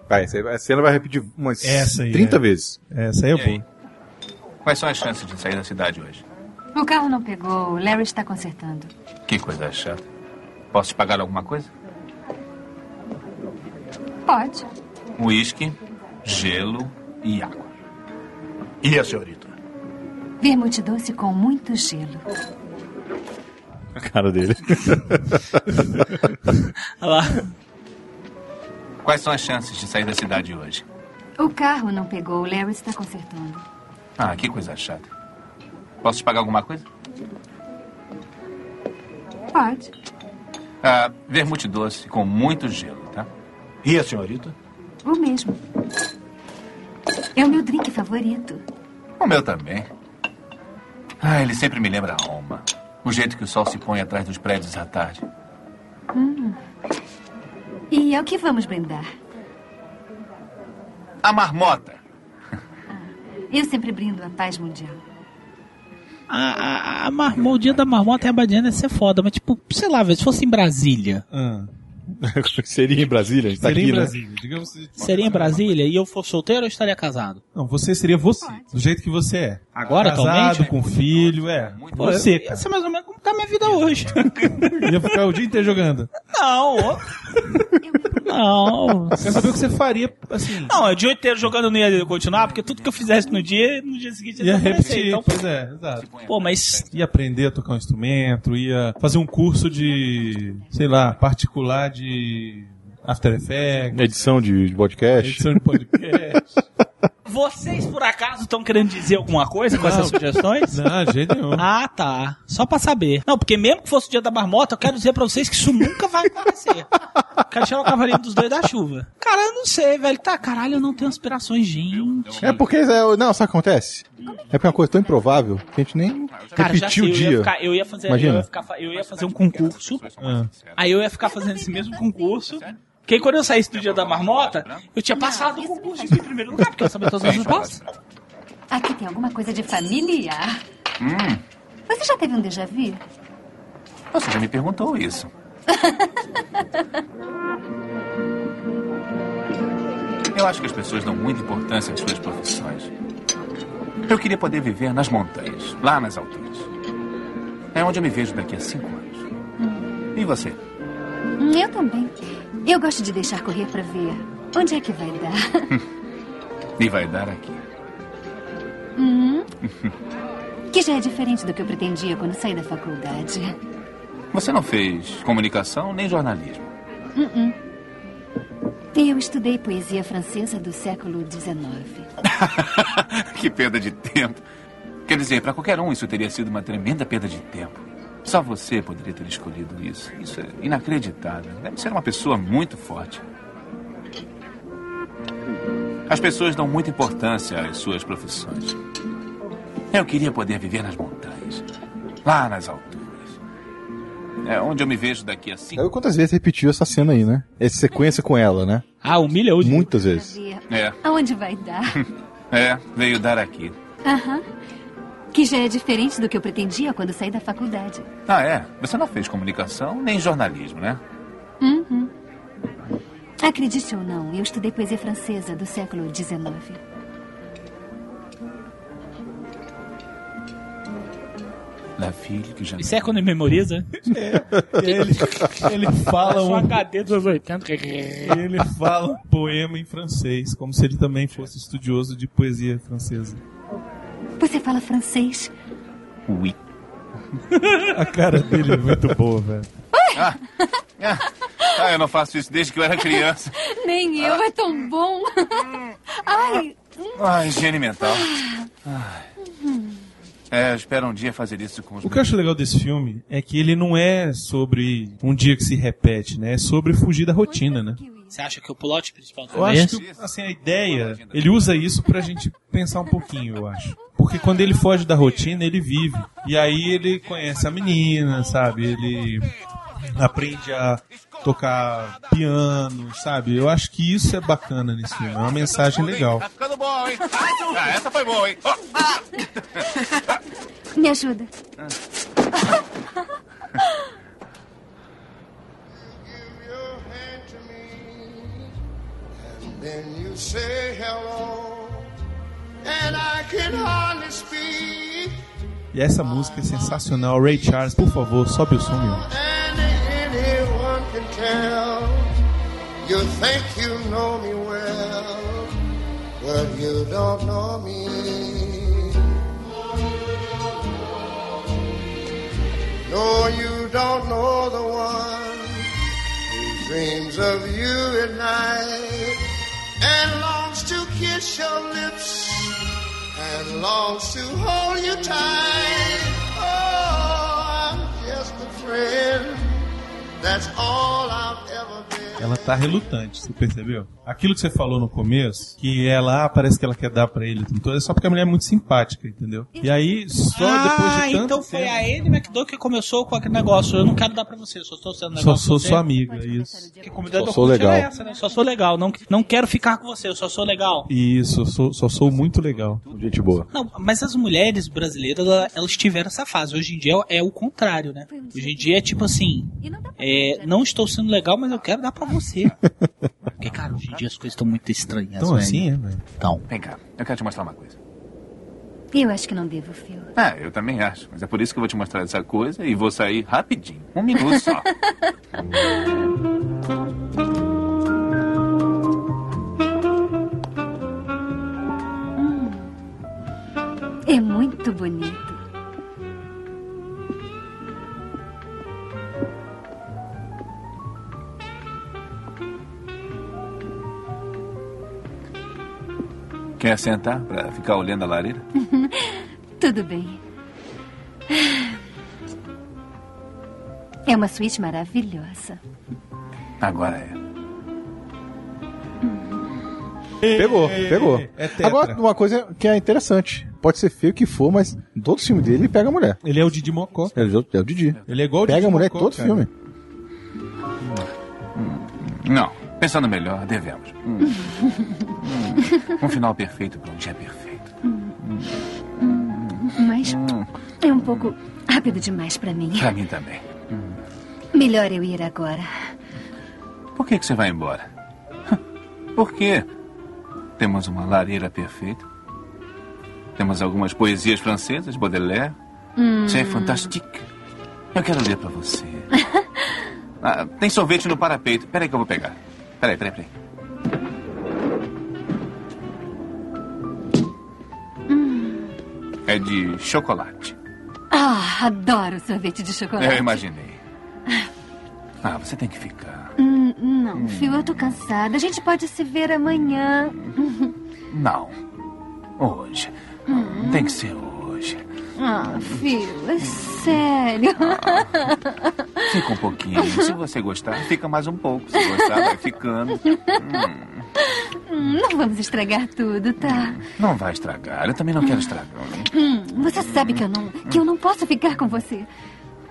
Speaker 5: Vai, essa- a cena vai repetir umas
Speaker 14: Essa aí,
Speaker 5: 30
Speaker 14: é.
Speaker 5: vezes.
Speaker 14: Essa aí eu vou.
Speaker 25: Quais são as chances de sair da cidade hoje?
Speaker 19: O carro não pegou, o Larry está consertando.
Speaker 25: Que coisa chata. Posso te pagar alguma coisa?
Speaker 19: Pode.
Speaker 25: Whisky, gelo e água.
Speaker 21: E a senhorita?
Speaker 19: Vermute doce com muito gelo.
Speaker 5: A cara dele.
Speaker 4: Olha lá.
Speaker 25: Quais são as chances de sair da cidade hoje?
Speaker 19: O carro não pegou, o Larry está consertando.
Speaker 25: Ah, que coisa chata. Posso te pagar alguma coisa?
Speaker 19: Pode.
Speaker 25: Ah, vermute doce com muito gelo, tá?
Speaker 21: E a senhorita?
Speaker 19: O mesmo. É o meu drink favorito.
Speaker 25: O meu também. Ah, ele sempre me lembra Roma. O jeito que o sol se põe atrás dos prédios à tarde.
Speaker 19: Hum. E ao que vamos brindar?
Speaker 25: A marmota.
Speaker 19: Eu sempre brindo a paz mundial.
Speaker 4: A, a, a marmo- o dia da marmota em Abadiana ia ser foda, mas tipo, sei lá, velho, se fosse em Brasília.
Speaker 14: Ah.
Speaker 5: Seria em Brasília? A gente tá
Speaker 14: Seria em
Speaker 5: aqui, né?
Speaker 14: Brasília, digamos. assim.
Speaker 4: Seria em Brasília e eu fosse solteiro eu estaria casado?
Speaker 14: Não, você seria você, do jeito que você é.
Speaker 4: Agora,
Speaker 14: Casado,
Speaker 4: atualmente?
Speaker 14: com filho, é.
Speaker 4: Pô, eu-
Speaker 14: Você,
Speaker 4: ia
Speaker 14: cara.
Speaker 4: ser mais ou menos como tá a minha vida hoje.
Speaker 14: Ia ficar o dia inteiro jogando.
Speaker 4: Não, ó. não.
Speaker 14: Quer saber o que você faria, assim...
Speaker 4: Não, o dia inteiro jogando não ia continuar, porque tudo que eu fizesse no dia, no dia seguinte
Speaker 14: Ia
Speaker 4: desaparecer,
Speaker 14: repetir,
Speaker 4: então-
Speaker 14: pois é, exato.
Speaker 4: Pô, mas
Speaker 14: Ia aprender a tocar um instrumento, ia fazer um curso de, sei lá, particular de After Effects.
Speaker 5: Edição de, de podcast.
Speaker 14: É. Edição de podcast.
Speaker 4: vocês por acaso estão querendo dizer alguma coisa com
Speaker 14: Não.
Speaker 4: essas sugestões?
Speaker 14: Não, de jeito nenhum.
Speaker 4: Ah, tá. Só pra saber. Não, porque mesmo que fosse o dia da marmota, eu quero dizer pra vocês que isso nunca vai acontecer. quero tirar o cavalinho dos dois da chuva. Cara, eu não sei, velho. Tá, caralho, eu não tenho aspirações, gente.
Speaker 5: É porque. é- Não, sabe o que acontece? É porque é uma coisa tão improvável que a gente nem
Speaker 4: Cara, já sei,
Speaker 5: repetiu o
Speaker 4: eu
Speaker 5: dia.
Speaker 4: ia, ficar, eu ia fazer, eu
Speaker 5: Imagina.
Speaker 4: ia ficar, fa- eu ia fazer um concurso,
Speaker 14: Ah.
Speaker 4: aí eu ia ficar fazendo esse mesmo concurso, porque aí quando eu saísse do dia da marmota, eu tinha passado o concurso em primeiro lugar, porque eu sabia todas
Speaker 14: É.
Speaker 4: as respostas.
Speaker 19: Aqui tem alguma coisa de familiar. Você já teve um déjà vu?
Speaker 25: Hum, Você já me perguntou isso. Eu acho que as pessoas dão muita importância às suas profissões. Eu queria poder viver nas montanhas, lá nas alturas. É onde eu me vejo daqui a cinco anos. E você?
Speaker 19: Hum, Eu também. Eu gosto de deixar correr pra ver onde é que vai dar.
Speaker 25: E vai dar aqui.
Speaker 19: Hum. Que já é diferente do que eu pretendia quando saí da faculdade.
Speaker 25: Você não fez comunicação nem jornalismo.
Speaker 19: Hum, hum. Eu estudei poesia francesa do século XIX.
Speaker 25: Que perda de tempo. Quer dizer, para qualquer um isso teria sido uma tremenda perda de tempo. Só você poderia ter escolhido isso. Isso é inacreditável. Deve ser uma pessoa muito forte. As pessoas dão muita importância às suas profissões. Eu queria poder viver nas montanhas, lá nas alturas. É onde eu me vejo daqui a cinco
Speaker 5: Eu quantas vezes repetiu essa cena aí, né? Essa sequência com ela, né?
Speaker 4: Ah, humilha hoje.
Speaker 5: Muitas vezes.
Speaker 25: É,
Speaker 19: Aonde vai dar?
Speaker 25: é, veio dar aqui.
Speaker 19: Aham. Que já é diferente do que eu pretendia quando saí da faculdade.
Speaker 25: Ah, é? Você não fez comunicação nem jornalismo, né?
Speaker 19: Uhum. Acredite ou não, eu estudei poesia francesa do século XIX.
Speaker 25: La ville que já...
Speaker 4: Isso é quando ele memoriza?
Speaker 14: Ele, ele fala
Speaker 4: Sua
Speaker 14: um...
Speaker 4: HD dos anos 80.
Speaker 14: Ele fala um poema em francês, como se ele também fosse estudioso de poesia francesa.
Speaker 19: Você fala francês?
Speaker 25: Oui.
Speaker 14: A cara dele é muito boa, velho.
Speaker 25: Ah, eu não faço isso desde que eu era criança.
Speaker 19: Nem eu, é tão bom. Ai,
Speaker 25: Ah, higiene mental. Ah. É, eu espero um dia fazer isso com os
Speaker 14: O que eu acho legal desse filme é que ele não é sobre um dia que se repete, né? É sobre fugir da rotina, né?
Speaker 4: Você acha que o plot principal
Speaker 14: Eu
Speaker 4: também é
Speaker 14: acho
Speaker 4: esse?
Speaker 14: que assim, a ideia, ele usa isso pra gente pensar um pouquinho, eu acho. Porque quando ele foge da rotina, ele vive. E aí ele conhece a menina, sabe? Ele aprende a tocar piano, sabe? Eu acho que isso é bacana nesse filme, é uma mensagem legal.
Speaker 25: Tá ficando bom, hein? Ah, essa foi boa, hein? Oh! Ó,
Speaker 19: Me ajuda.
Speaker 25: Ah.
Speaker 16: Then you say hello, and I can hardly speak.
Speaker 14: E essa música é sensacional. Ray Charles, por favor, sobe o som, meu.
Speaker 16: And anyone can tell you think you know me well, but you don't know me. No, you don't know the one who dreams of you at night and longs to kiss your lips and longs to hold you tight. Oh, I'm just a friend. That's all I've ever been.
Speaker 14: Ela tá relutante, você percebeu? Aquilo que você falou no começo, que ela ah, parece que ela quer dar pra ele, tudo, é só porque a mulher é muito simpática, entendeu? E aí, só depois de
Speaker 4: Ah,
Speaker 14: tanto
Speaker 4: então foi
Speaker 14: tempo-
Speaker 4: a Anne McDowell que começou com aquele negócio. Eu não quero dar pra você, eu só estou sendo
Speaker 14: Só
Speaker 4: negócio.
Speaker 14: sou
Speaker 4: com você.
Speaker 14: sua amiga, isso.
Speaker 4: Que a comunidade
Speaker 14: Só
Speaker 4: do
Speaker 14: sou
Speaker 4: Orkut era
Speaker 14: legal.
Speaker 4: essa, né? Só sou legal. Não, não quero ficar com você, eu só sou legal.
Speaker 14: Isso, eu sou, só sou muito legal. Gente boa.
Speaker 4: Não, mas as mulheres brasileiras, ela- elas tiveram essa fase. Hoje em dia é o contrário, né? Hoje em dia é tipo assim: é, não estou sendo legal, mas eu quero dar pra você. Porque, cara, hoje em dia as coisas estão muito estranhas.
Speaker 14: Então, assim, é,
Speaker 4: velho. Então.
Speaker 25: Vem cá, eu quero te mostrar uma coisa.
Speaker 19: Eu acho que não devo, Phil.
Speaker 25: Ah, eu também acho, mas é por isso que eu vou te mostrar essa coisa e vou sair rapidinho. Um minuto só.
Speaker 19: É muito bonito.
Speaker 25: Quer sentar pra ficar olhando a lareira?
Speaker 19: Tudo bem. É uma suíte maravilhosa.
Speaker 25: Agora é.
Speaker 5: Pegou, pegou.
Speaker 14: É tetra.
Speaker 5: Agora, uma coisa que é interessante. Pode ser feio que for, mas todo filme dele ele pega a mulher.
Speaker 14: Ele é o Didi Mocó.
Speaker 5: É, o- é o Didi.
Speaker 14: Ele é igual o
Speaker 5: Pega
Speaker 14: Didi
Speaker 5: a mulher em
Speaker 14: Mocó,
Speaker 5: todo
Speaker 14: cara.
Speaker 5: filme.
Speaker 25: Não, pensando melhor, devemos. Hum. Hum. Um final perfeito pra um dia perfeito.
Speaker 19: Mas é um pouco rápido demais pra mim.
Speaker 25: Pra mim também.
Speaker 19: Melhor eu ir agora.
Speaker 25: Por que, que você vai embora? Por quê? Temos uma lareira perfeita. Temos algumas poesias francesas, Baudelaire.
Speaker 19: Hum.
Speaker 25: Você é fantastique. Eu quero ler pra você. Ah, tem sorvete no parapeito. Peraí que eu vou pegar. Peraí, peraí, peraí.
Speaker 19: Hum.
Speaker 25: É de chocolate.
Speaker 19: Ah, adoro sorvete de chocolate.
Speaker 25: Eu imaginei. Ah, você tem que ficar.
Speaker 19: Hum, não, Phil, eu tô cansada. A gente pode se ver amanhã.
Speaker 25: Não. Hoje.
Speaker 19: Hum.
Speaker 25: Tem que ser hoje.
Speaker 19: Ah, Phil, é sério.
Speaker 25: Fica um pouquinho. Se você gostar, fica mais um pouco. Se gostar, vai ficando.
Speaker 19: Hum, Não vamos estragar tudo, tá?
Speaker 25: Não vai estragar. Eu também não quero estragar.
Speaker 19: Hum, Você sabe que eu não que eu não posso ficar com você.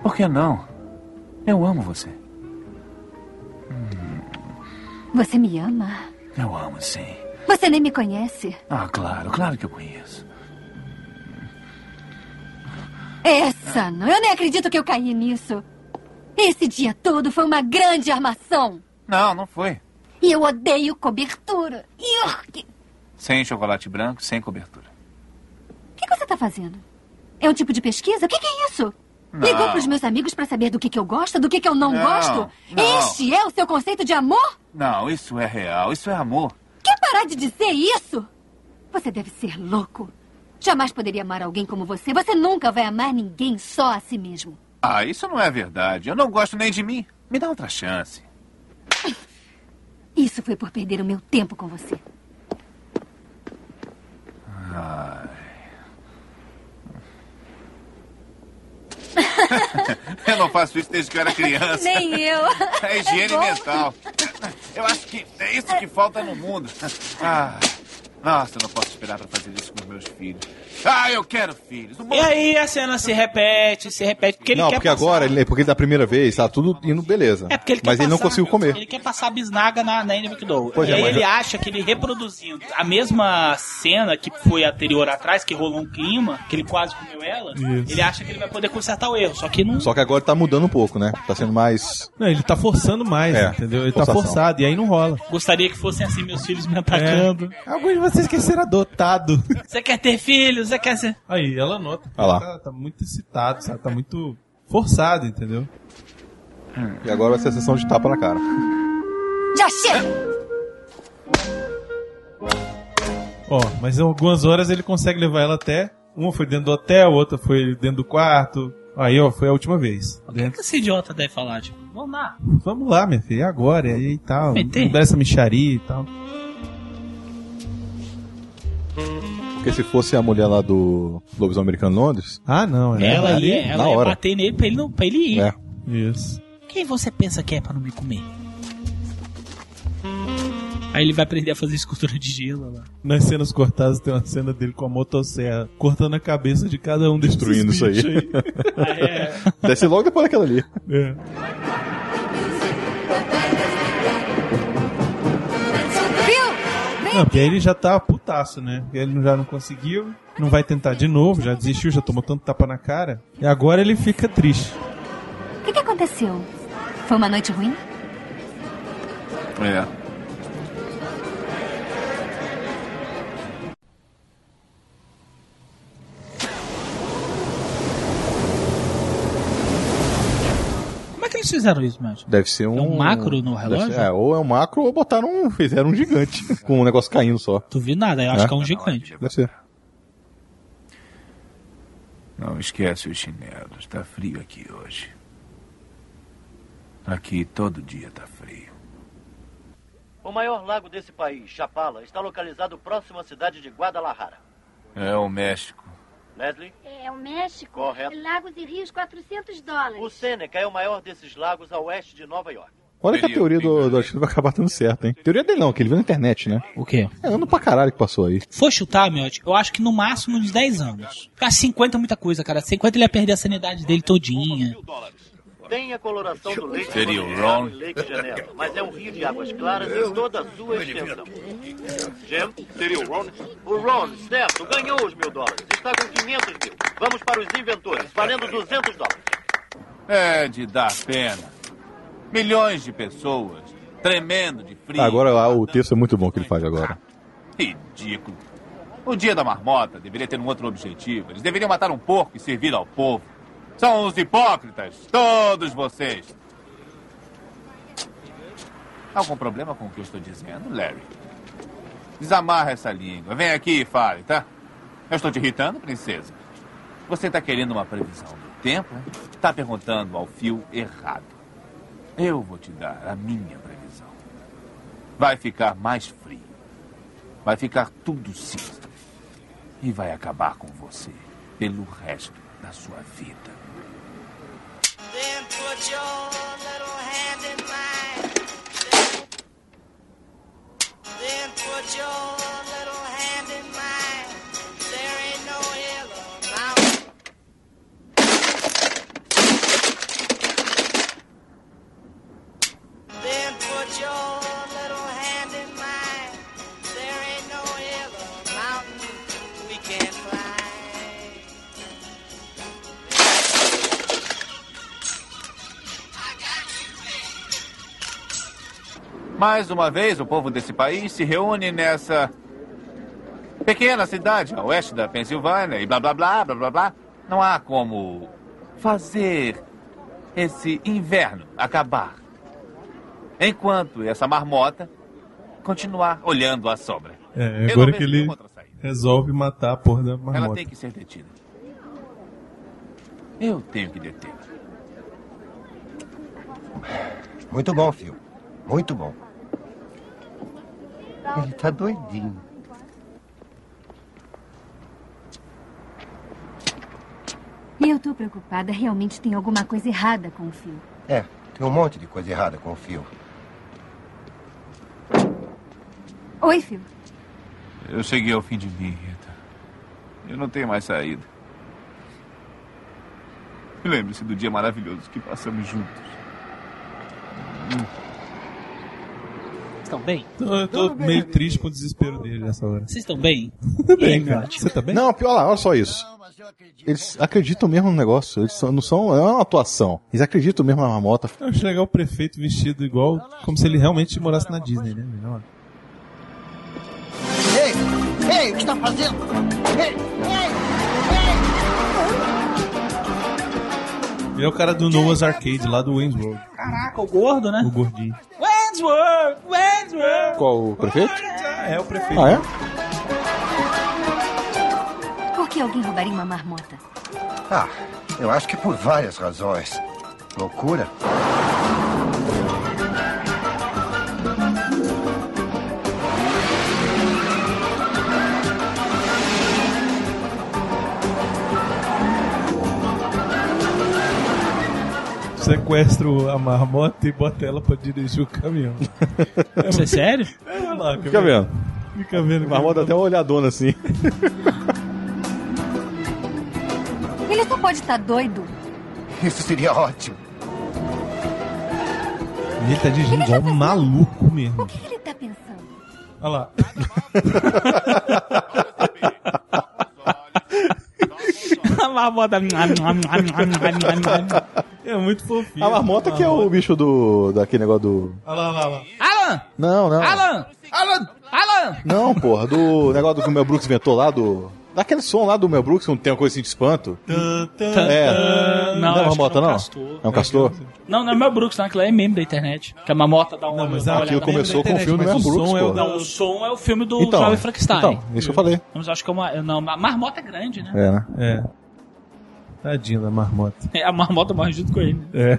Speaker 25: Por que não? Eu amo você.
Speaker 19: Você me ama.
Speaker 25: Eu amo, sim.
Speaker 19: Você nem me conhece.
Speaker 25: Ah, claro, claro que eu conheço.
Speaker 19: Essa não. Eu nem acredito que eu caí nisso. Esse dia todo foi uma grande armação.
Speaker 25: Não, não foi.
Speaker 19: E eu odeio cobertura. E o que
Speaker 25: Sem chocolate branco, sem cobertura.
Speaker 19: que você tá fazendo? É um tipo de pesquisa? O que, que é isso?
Speaker 25: Não.
Speaker 19: Ligou pros meus amigos pra saber do que, que eu gosto, do que, que eu não,
Speaker 25: Não,
Speaker 19: gosto?
Speaker 25: não.
Speaker 19: Este é o seu conceito de amor?
Speaker 25: Não, isso é real. Isso é amor.
Speaker 19: Quer parar de dizer isso? Você deve ser louco. Jamais poderia amar alguém como você. Você nunca vai amar ninguém só a si mesmo.
Speaker 25: Ah, isso não é verdade. Eu não gosto nem de mim. Me dá outra chance.
Speaker 19: Isso foi por perder o meu tempo com você.
Speaker 25: Ai. eu não faço isso desde que eu era criança.
Speaker 19: Nem eu.
Speaker 25: É higiene
Speaker 19: bom.
Speaker 25: mental. Eu acho que é isso que falta no mundo. Ah, nossa, eu não posso esperar pra fazer isso com os meus filhos. Ah, eu quero filhos. Um
Speaker 4: E aí a cena se repete, se repete, porque ele
Speaker 5: não,
Speaker 4: quer
Speaker 5: porque
Speaker 4: passar-
Speaker 5: agora, ele, porque da primeira vez, tá tudo indo beleza.
Speaker 4: É porque ele quer
Speaker 5: mas ele não
Speaker 4: passar-
Speaker 5: conseguiu comer.
Speaker 4: Ele quer passar a bisnaga na, na Andy McDowell.
Speaker 5: Pois
Speaker 4: e
Speaker 5: é,
Speaker 4: aí
Speaker 5: mas-
Speaker 4: ele acha que ele reproduzindo a mesma cena que foi anterior atrás, que rolou um clima, que ele quase comeu ela,
Speaker 5: Isso.
Speaker 4: ele acha que ele vai poder consertar o erro. Só que não.
Speaker 5: Só que agora tá mudando um pouco, né? Tá sendo mais.
Speaker 14: Não, ele tá forçando mais,
Speaker 5: É,
Speaker 14: entendeu? Ele tá
Speaker 5: forçação.
Speaker 14: forçado, e aí não rola.
Speaker 4: Gostaria que fossem assim meus filhos
Speaker 14: É.
Speaker 4: me atacando.
Speaker 14: Alguns de vocês querem ser adotado.
Speaker 4: Você quer ter filhos? Você quer ser.
Speaker 14: Aí, ela nota.
Speaker 5: Olha lá.
Speaker 14: Tá, tá muito excitado, sabe? Tá muito forçado, entendeu?
Speaker 5: E agora vai ser a sessão de tapa na cara.
Speaker 38: Já chega!
Speaker 14: Ó, mas em algumas horas ele consegue levar ela até. Uma foi dentro do hotel, outra foi dentro do quarto. Aí, ó, foi a última vez.
Speaker 4: O que esse idiota deve falar? Tipo, vamos lá.
Speaker 14: Vamos lá, minha filha, e agora, e aí e tal.
Speaker 4: Entendi.
Speaker 14: Mudar essa micharia e tal.
Speaker 5: Porque se fosse a mulher lá do Lobisomem Americano em Londres.
Speaker 14: Ah, não,
Speaker 4: Ela ia, ela é
Speaker 5: na
Speaker 4: ia
Speaker 5: hora.
Speaker 4: bater nele pra ele, não, pra ele ir.
Speaker 5: É.
Speaker 14: Isso.
Speaker 4: Quem você pensa que é pra não me comer? Aí ele vai aprender a fazer escultura de gelo lá.
Speaker 14: Nas cenas cortadas tem uma cena dele com a motosserra cortando a cabeça de cada um desses
Speaker 5: Destruindo isso aí.
Speaker 14: bichos
Speaker 25: Ah, é.
Speaker 5: Deve ser logo depois daquela ali.
Speaker 14: É. Não, porque aí ele já tá putaço, né? Ele já não conseguiu, não vai tentar de novo, já desistiu, já tomou tanto tapa na cara. E agora ele fica triste.
Speaker 19: O que, que aconteceu? Foi uma noite ruim?
Speaker 25: É.
Speaker 4: Como é que eles fizeram isso, Matt?
Speaker 5: Deve ser um.
Speaker 4: É um macro no
Speaker 5: deve
Speaker 4: relógio?
Speaker 5: ser- é, ou é um macro ou botaram um. Fizeram um gigante. com um negócio caindo só. Né?
Speaker 4: Tu viu nada, eu acho que é um gigante.
Speaker 5: Deve ser.
Speaker 25: Não esquece os chinelos. Tá frio aqui hoje. Aqui todo dia tá frio.
Speaker 31: O maior lago desse país, Chapala, está localizado próximo à cidade de Guadalajara.
Speaker 25: É o México.
Speaker 31: Leslie?
Speaker 39: É o México.
Speaker 31: Correto.
Speaker 39: Lagos e rios, 400 dólares.
Speaker 31: O Sêneca é o maior desses lagos a oeste de Nova York.
Speaker 5: Olha que a teoria do, do Achille vai acabar dando certo, hein? Teoria dele não, que ele viu na internet, né?
Speaker 4: O quê?
Speaker 5: É ano pra caralho que passou aí.
Speaker 4: Foi chutar, Miotti, eu acho que no máximo uns 10 anos. Cara, 50 é muita coisa, cara. 50 ele ia perder a sanidade dele todinha.
Speaker 31: Tem a coloração do leite
Speaker 4: Seria o
Speaker 31: condensado
Speaker 4: Ron?
Speaker 31: em Lake Geneva, mas é um rio de águas claras em toda a sua extensão. Jim? Seria o Ron? O Ron, certo, ganhou os mil dólares. Está com 500 mil. Vamos para os inventores, valendo 200 dólares.
Speaker 25: É de dar pena. Milhões de pessoas tremendo de frio.
Speaker 5: Agora lá, o texto é muito bom que ele faz agora.
Speaker 25: Ridículo. O dia da marmota deveria ter um outro objetivo. Eles deveriam matar um porco e servir ao povo. São uns hipócritas, todos vocês. Algum problema com o que eu estou dizendo, Larry? Desamarra essa língua. Vem aqui e fale, tá? Eu estou te irritando, princesa? Você está querendo uma previsão do tempo? hein? Está perguntando ao fio errado. Eu vou te dar a minha previsão. Vai ficar mais frio. Vai ficar tudo cinza. E vai acabar com você pelo resto da sua vida. Mais uma vez, o povo desse país se reúne nessa pequena cidade a oeste da Pensilvânia e blá blá blá blá blá blá. Não há como fazer esse inverno acabar enquanto essa marmota continuar olhando a sobra.
Speaker 14: É,
Speaker 25: Eu
Speaker 14: agora
Speaker 25: não
Speaker 14: que
Speaker 25: vejo
Speaker 14: ele
Speaker 25: nenhuma outra
Speaker 14: resolve matar a porra da
Speaker 25: Ela
Speaker 14: marmota.
Speaker 25: tem que ser detida. Eu tenho que detê-la.
Speaker 27: Muito bom, Phil. Muito bom. Ele tá doidinho.
Speaker 19: E eu tô preocupada, realmente tem alguma coisa errada com o fio.
Speaker 27: É, tem um monte de coisa errada com o Phil.
Speaker 19: Oi, Phil.
Speaker 25: Eu cheguei ao fim de mim, Rita. Eu não tenho mais saída. Lembre-se do dia maravilhoso que passamos juntos.
Speaker 4: Estão bem?
Speaker 14: Então, eu tô meio triste com o desespero dele nessa hora.
Speaker 4: Vocês estão bem?
Speaker 14: Tudo bem,
Speaker 4: né?
Speaker 14: cara. Você tá bem?
Speaker 5: Não, pior lá, olha só isso. Eles acreditam mesmo no negócio. Eles são- não são. É uma atuação. Eles acreditam mesmo na marmota.
Speaker 14: Eu acho legal o prefeito vestido igual, como se ele realmente morasse na Disney, né? Melhor.
Speaker 3: Ei, ei, o que
Speaker 25: tá
Speaker 3: está fazendo? Ei,
Speaker 14: Ele é o cara do Noah's Arcade, lá do Wayne's World.
Speaker 4: Caraca, o gordo, né?
Speaker 14: O gordinho.
Speaker 4: When's work? When's work?
Speaker 5: Qual o prefeito?
Speaker 14: Ah, é o prefeito.
Speaker 5: Ah, é?
Speaker 19: Por que alguém roubaria uma marmota?
Speaker 27: Ah, eu acho que por várias razões. Loucura?
Speaker 14: Sequestra o- a marmota e bota ela pra dirigir o caminhão.
Speaker 4: Isso é sério?
Speaker 14: É, olha lá.
Speaker 5: Fica vendo.
Speaker 14: Fica vendo.
Speaker 5: Marmota até uma olhadona assim.
Speaker 19: Ele só pode estar doido.
Speaker 27: Isso seria ótimo.
Speaker 14: E ele tá dirigindo igual um maluco mesmo.
Speaker 19: O que ele tá pensando?
Speaker 14: Olha lá.
Speaker 4: A marmota.
Speaker 14: É muito fofinho.
Speaker 5: A marmota que é o bicho do. daquele negócio do.
Speaker 14: Olha lá, olha lá.
Speaker 4: Alan!
Speaker 5: Não,
Speaker 21: Ah.
Speaker 5: não.
Speaker 4: Alan! Alan! Alan!
Speaker 5: Não, porra, do negócio do que o Mel Brooks inventou lá, do. Daquele som lá do Mel Brooks, não tem uma coisa assim de espanto. É.
Speaker 4: Então- Não, acho que
Speaker 5: é uma moto,
Speaker 4: é um
Speaker 5: não.
Speaker 4: castor.
Speaker 5: É um castor?
Speaker 4: Não, não é meu Brooks, não, aquilo é meme da internet. Que a mamota dá uma. Não,
Speaker 5: mas aquilo começou com o filme do Mel Brooks, pô.
Speaker 4: Não, o som é o filme do
Speaker 5: Então,
Speaker 4: Jovem Frankenstein.
Speaker 5: então, isso que eu falei.
Speaker 4: Mas acho que é uma. Não, a marmota é grande, né?
Speaker 5: É, né?
Speaker 14: É. Tadinho da marmota.
Speaker 4: É, A marmota morre junto com ele. né?
Speaker 14: É.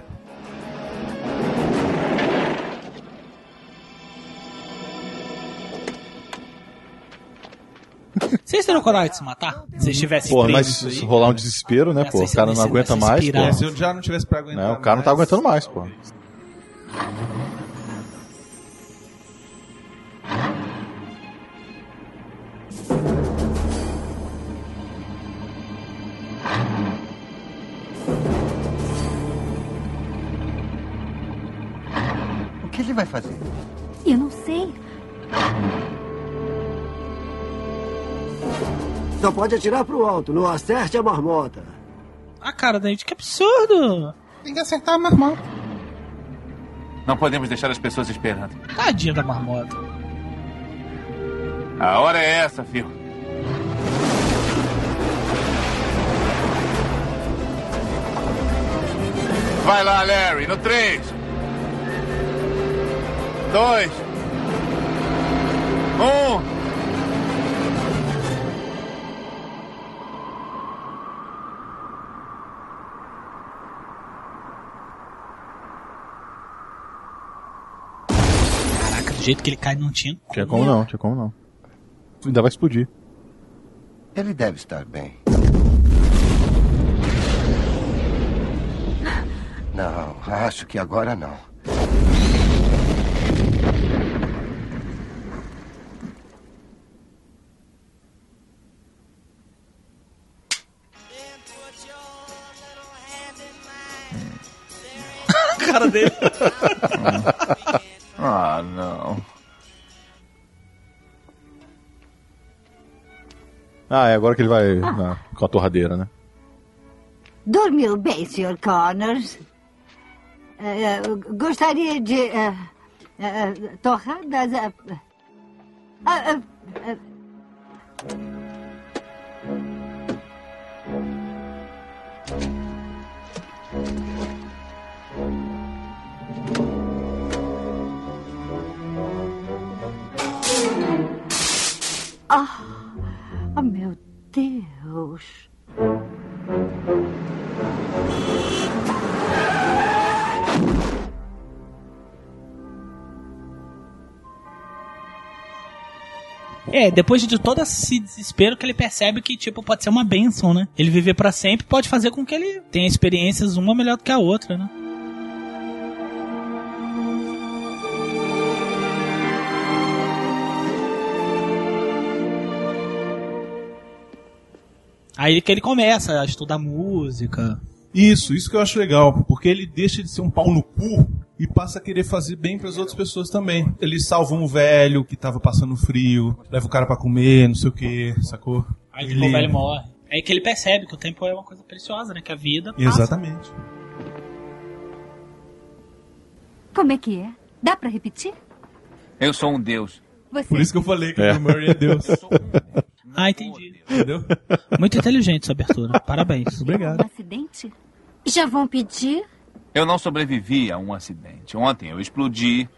Speaker 4: Vocês teriam coragem de se matar? Se vocês tivessem
Speaker 5: Pô, mas
Speaker 4: presos aí?
Speaker 5: se rolar um desespero, né, pô? O cara não aguenta mais, pô.
Speaker 14: É, se eu já não tivesse pra aguentar.
Speaker 5: Não, o cara não tá aguentando mais, pô.
Speaker 27: O que ele vai fazer?
Speaker 19: Eu não sei.
Speaker 31: Só pode atirar pro alto, não acerte a marmota.
Speaker 4: Ah, cara, David, que absurdo! Tem que acertar a marmota.
Speaker 25: Não podemos deixar as pessoas esperando.
Speaker 4: Tadinha da marmota.
Speaker 25: A hora é essa, Phil. Vai lá, Larry, no 3. 2. 1.
Speaker 4: Caraca, do jeito que ele cai, não tinha.
Speaker 5: Tinha é como não, tinha como não. Ainda vai explodir.
Speaker 27: Ele deve estar bem. Não, acho que agora não.
Speaker 4: A cara dele.
Speaker 25: Ah, não.
Speaker 5: Ah, é agora que ele vai na- com a torradeira, né?
Speaker 29: Dormiu bem, Sr. Connors? Eh, gostaria de. eh, eh, torradas. eh, ah, ah, ah, Ah, ah, meu Deus.
Speaker 4: É, depois de todo esse desespero que ele percebe que, tipo, pode ser uma bênção, né? Ele viver pra sempre pode fazer com que ele tenha experiências uma melhor do que a outra, né? Aí que ele começa a estudar música.
Speaker 14: Isso, isso que eu acho legal, porque ele deixa de ser um pau no cu e passa a querer fazer bem para as outras pessoas também. Ele salva um velho que tava passando frio, leva o cara para comer, não sei o que, sacou?
Speaker 4: Aí ele... o velho morre. É que ele percebe que o tempo é uma coisa preciosa, né? Que a vida passa.
Speaker 14: Exatamente.
Speaker 19: Como é que é? Dá para repetir?
Speaker 25: Eu sou um deus.
Speaker 19: Você...
Speaker 14: Por isso que eu falei que o Bill Murray é Deus.
Speaker 4: Ah, entendi. Entendeu? Muito inteligente essa abertura. Parabéns.
Speaker 14: Obrigado.
Speaker 19: Um acidente? Já vão pedir?
Speaker 25: Eu não sobrevivi a um acidente. Ontem eu explodi.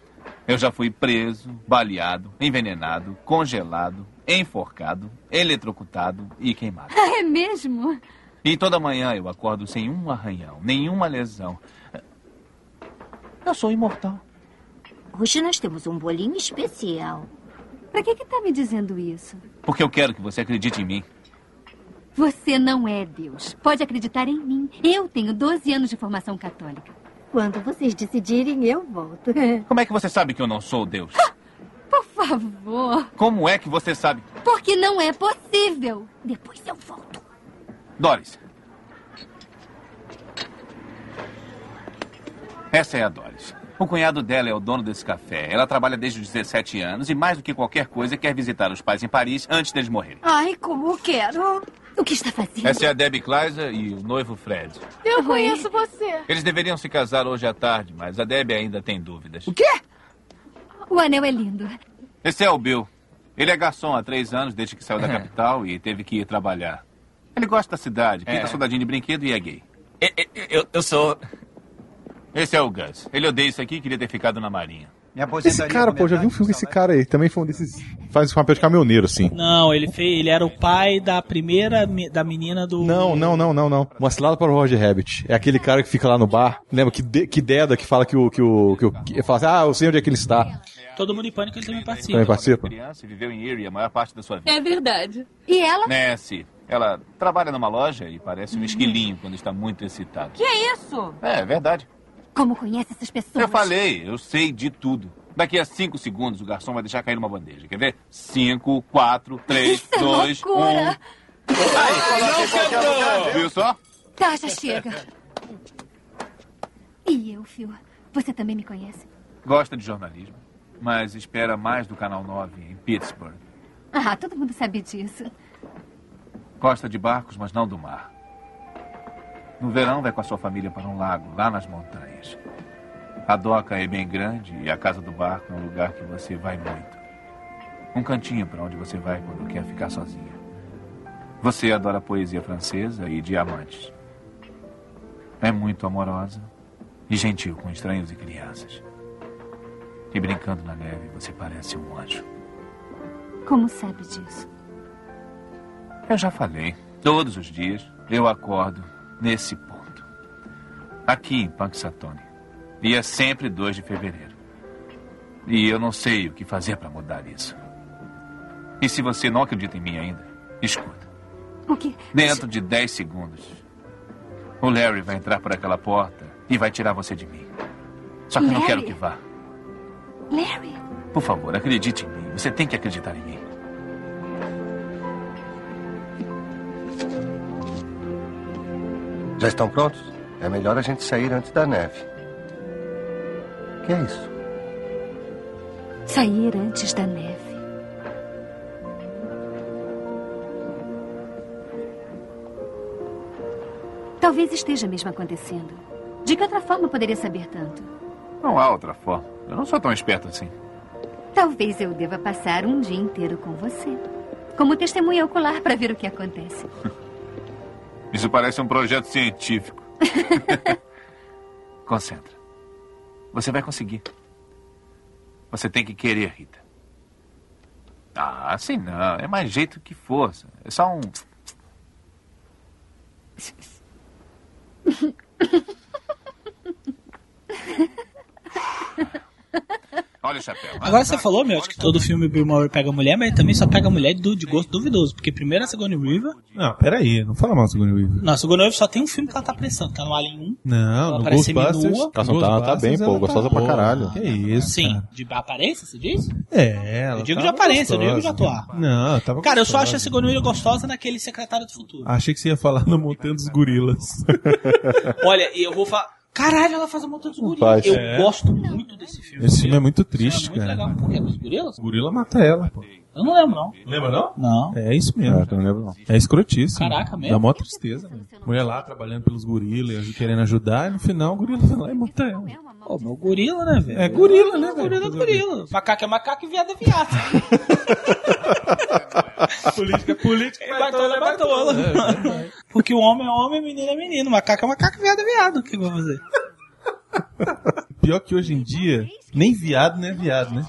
Speaker 25: Eu já fui preso, baleado, envenenado, congelado, enforcado, eletrocutado e queimado.
Speaker 19: Ah, é mesmo?
Speaker 25: E toda manhã eu acordo sem um arranhão, nenhuma lesão. Eu sou imortal.
Speaker 40: Hoje nós temos um bolinho especial.
Speaker 19: Pra que que tá me dizendo isso?
Speaker 25: Porque eu quero que você acredite em mim.
Speaker 19: Você não é Deus. Pode acreditar em mim. Eu tenho 12 anos de formação católica.
Speaker 40: Quando vocês decidirem, eu volto.
Speaker 25: Como é que você sabe que eu não sou Deus?
Speaker 19: Por favor.
Speaker 25: Como é que você sabe?
Speaker 19: Porque não é possível.
Speaker 40: Depois eu volto.
Speaker 25: Doris. Essa é a Doris. O cunhado dela é o dono desse café. Ela trabalha desde os 17 anos e, mais do que qualquer coisa, quer visitar os pais em Paris antes deles morrerem.
Speaker 40: Ai, como eu quero.
Speaker 19: O que está fazendo?
Speaker 25: Essa é a Debbie Kleiser e o noivo Fred.
Speaker 11: Eu conheço você.
Speaker 25: Eles deveriam se casar hoje à tarde, mas a Debbie ainda tem dúvidas.
Speaker 19: O quê? O anel é lindo.
Speaker 25: Esse é o Bill. Ele é garçom há três anos, desde que
Speaker 3: É.
Speaker 25: saiu da capital e teve que ir trabalhar. Ele gosta da cidade, pinta
Speaker 3: É.
Speaker 25: soldadinho de brinquedo e é gay.
Speaker 3: Eu, eu, eu sou.
Speaker 25: Esse é o Gus. Ele odeia isso aqui e queria ter ficado na marinha.
Speaker 5: Esse cara, pô, já vi um filme com esse cara aí. Também foi um desses. Faz um papel de caminhoneiro, assim.
Speaker 4: Não, ele fez, ele era o pai da primeira me- da menina do
Speaker 5: Não, não, não, não, não. Uma cilada para o Roger Rabbit. É aquele cara que fica lá no bar. Lembra? Que, de, que deda que fala que o. Que o, que o que fala assim, ah, eu sei onde é que ele está.
Speaker 4: Todo Mundo em Pânico, ele também participa.
Speaker 5: Também participa.
Speaker 25: Criança e viveu em Erie a maior parte da sua vida.
Speaker 19: É verdade. E ela?
Speaker 25: Nancy, ela trabalha numa loja e
Speaker 3: Hum.
Speaker 25: parece um esquilinho quando está muito excitado.
Speaker 19: Que é isso?
Speaker 25: É, é verdade.
Speaker 19: Como conhece essas pessoas?
Speaker 25: Eu falei, eu sei de tudo. Daqui a cinco segundos o garçom vai deixar cair uma bandeja. Quer ver? Cinco, quatro, três,
Speaker 19: é
Speaker 25: dois, um.
Speaker 19: loucura.
Speaker 25: Aí, Viu só?
Speaker 19: Tá, já chega. E eu, Phil? Você também me conhece?
Speaker 25: Gosta de jornalismo, mas espera mais do Canal 9 em Pittsburgh.
Speaker 19: Ah, todo mundo sabe disso.
Speaker 25: Gosta de barcos, mas não do mar. No verão, vai com a sua família para um lago, lá nas montanhas. A doca é bem grande e a casa do barco é um lugar que você vai muito. Um cantinho para onde você vai quando quer ficar sozinha. Você adora poesia francesa e diamantes. É muito amorosa e gentil com estranhos e crianças. E brincando na neve, você parece um anjo.
Speaker 19: Como sabe disso?
Speaker 25: Eu já falei. Todos os dias eu acordo nesse ponto. Aqui em Punxsutawney. E é sempre 2 de fevereiro. E eu não sei o que fazer para mudar isso. E se você não acredita em mim ainda, escuta.
Speaker 19: O quê?
Speaker 25: Dentro de 10 segundos, o Larry vai entrar por aquela porta e vai tirar você de mim. Só que eu não
Speaker 19: Larry?
Speaker 25: quero que vá.
Speaker 19: Larry?
Speaker 25: Por favor, acredite em mim. Você tem que acreditar em mim.
Speaker 27: Já estão prontos? É melhor a gente sair antes da neve. que é isso?
Speaker 19: Sair antes da neve. Talvez esteja mesmo acontecendo. De que outra forma eu poderia saber tanto?
Speaker 25: Não há outra forma. Eu não sou tão esperto assim.
Speaker 19: Talvez eu deva passar um dia inteiro com você. Como testemunha ocular para ver o que acontece.
Speaker 25: Isso parece um projeto científico. Concentra. Você vai conseguir. Você tem que querer, Rita. Ah, assim não. É mais jeito que força. É só um. Olha, Olha o chapéu.
Speaker 4: Agora você falou, meu, que todo filme Bill Murray pega mulher, mas ele também só pega mulher do- de gosto duvidoso. Porque primeiro é a Sigourney Weaver.
Speaker 14: Não, peraí, não fala mal do Sigourney Weaver.
Speaker 4: Não, a Sigourney Weaver só tem um filme que ela tá prestando, tá no Alien 1.
Speaker 14: Não,
Speaker 4: Ela
Speaker 14: no
Speaker 4: parece
Speaker 14: Ghostbusters.
Speaker 4: seminua.
Speaker 14: Ela só tá- ela tá bem, pô, gostosa pra caralho. Que isso,
Speaker 4: Sim,
Speaker 5: Ah.
Speaker 4: de aparência, você diz?
Speaker 14: É, ela
Speaker 4: Eu digo de
Speaker 14: tava
Speaker 4: aparência, eu digo de
Speaker 14: gostosa.
Speaker 4: atuar.
Speaker 14: Não, ela tava
Speaker 4: Cara, eu só
Speaker 14: gostosa.
Speaker 4: acho a Sigourney Weaver gostosa naquele Secretário do Futuro.
Speaker 14: Achei que você ia falar no Montando dos Gorilas.
Speaker 4: Olha, e eu vou falar. Caralho, ela faz um montão de guri.
Speaker 14: Faz.
Speaker 4: Eu
Speaker 14: É.
Speaker 4: gosto muito desse filme.
Speaker 14: Esse filme é muito triste,
Speaker 4: muito
Speaker 14: cara.
Speaker 4: legal. Por quê? Os gorilas?
Speaker 14: O gorila mata ela, pô.
Speaker 4: Eu não lembro, não.
Speaker 14: Lembra não?
Speaker 4: Não.
Speaker 14: É isso mesmo.
Speaker 5: É, eu não lembro não.
Speaker 14: É escrotíssimo.
Speaker 4: Caraca, mesmo?
Speaker 14: Dá mó tristeza, velho. Mulher lá trabalhando pelos gorilas, querendo ajudar, e no final o gorila vai lá e mata ela.
Speaker 4: Pô, meu gorila, né, velho?
Speaker 14: É gorila, né, velho?
Speaker 4: Gorila é gorila. Macaco é macaco e viado é viado.
Speaker 14: política, política.
Speaker 4: É batola, é batola. Porque o homem é homem, menino é menino. Macaco é macaco e viado é viado. O que eu vou fazer?
Speaker 14: Pior que hoje em dia, nem viado, nem é viado, né?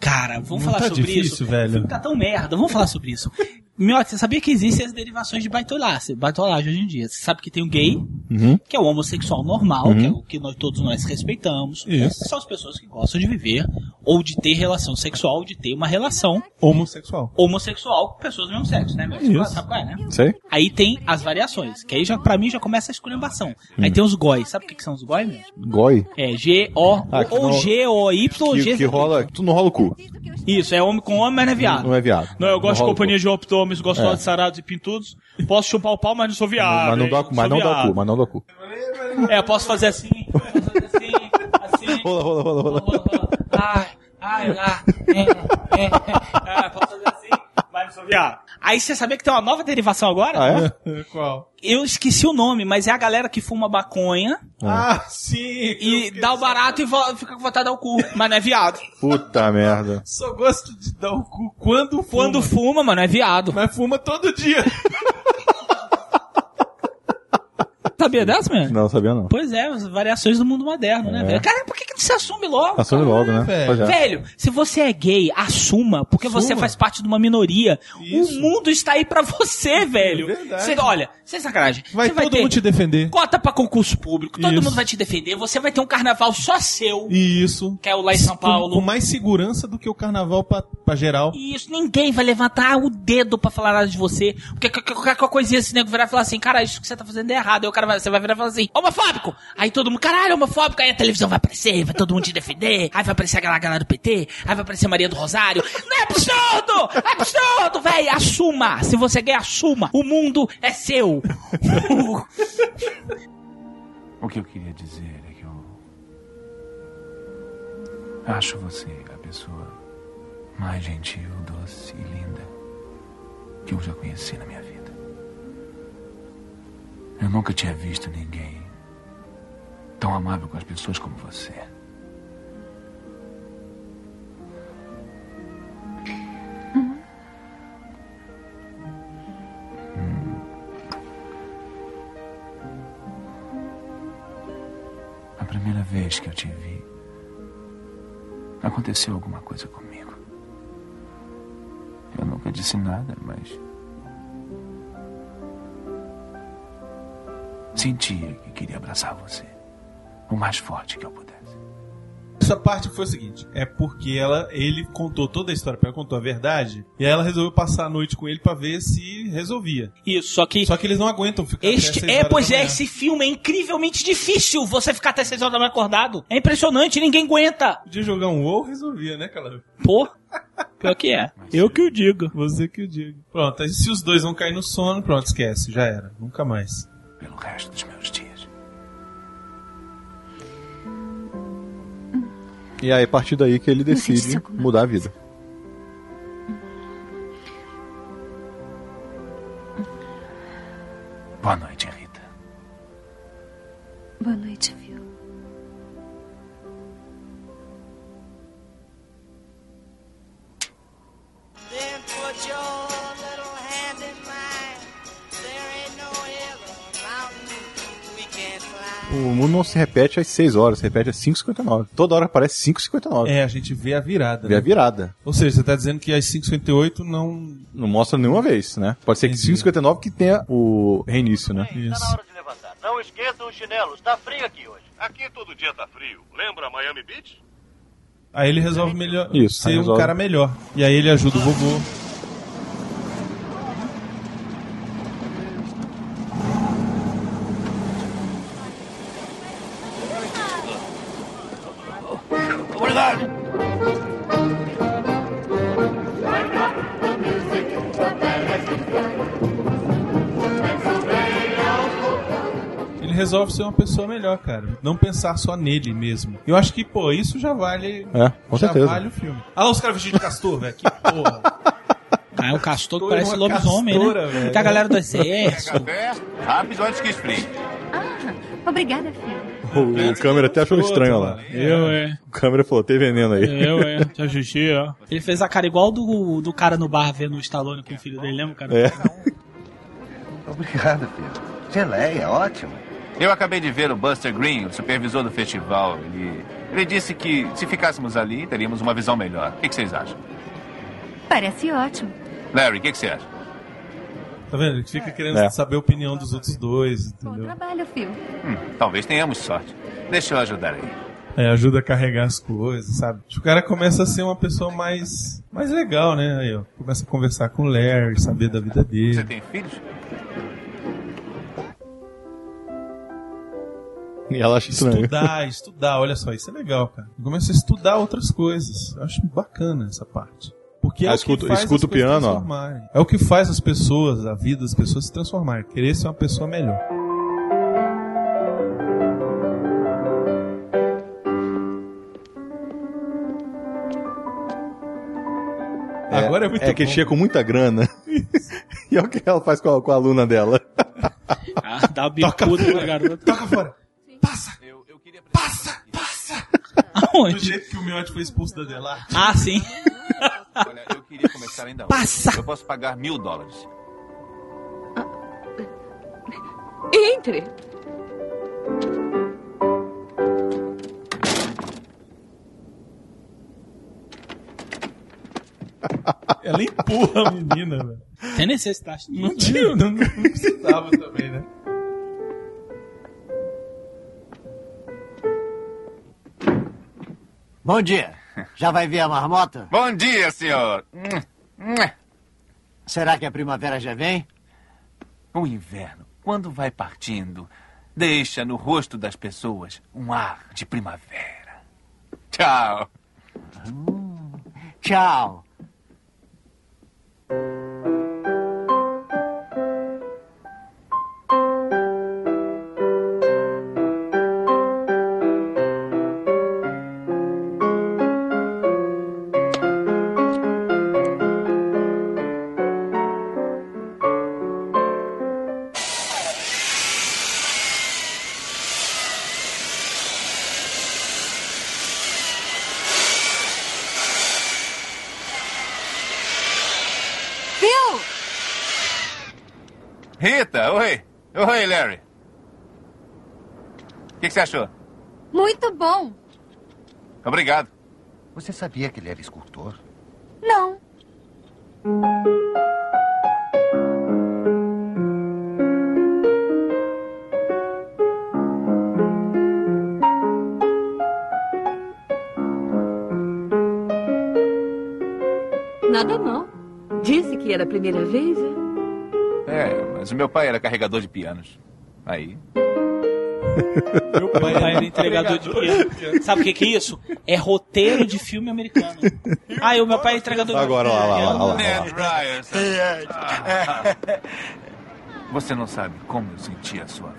Speaker 4: Cara, vamos
Speaker 14: Não
Speaker 4: falar
Speaker 14: tá
Speaker 4: sobre
Speaker 14: difícil,
Speaker 4: isso.
Speaker 14: velho.
Speaker 4: O filme tá tão merda, vamos falar sobre isso. Miotti, você sabia que existem as derivações de baitolácia, baitolagem hoje em dia? Você sabe que tem o gay,
Speaker 14: Uhum.
Speaker 4: que é o homossexual normal,
Speaker 14: Uhum.
Speaker 4: que é o que nós, todos nós respeitamos.
Speaker 14: Isso.
Speaker 4: São as pessoas que gostam de viver, ou de ter relação sexual, ou de ter uma relação
Speaker 14: Homossexual.
Speaker 4: homossexual com pessoas do mesmo sexo, né? Miotti?
Speaker 14: Isso.
Speaker 4: Sabe qual é, né?
Speaker 14: Sei.
Speaker 4: Aí tem as variações, que aí já, pra mim já começa a esculhambação. Aí
Speaker 5: Hum.
Speaker 4: tem os goi, sabe o que, que são os goi mesmo?
Speaker 5: Goi.
Speaker 4: É G-O,
Speaker 5: Ah, que
Speaker 4: ou
Speaker 5: não-
Speaker 4: G-O-Y, ou
Speaker 5: Que,
Speaker 4: G
Speaker 5: que rola. Tu não rola o cu.
Speaker 4: Isso, é homem com homem, mas não é viado.
Speaker 5: Não é viado.
Speaker 4: Não, eu gosto de
Speaker 5: rola o
Speaker 4: companhia de optômios, gosto
Speaker 5: É.
Speaker 4: de sarados e pintudos. Posso chupar o pau, mas não sou
Speaker 5: cu.
Speaker 4: viado.
Speaker 5: Mas não
Speaker 4: hein?
Speaker 5: dá, mas não
Speaker 4: Sou
Speaker 5: dá o
Speaker 4: viado.
Speaker 5: cu, mas não dá o cu.
Speaker 4: É, posso fazer assim.
Speaker 5: Rola, rola, rola, rola.
Speaker 4: Ai, ai, ai. ah, É, é, é. Ah, posso fazer assim, mas não sou viado. Aí você sabia que tem uma nova derivação
Speaker 25: Ah,
Speaker 4: agora?
Speaker 5: Ah, é?
Speaker 25: é?
Speaker 14: Qual?
Speaker 4: Eu esqueci o nome, mas é a galera que fuma maconha
Speaker 14: Ah, sim.
Speaker 4: e dá o barato e vo- fica com vontade de dar o cu, mas não é viado.
Speaker 5: Puta merda.
Speaker 4: Só gosto de dar o cu quando fuma. Quando fuma, mano, é viado.
Speaker 14: Mas fuma todo dia.
Speaker 4: Sabia dessa, mano?
Speaker 5: Não, sabia não.
Speaker 4: Pois é, as variações do mundo moderno, né,
Speaker 5: É.
Speaker 4: velho? Cara, por que, que não se assume logo?
Speaker 5: Assume
Speaker 4: cara?
Speaker 5: logo, né? Pois é.
Speaker 4: Velho, se você é gay, assuma, porque você Assuma. faz parte de uma minoria. O mundo está aí pra você, velho. Você, olha, sem sacanagem.
Speaker 14: Vai
Speaker 4: você vai
Speaker 14: todo
Speaker 4: ter
Speaker 14: mundo te defender.
Speaker 4: cota pra concurso público, todo
Speaker 14: Isso.
Speaker 4: mundo vai te defender, você vai ter um carnaval só seu,
Speaker 14: Isso.
Speaker 4: que é o lá em São Paulo.
Speaker 14: Com, com mais segurança do que o carnaval pra, pra geral.
Speaker 4: Isso, ninguém vai levantar o dedo pra falar nada de você. Porque qualquer- qualquer qualquer coisinha esse nego virar e falar assim, cara, isso que você tá fazendo é errado. Aí o cara vai, você vai virar e falar assim, homofóbico! Aí todo mundo, caralho, homofóbico, aí a televisão vai aparecer, vai todo mundo te defender, aí vai aparecer aquela galera do PT, aí vai aparecer Maria do Rosário. Não é absurdo! É absurdo, velho! Assuma! Se você quer, assuma! O mundo é seu!
Speaker 25: O que eu queria dizer é que eu. Acho você a pessoa mais gentil, doce e linda que eu já conheci na minha vida. Eu nunca tinha visto ninguém tão amável com as pessoas como você. A primeira vez que eu te vi, aconteceu alguma coisa comigo. Eu nunca disse nada, mas. Sentia que queria abraçar você. O mais forte que eu pudesse.
Speaker 14: Essa parte foi o seguinte: é porque ela, ele contou toda a história, porque ela contou a verdade, e aí ela resolveu passar a noite com ele pra ver se resolvia.
Speaker 4: Isso, só que.
Speaker 14: Só que eles não aguentam ficar até Tá
Speaker 4: Este
Speaker 14: seis
Speaker 4: é,
Speaker 14: horas
Speaker 4: pois
Speaker 14: da
Speaker 4: é,
Speaker 14: manhã.
Speaker 4: esse filme é incrivelmente difícil você ficar até 6 horas da manhã acordado. É impressionante, ninguém aguenta.
Speaker 14: Podia jogar um WoW, resolvia, né, cara?
Speaker 4: Pô, pior que é. Eu que o digo.
Speaker 14: Você que o digo. Pronto, aí se os dois vão cair no sono, pronto, esquece, já era, nunca mais.
Speaker 25: Pelo resto dos meus dias.
Speaker 5: E aí, a partir daí que ele decide mudar a vida.
Speaker 25: Boa noite, Rita.
Speaker 19: Boa noite, viu?
Speaker 11: Then put your little hand in mine. There ain't no hill or mountain we can't climb.
Speaker 5: O mundo não se repete às 6 horas, se repete às 5h59. Toda hora aparece 5h59.
Speaker 14: É, a gente vê a virada.
Speaker 5: Vê
Speaker 14: né?
Speaker 5: a virada.
Speaker 14: Ou seja, você tá dizendo que as 5h58 não.
Speaker 5: Não mostra nenhuma vez, né? Pode ser que 5h59 que tenha o reinício, né? Isso.
Speaker 31: Não esqueçam os chinelos, tá frio aqui hoje. Aqui todo dia tá frio. Lembra Miami Beach?
Speaker 14: Aí ele resolve melhor
Speaker 5: Isso,
Speaker 14: ser
Speaker 5: aí
Speaker 14: um
Speaker 5: resolve.
Speaker 14: cara melhor. E aí ele ajuda o vovô. Ele resolve ser uma pessoa melhor, cara. Não pensar só nele mesmo. Eu acho que, pô, isso já vale.
Speaker 5: É, com
Speaker 14: já
Speaker 5: certeza.
Speaker 14: vale o filme. Olha lá os caras vestidos de castor, velho. Que porra.
Speaker 4: Ah, é o castor
Speaker 14: Castor
Speaker 4: que
Speaker 14: é
Speaker 4: parece
Speaker 14: uma
Speaker 4: lobisomem,
Speaker 14: castora,
Speaker 4: né?
Speaker 14: velho.
Speaker 4: Tá a galera do exército.
Speaker 25: Rápido antes que esfrie.
Speaker 19: Ah, Obrigada, filho.
Speaker 5: O, o câmera até achou estranho lá.
Speaker 4: Eu, é.
Speaker 5: O câmera falou, tem veneno aí.
Speaker 4: Eu, é. Te assisti, ó. Ele fez a cara igual do, do cara no bar vendo o Stallone com o filho dele, lembra, cara?
Speaker 5: É.
Speaker 25: Obrigado, filho. Geleia, ótimo. Eu acabei de ver o Buster Green, o supervisor do festival. Ele, ele disse que se ficássemos ali, teríamos uma visão melhor. O que, que vocês acham?
Speaker 19: Parece ótimo.
Speaker 25: Larry, o que, que você acha?
Speaker 14: Tá vendo? Ele fica querendo
Speaker 25: É.
Speaker 14: saber a opinião dos outros dois, entendeu?
Speaker 19: Trabalho, filho.
Speaker 25: Hum, talvez tenhamos sorte. Deixa eu ajudar aí.
Speaker 14: É, ajuda a carregar as coisas, sabe? Tipo, O cara começa a ser uma pessoa mais, mais legal, né? Aí, ó, começa a conversar com o Larry, saber da vida dele.
Speaker 25: Você tem filhos?
Speaker 5: E ela acha estranho.
Speaker 14: Estudar, estudar, olha só, isso é legal, cara. Eu começo a estudar outras coisas. Eu acho bacana essa parte. Porque é
Speaker 5: Ah,
Speaker 14: o
Speaker 5: escuta-
Speaker 14: que faz
Speaker 5: escuta
Speaker 14: as
Speaker 5: o
Speaker 14: coisas
Speaker 5: piano, ó.
Speaker 14: transformarem. É o que faz as pessoas, a vida das pessoas se transformarem. Querer ser uma pessoa melhor. Agora é muito
Speaker 5: É que
Speaker 14: bom.
Speaker 5: chega com muita grana. e é o que ela faz com a, com a aluna dela.
Speaker 4: Ah, dá uma bicuda na garota.
Speaker 14: Toca fora.
Speaker 4: Passa! Passa! Passa! Aonde?
Speaker 14: Do jeito que o Miotti foi expulso da Delarte.
Speaker 4: Ah, sim.
Speaker 25: Olha, eu queria começar ainda hoje. Passa! Eu posso pagar mil dólares.
Speaker 6: Entre.
Speaker 14: Ela empurra a menina, velho.
Speaker 4: Tem necessidade. né?
Speaker 14: Não tinha, não, não precisava também, né?
Speaker 31: Bom dia. Já vai ver a marmota?
Speaker 25: Bom dia, senhor.
Speaker 31: Será que a primavera já vem?
Speaker 25: O inverno, quando vai partindo, deixa no rosto das pessoas um ar de primavera. Tchau.
Speaker 31: Tchau.
Speaker 19: Viu?
Speaker 25: Rita, oi. Oi, Larry. O que, que você achou?
Speaker 19: Muito bom.
Speaker 25: Obrigado.
Speaker 27: Você sabia que ele era escultor?
Speaker 19: Não.
Speaker 6: Nada mal. Disse que era a primeira vez. é?
Speaker 25: É, mas o meu pai era carregador de pianos. Aí.
Speaker 4: Meu pai era entregador de piano. Sabe o que, que Tá é isso? É roteiro de filme americano. Ah, e o meu pai é entregador
Speaker 5: Tá Agora,
Speaker 4: de É,
Speaker 5: olha
Speaker 4: piano.
Speaker 5: lá, olha lá, olha lá,
Speaker 25: Ned
Speaker 5: olha lá.
Speaker 25: Ryerson.
Speaker 4: é,
Speaker 25: Você não sabe como eu senti a sua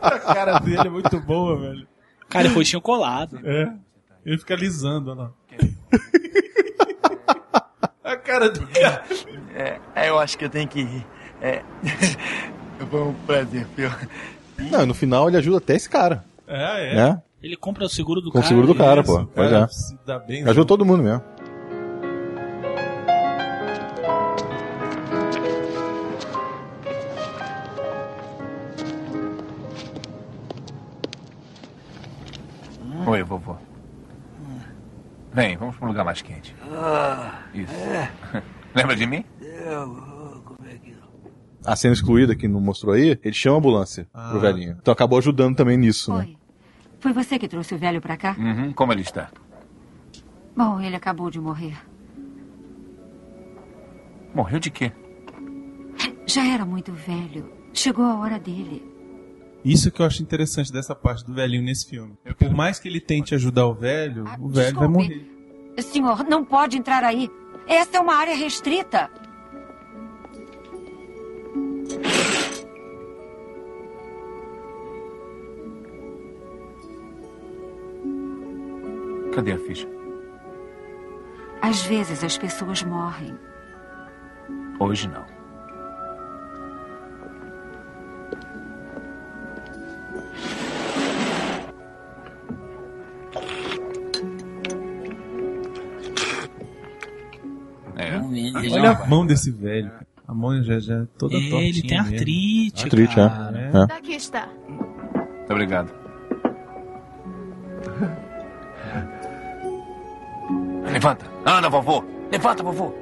Speaker 14: A cara dele é muito boa, velho.
Speaker 4: Cara, é roxinho colado.
Speaker 14: É. Ele fica lisando, olha lá. A cara do cara.
Speaker 21: É, eu acho que eu tenho que rir. É. Foi um prazer, Phil.
Speaker 5: Não, e no final ele ajuda até esse cara.
Speaker 4: É,
Speaker 5: é. Né?
Speaker 4: Ele compra o seguro do
Speaker 5: Com o
Speaker 4: cara.
Speaker 5: seguro do cara, pô. Pois
Speaker 4: cara
Speaker 5: é.
Speaker 4: se dá bem,
Speaker 5: Ajuda
Speaker 4: né?
Speaker 5: todo mundo mesmo.
Speaker 27: Hum.
Speaker 25: Oi, vovô. Vem, vamos para um lugar mais quente. Isso.
Speaker 27: É.
Speaker 25: Lembra de mim?
Speaker 5: A cena excluída que não mostrou aí, ele chama a ambulância pro velhinho. Então acabou ajudando também nisso, né?
Speaker 19: Foi você que trouxe o velho pra cá?
Speaker 25: Uhum, como ele está?
Speaker 19: Bom, ele acabou de morrer.
Speaker 25: Morreu de quê?
Speaker 19: Já era muito velho. Chegou a hora dele.
Speaker 14: Isso que eu acho interessante dessa parte do velhinho nesse filme. Por mais que ele tente ajudar o velho,
Speaker 4: Ah,
Speaker 14: o velho
Speaker 19: desculpe.
Speaker 14: vai morrer.
Speaker 19: Senhor, não pode entrar aí. Esta é uma área restrita.
Speaker 25: Cadê a ficha?
Speaker 19: Às vezes as pessoas morrem.
Speaker 25: Hoje não. É.
Speaker 14: Olha a mão desse velho. cara. A mão já, já é toda
Speaker 4: Ele
Speaker 14: tortinha.
Speaker 4: tem
Speaker 14: mesmo.
Speaker 4: artrite,
Speaker 5: Artrite, é. É.
Speaker 11: Aqui está.
Speaker 25: Muito obrigado. Levanta. Anda, vovô. Levanta, vovô.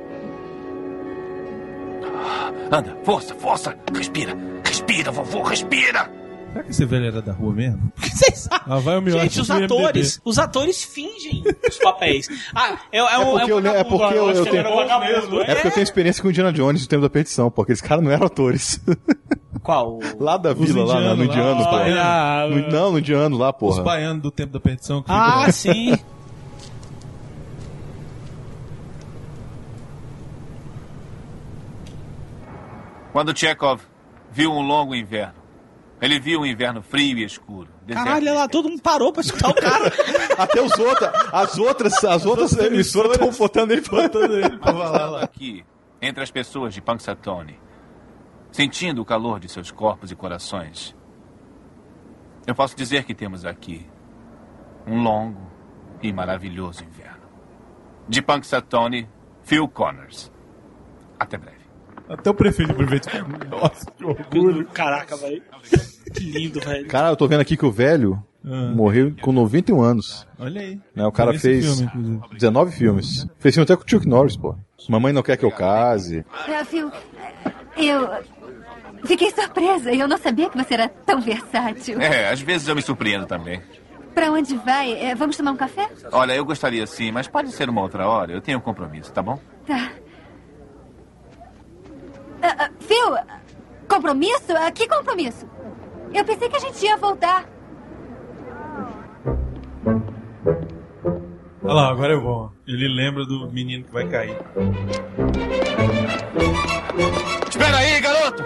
Speaker 25: Ah, Anda. Força, força. Respira. Respira, vovô. Respira.
Speaker 14: Será que esse velho era da rua mesmo?
Speaker 4: Vocês sabem.
Speaker 14: Lá vai o melhor
Speaker 4: Gente, os
Speaker 14: do IMDb.
Speaker 4: atores, os atores fingem os papéis. Ah, é, é,
Speaker 5: É
Speaker 4: um,
Speaker 5: porque
Speaker 4: é
Speaker 5: eu,
Speaker 4: um
Speaker 5: le- é
Speaker 4: vagabundo,
Speaker 5: porque eu,
Speaker 4: acho
Speaker 5: eu
Speaker 4: que ele
Speaker 5: tenho.
Speaker 4: era um vagabundo,
Speaker 5: É porque eu tenho experiência com Indiana Jones no tempo da perdição, pô. Aqueles caras não eram atores.
Speaker 4: Qual?
Speaker 5: Lá da vila, lá,
Speaker 14: indianos lá,
Speaker 5: né? no indiano,
Speaker 14: os
Speaker 5: pô.
Speaker 14: baianos.
Speaker 5: No- não, no indiano lá,
Speaker 14: Os
Speaker 5: porra.
Speaker 14: baianos do tempo da perdição. que
Speaker 4: Ah,
Speaker 14: ficam-
Speaker 4: sim.
Speaker 25: Quando Chekhov viu um longo inverno, ele viu um inverno frio e escuro. deserto.
Speaker 4: Caralho, olha lá, todo mundo parou pra escutar o
Speaker 5: Tá
Speaker 4: cara.
Speaker 5: Até os outros, as outras, as outras emissoras estão botando ele pra...
Speaker 25: Estava aqui, entre as pessoas de Punxsutawney, sentindo o calor de seus corpos e corações, eu posso dizer que temos aqui um longo e maravilhoso inverno. De Punxsutawney, Phil Connors. Até breve.
Speaker 14: Até o prefeito prefeito. Nossa, que orgulho.
Speaker 4: Caraca, velho. Que lindo, velho.
Speaker 5: Cara, eu tô vendo aqui que o velho morreu com 91 anos.
Speaker 4: Olha aí.
Speaker 5: Né? O
Speaker 14: Eu
Speaker 5: cara
Speaker 14: vi esse
Speaker 5: fez
Speaker 14: filme, inclusive.
Speaker 5: 19 filmes. Fez filme até com o Chuck Norris, pô. Mamãe não quer que eu case.
Speaker 40: É, Phil, eu fiquei surpresa. Eu não sabia que você era tão versátil.
Speaker 25: É, às vezes eu me surpreendo também.
Speaker 40: Pra onde vai? É, vamos tomar um café?
Speaker 25: Olha, eu gostaria sim, mas pode ser uma outra hora. Eu tenho um compromisso, tá bom?
Speaker 40: Tá. Ah, ah, Phil, compromisso? Ah, que compromisso? Eu pensei que a gente ia voltar.
Speaker 14: Olha lá, agora é bom. Ele lembra do menino que vai cair.
Speaker 25: Espera aí, garoto!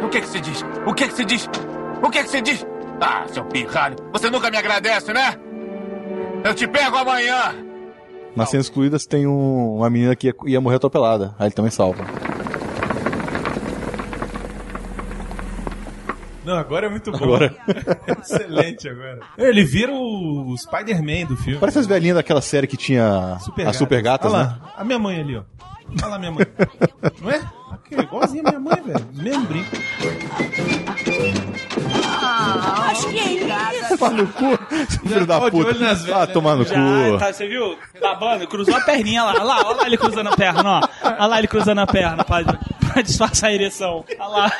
Speaker 25: Oh. O que é que se diz? O que é que se diz? O que é que se diz? Ah, seu pirralho, você nunca me agradece, né? Eu te pego amanhã!
Speaker 5: Nas cenas excluídas tem um- uma menina que ia, ia morrer atropelada. Aí ele também salva.
Speaker 14: Não, agora é muito bom.
Speaker 5: Agora.
Speaker 14: Excelente agora. Ele vira o Spider-Man do filme.
Speaker 5: Parece as velhinhas daquela série que tinha as super gatas,
Speaker 14: Olha
Speaker 5: né?
Speaker 14: lá, a minha mãe ali, ó. Olha lá minha mãe. Não é? Aqui, igualzinha a minha mãe, velho. Mesmo brinco.
Speaker 8: Acho que é isso.
Speaker 5: Tomar no cu, seu filho da
Speaker 4: ficou de
Speaker 5: puta.
Speaker 4: olho nas velhas,
Speaker 5: Ah, tomar no
Speaker 4: Já,
Speaker 5: cu.
Speaker 4: tá, você viu? Babando, cruzou a perninha lá. Olha lá, olha lá ele cruzando a perna, ó. Olha lá ele cruzando a perna pra, pra disfarçar a ereção. Olha lá.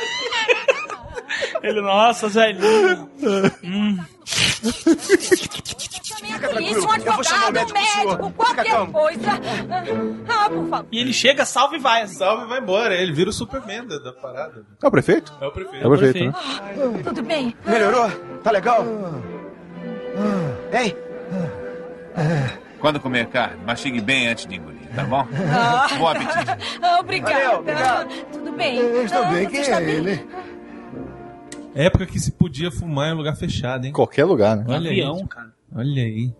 Speaker 4: Ele, nossa, velhinho. Hum.
Speaker 8: Isso, um
Speaker 4: Eu vou
Speaker 8: advogado,
Speaker 4: chamar o
Speaker 8: um
Speaker 4: médico,
Speaker 8: médico,
Speaker 4: senhor. Fica
Speaker 8: qualquer
Speaker 4: calmo.
Speaker 8: coisa. Ah, ah, por favor.
Speaker 4: E ele chega, salva e vai.
Speaker 14: Salve e vai embora. Ele vira o Superman da, da parada.
Speaker 5: É o prefeito?
Speaker 14: É o prefeito.
Speaker 5: É o prefeito, né?
Speaker 8: Ah,
Speaker 40: Tudo bem?
Speaker 27: Melhorou? Tá legal?
Speaker 8: Ah.
Speaker 25: Ei! Quando comer carne, mastigue bem antes de engolir, tá bom?
Speaker 8: Ah.
Speaker 25: Bom apetite.
Speaker 8: Ah, obrigada.
Speaker 27: Valeu, obrigado.
Speaker 8: Tudo bem?
Speaker 27: estou
Speaker 3: Então,
Speaker 8: Ah,
Speaker 27: bem,
Speaker 8: você
Speaker 27: quem
Speaker 8: está
Speaker 27: é
Speaker 8: bem?
Speaker 27: ele?
Speaker 14: Época que se podia fumar em lugar fechado, hein?
Speaker 5: Qualquer lugar, né?
Speaker 14: Olha
Speaker 4: Avião,
Speaker 14: aí.
Speaker 4: cara.
Speaker 14: Olha aí.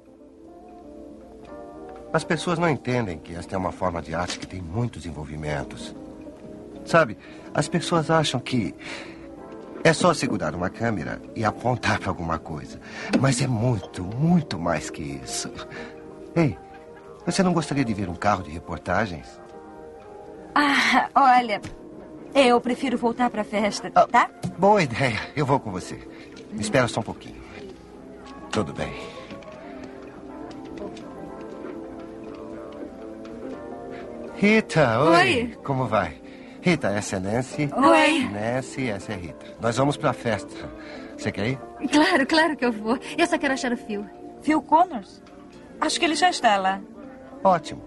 Speaker 27: As pessoas não entendem que esta é uma forma de arte que tem muitos envolvimentos. Sabe, as pessoas acham que é só segurar uma câmera e apontar para alguma coisa. Mas é muito, muito mais que isso. Ei, você não gostaria de ver um carro de reportagens?
Speaker 40: Ah, olha, eu prefiro voltar pra festa,
Speaker 19: Ah.
Speaker 40: tá?
Speaker 27: Boa ideia, eu vou com você. Me espera só um pouquinho. Tudo bem. Rita, oi.
Speaker 40: Oi.
Speaker 27: Como vai? Rita, essa é Nancy.
Speaker 41: Oi.
Speaker 27: Nancy, essa é Rita. Nós vamos pra festa. Você quer ir?
Speaker 41: Claro, claro que eu vou. Eu só quero achar o fio.
Speaker 42: Phil Connors? Acho que ele já está lá.
Speaker 27: Ótimo.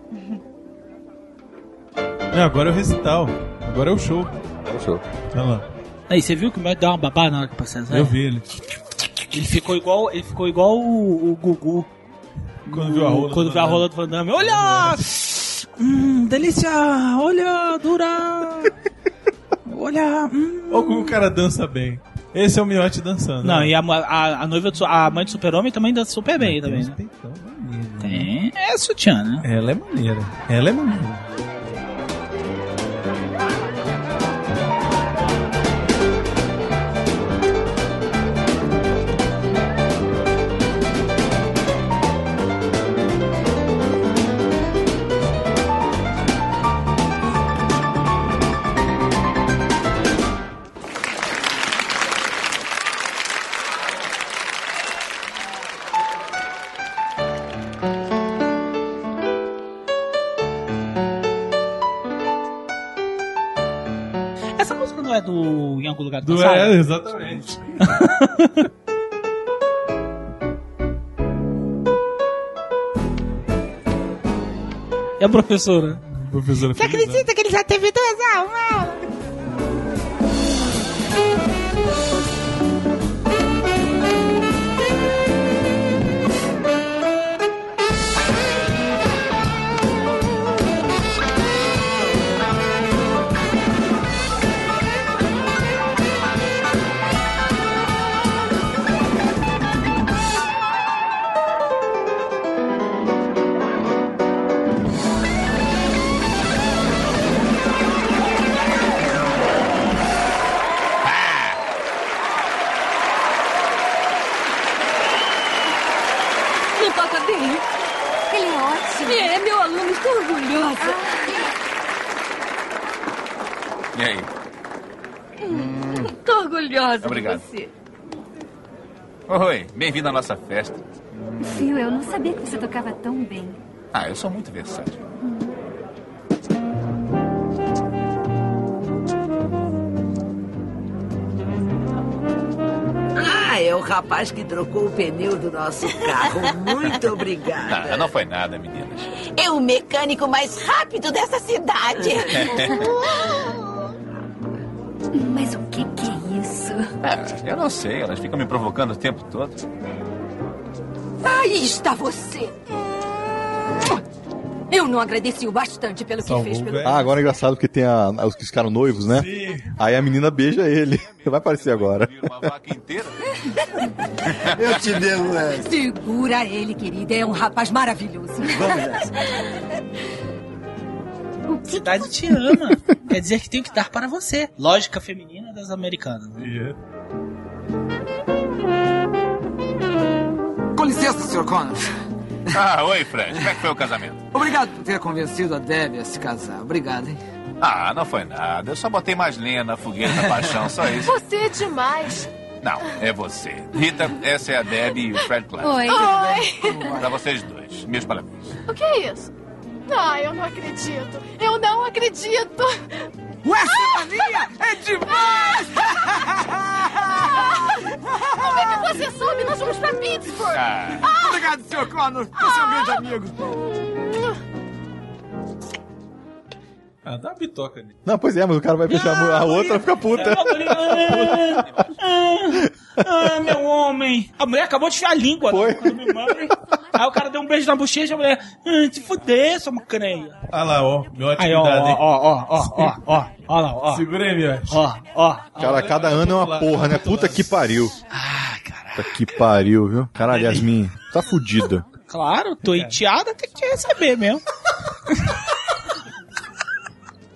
Speaker 14: Não, agora é o recital. Agora é o show.
Speaker 5: É o show.
Speaker 14: Olha lá.
Speaker 4: Aí, você viu que o Mel deu uma babada na hora que passou essa?
Speaker 14: Eu vi ele.
Speaker 4: Ele ficou igual, ele ficou igual o, o Gugu.
Speaker 14: Quando viu a rola do
Speaker 4: Quando viu a rola do Van Damme. Olha! Hum, delícia! Olha, dura! Olha! Hum.
Speaker 14: Olha como o cara dança bem. Esse é o Miotti dançando.
Speaker 4: Não,
Speaker 14: né?
Speaker 4: e a, mo- a, a noiva, do su- a mãe do super-homem também dança super bem também, né? Tem. É sutiã, né?
Speaker 14: Ela é maneira. Ela é maneira.
Speaker 4: Essa música não é do Em Algum Lugar do
Speaker 14: Do,
Speaker 4: Passado?
Speaker 14: é, exatamente.
Speaker 4: É a professora.
Speaker 14: Professora
Speaker 4: Você acredita
Speaker 7: que ele já teve duas aulas?
Speaker 6: Não toca bem. Ele é ótimo. Ah. É, meu aluno, estou orgulhosa.
Speaker 25: E Hum. aí?
Speaker 6: Estou orgulhosa
Speaker 25: Obrigado.
Speaker 6: de você.
Speaker 25: Oi, bem-vindo à nossa festa.
Speaker 6: Fio, eu não sabia que você tocava tão bem.
Speaker 25: Ah, eu sou muito versátil.
Speaker 43: Ah, é o rapaz que trocou o pneu do nosso carro. Muito obrigada.
Speaker 25: Ah, Não, não foi nada, meninas.
Speaker 43: É o mecânico mais rápido dessa cidade.
Speaker 6: Mas o que, que é isso?
Speaker 25: Ah, eu não sei, elas ficam me provocando o tempo todo.
Speaker 19: Aí está você! Eu não agradeci o bastante pelo que fez pelo.
Speaker 5: Ah, agora é engraçado porque tem a, os que ficaram noivos, né? Aí a menina beija ele. Vai aparecer agora.
Speaker 43: Eu te
Speaker 27: um
Speaker 43: devo essa.
Speaker 19: Ah, Segura ele, querida. É um rapaz maravilhoso.
Speaker 4: A cidade te ama. Quer dizer que tenho que dar para você. Lógica feminina das americanas.
Speaker 14: é.
Speaker 21: Com licença, Sr. Connors.
Speaker 25: Ah, oi, Fred. Como é que foi o casamento?
Speaker 21: Obrigado por ter convencido a Debbie a se casar. Obrigado, hein?
Speaker 25: Ah, não foi nada. Eu só botei mais lenha na fogueira da paixão, só isso.
Speaker 19: Você é demais.
Speaker 25: Não, é você. Rita, essa é a Debbie e o Fred Clark.
Speaker 3: Oi.
Speaker 25: Pra vocês dois, meus parabéns.
Speaker 3: O que é isso? Não, eu não acredito. Eu não acredito.
Speaker 21: Ué, essa mania é demais!
Speaker 3: Como é que você soube? Nós vamos pra Pittsburgh.
Speaker 21: Ah.
Speaker 3: Obrigado, Sr. Connor. Você é um grande amigo.
Speaker 14: Ah, dá uma bitoca nele.
Speaker 5: Não, pois é, mas o cara vai beijar a mu- a outra e fica
Speaker 14: É
Speaker 5: puta.
Speaker 19: é
Speaker 4: Ah, meu homem. A mulher acabou de enfiar a língua. né? Foi. Aí o cara deu um beijo na bochecha e a mulher... "Ah, Te fuder, sua macaneia.
Speaker 14: Olha lá, ó. Meu
Speaker 4: Aí, ó, ó, ó, ó, ó, ó, ó, lá, ó.
Speaker 14: Segura aí, Miotti.
Speaker 4: Ó, ó.
Speaker 5: Cara, cada ano é uma porra, né? Puta que pariu. Puta que pariu, viu? Caralho, Yasmin, tá fudida.
Speaker 4: Claro,
Speaker 14: É.
Speaker 4: tô enteada, tem que te receber mesmo.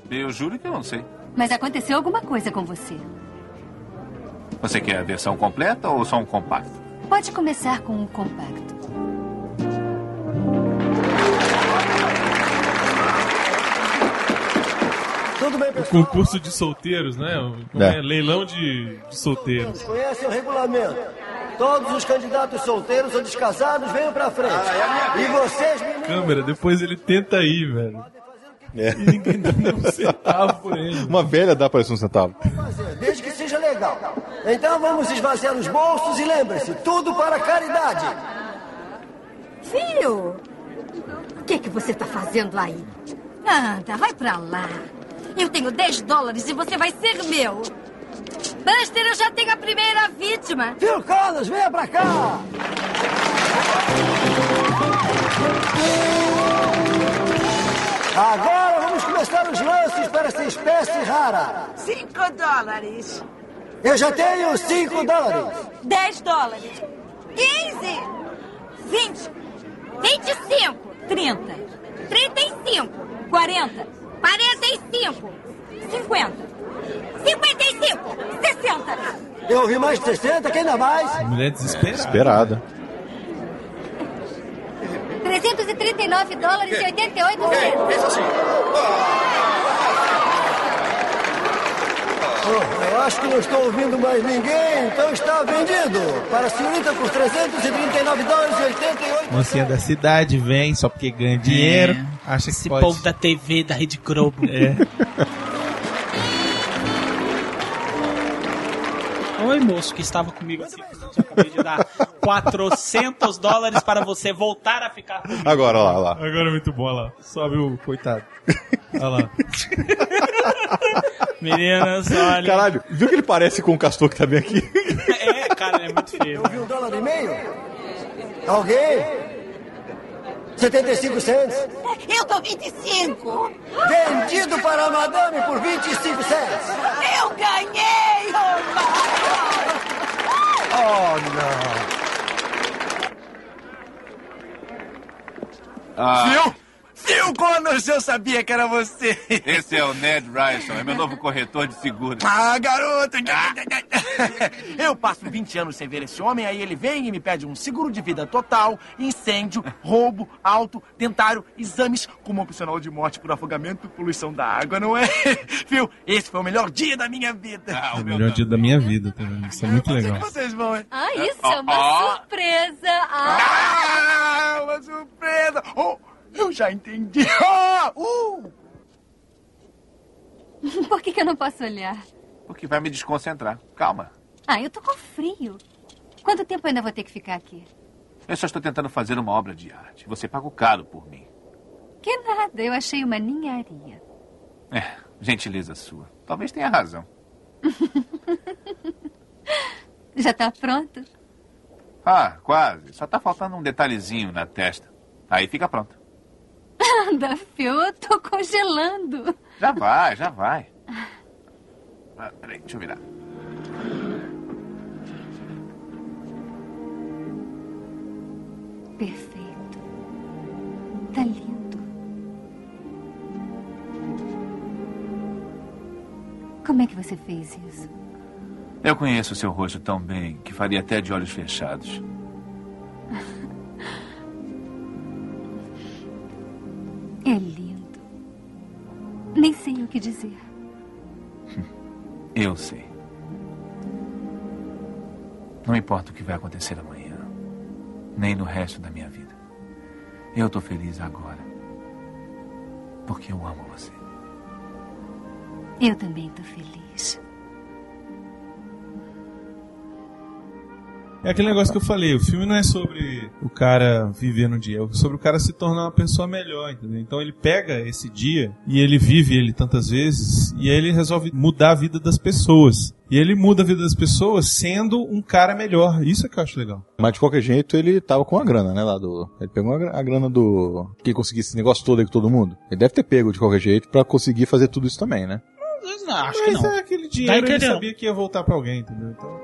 Speaker 25: Eu juro que eu não sei.
Speaker 6: Mas aconteceu alguma coisa com você.
Speaker 25: Você quer a versão completa ou só um compacto?
Speaker 6: Pode começar com um compacto.
Speaker 31: Tudo bem,
Speaker 14: O
Speaker 31: pessoal?
Speaker 14: concurso de solteiros, né? O- como é?
Speaker 31: É.
Speaker 14: Leilão de, de solteiros.
Speaker 31: Conhece o regulamento. Todos os candidatos solteiros ou descasados venham pra frente. E vocês, meninos,
Speaker 14: Câmera, depois ele tenta ir, velho.
Speaker 5: É.
Speaker 44: E ninguém dá nem um centavo por ele.
Speaker 5: Uma velha dá parece um centavo.
Speaker 31: Desde que seja legal. Então vamos esvaziar os bolsos e lembre-se, tudo para caridade.
Speaker 19: Fio! O que, que você tá fazendo aí? Anda, vai pra lá. Eu tenho 10 dólares e você vai ser meu. Buster, eu já tenho a primeira vítima.
Speaker 31: Phil Collins, venha pra cá! Agora vamos começar os lances para essa espécie rara.
Speaker 45: Cinco dólares.
Speaker 31: Eu já tenho 5 dólares.
Speaker 3: 10 dólares. 15. 20. 25. 30. 35. 40. 45. 50. 55. 60.
Speaker 31: Eu ouvi mais de 60, quem dá mais?
Speaker 44: Mulher desesperada.
Speaker 5: Esperada.
Speaker 3: 339 dólares e 88 centos.
Speaker 31: Oh, eu acho que não estou ouvindo mais ninguém, então está vendido. Para a senhorita por 339 dólares e 88
Speaker 14: Mocinha da cidade vem só porque ganha dinheiro. Ah,
Speaker 4: É.
Speaker 14: Acha que
Speaker 4: Esse
Speaker 14: pode.
Speaker 4: povo da TV, da Rede Globo.
Speaker 14: É.
Speaker 4: Oi, moço, que estava comigo aqui. Eu acabei de dar 400 dólares para você voltar a ficar comigo.
Speaker 5: Agora, olha lá, olha lá.
Speaker 14: Agora é muito bom, olha lá. Sobe o coitado. Olha lá.
Speaker 4: Meninas, olha.
Speaker 5: Caralho, viu que ele parece com o castor que tá bem aqui?
Speaker 4: É, cara, ele é muito feio.
Speaker 31: Eu vi um dólar e meio? Alguém? 75 centos?
Speaker 3: Eu dou 25.
Speaker 31: Vendido para a madame por 25 centos.
Speaker 3: Eu ganhei!
Speaker 16: Oh, não.
Speaker 25: Ah,
Speaker 21: Phil Connors, eu sabia que era você.
Speaker 25: esse é o Ned Ryerson, é meu novo corretor de seguros.
Speaker 21: Ah, garoto! Eu passo 20 anos sem ver esse homem, aí ele vem e me pede um seguro de vida total, incêndio, roubo, alto, dentário, exames, como opcional de morte por afogamento, poluição da água, não é? Viu? Esse foi o melhor dia da minha vida.
Speaker 14: É o melhor dia da minha vida também. Isso é muito legal.
Speaker 21: Vocês vão, hein?
Speaker 19: Ah, isso é uma
Speaker 21: Ó.
Speaker 19: surpresa. Ah.
Speaker 21: Ah, uma surpresa! Oh, eu já entendi. Ah, uh.
Speaker 19: Por que, que eu não posso olhar?
Speaker 25: Porque vai me desconcentrar. Calma.
Speaker 19: Ah, eu tô com frio. Quanto tempo ainda vou ter que ficar aqui?
Speaker 25: Eu só estou tentando fazer uma obra de arte. Você paga o caro por mim.
Speaker 19: Que nada, eu achei uma ninharia.
Speaker 25: É, gentileza sua. Talvez tenha razão.
Speaker 19: Já tá pronto?
Speaker 25: Ah, quase. Só tá faltando um detalhezinho na testa. Aí fica pronto.
Speaker 19: Anda, Phil, eu tô congelando.
Speaker 25: Já vai, já vai. Ah, peraí, deixa eu virar.
Speaker 19: Perfeito. Tá lindo. Como é que você fez isso?
Speaker 25: Eu conheço o seu rosto tão bem que faria até de olhos fechados.
Speaker 19: É lindo. Nem sei o que dizer.
Speaker 25: Eu sei. Não importa o que vai acontecer amanhã, nem no resto da minha vida. Eu tô feliz agora. Porque eu amo você.
Speaker 19: Eu também tô feliz.
Speaker 14: É aquele negócio que eu falei, o filme não é sobre o cara viver no dia, é sobre o cara se tornar uma pessoa melhor, entendeu? Então ele pega esse dia e ele vive ele tantas vezes e aí ele resolve mudar a vida das pessoas. E ele muda a vida das pessoas sendo um cara melhor. Isso é que eu acho legal.
Speaker 5: Mas de qualquer jeito, ele tava com a grana, né? Lá do. Ele pegou a gra- a grana do. Quem conseguir esse negócio todo aí com todo mundo. Ele deve ter pego de qualquer jeito pra conseguir fazer tudo isso também, né?
Speaker 4: Não, acho que
Speaker 14: Mas
Speaker 4: não.
Speaker 14: é aquele dinheiro ele
Speaker 4: Tá entendendo.
Speaker 14: sabia que ia voltar pra alguém, entendeu? Então,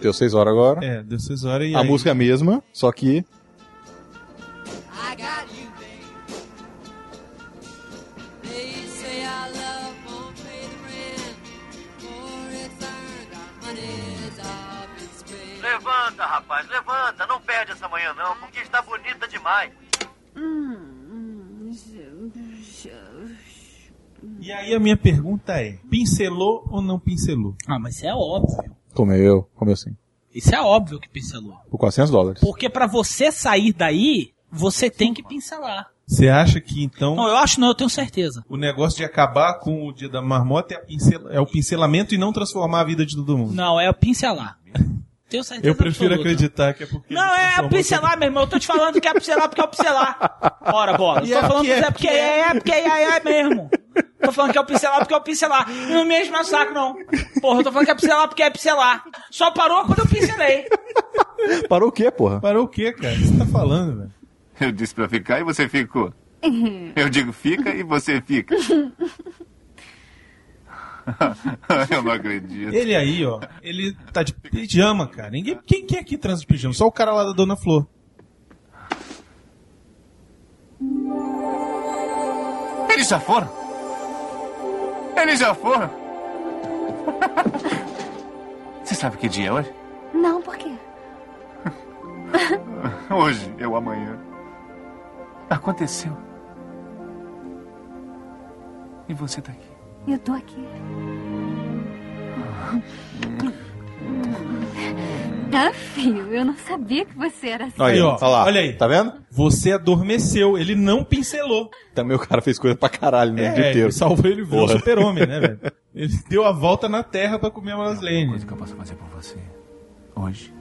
Speaker 5: Deu seis horas agora.
Speaker 14: é, deu seis horas e
Speaker 5: a
Speaker 14: aí-
Speaker 5: música é a mesma, só que.
Speaker 11: They say our love won't pay the rent, for it's earned, our money's all been spent.
Speaker 16: Levanta, rapaz, levanta. Não perde essa manhã, não, porque está bonita demais.
Speaker 14: E aí a minha pergunta é: pincelou ou não pincelou?
Speaker 4: Ah, mas isso é óbvio.
Speaker 5: Comeu, comeu sim.
Speaker 4: Isso é óbvio que pincelou.
Speaker 5: Por 400 dólares.
Speaker 4: Porque pra você sair daí, você tem que pincelar.
Speaker 14: Você acha que então.
Speaker 4: Não, eu acho não, eu tenho certeza.
Speaker 14: O negócio de acabar com o dia da marmota é, a pincel- é o pincelamento e não transformar a vida de todo mundo.
Speaker 4: Não, é o pincelar. Tenho certeza
Speaker 14: Eu prefiro
Speaker 4: absoluta.
Speaker 14: acreditar que é porque.
Speaker 4: Não, é o pincelar, meu irmão. Eu tô te falando que é pincelar porque é o pincelar. Ora, bola. Eu
Speaker 14: E é
Speaker 4: tô falando que
Speaker 14: porque
Speaker 4: é porque é, é porque é, é, é mesmo. Tô falando que é o pincelar porque é o pincelar. Não me enche meu saco, não. Porra, eu tô falando que é pincelar porque é pincelar. Só parou quando eu pincelei.
Speaker 5: Parou o quê, porra?
Speaker 14: Parou o quê, cara? O que você tá falando, velho?
Speaker 25: Eu disse pra ficar e você ficou. Eu digo fica e você fica. Eu não acredito.
Speaker 14: Ele aí, ó, ele tá de pijama, cara. Ninguém, quem, quem aqui transa de pijama? Só o cara lá da Dona Flor.
Speaker 25: Eles já foram? Eles já foram? Você sabe que dia é hoje?
Speaker 19: Não, por quê?
Speaker 25: Hoje eu amanhã. Aconteceu. E você tá aqui.
Speaker 19: Eu tô aqui. Ah, filho, eu não sabia que você era assim.
Speaker 5: Aí, ó. Olha lá. Olha aí. Tá vendo?
Speaker 14: Você adormeceu, ele não pincelou.
Speaker 5: Também o cara fez coisa pra caralho no
Speaker 14: É,
Speaker 5: dia inteiro.
Speaker 14: ele salvou ele virou
Speaker 5: Porra.
Speaker 14: super-homem, né, velho? Ele deu a volta na terra pra comer a Maras Lane. coisa
Speaker 25: que eu posso fazer por você hoje.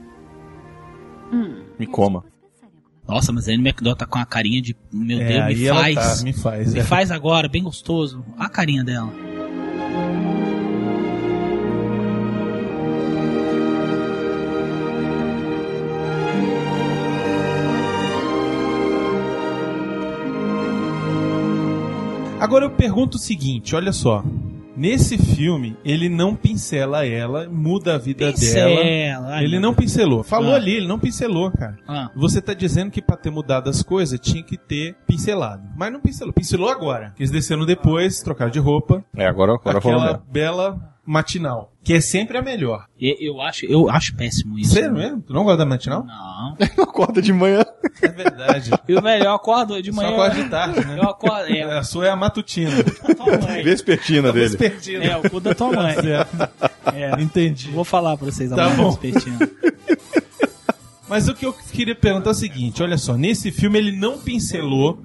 Speaker 5: Me coma.
Speaker 4: Nossa, mas a Anne McDowell tá com a carinha de. Meu
Speaker 14: É,
Speaker 4: Deus,
Speaker 14: aí
Speaker 4: me
Speaker 14: ela
Speaker 4: faz.
Speaker 14: tá, me faz,
Speaker 4: Me
Speaker 14: é.
Speaker 4: faz agora, bem gostoso. Olha a carinha dela.
Speaker 14: Agora eu pergunto o seguinte, olha só. Nesse filme, ele não pincela ela, muda a vida
Speaker 4: Pincela,
Speaker 14: dela.
Speaker 4: ai,
Speaker 14: Ele
Speaker 4: meu
Speaker 14: não pincelou. Falou
Speaker 4: Ah.
Speaker 14: ali, ele não pincelou, cara.
Speaker 4: Ah.
Speaker 14: Você tá dizendo que pra ter mudado as coisas tinha que ter pincelado. Mas não pincelou. Pincelou agora. Eles desceram depois, trocaram de roupa.
Speaker 5: É, agora, agora falou
Speaker 14: aquela
Speaker 5: mesmo.
Speaker 14: bela matinal. Que é sempre a melhor.
Speaker 4: E- Eu acho, eu acho péssimo isso.
Speaker 14: Sério mesmo? Tu não gosta da matinal?
Speaker 4: Não.
Speaker 5: Acorda de manhã.
Speaker 14: É verdade.
Speaker 4: Eu, velho, eu acordo de manhã.
Speaker 14: Só acorda de tarde, né?
Speaker 4: Eu acordo. É,
Speaker 14: A sua é a matutina. Tá
Speaker 5: Vespertina dele.
Speaker 14: Vespertina.
Speaker 4: É, o cu da tua mãe.
Speaker 14: Tá certo.
Speaker 4: É.
Speaker 14: Entendi.
Speaker 4: Vou falar pra vocês
Speaker 14: Tá
Speaker 4: amanhã,
Speaker 14: bom.
Speaker 4: Vespertino.
Speaker 14: Mas o que eu queria perguntar é o seguinte: olha só, nesse filme ele não pincelou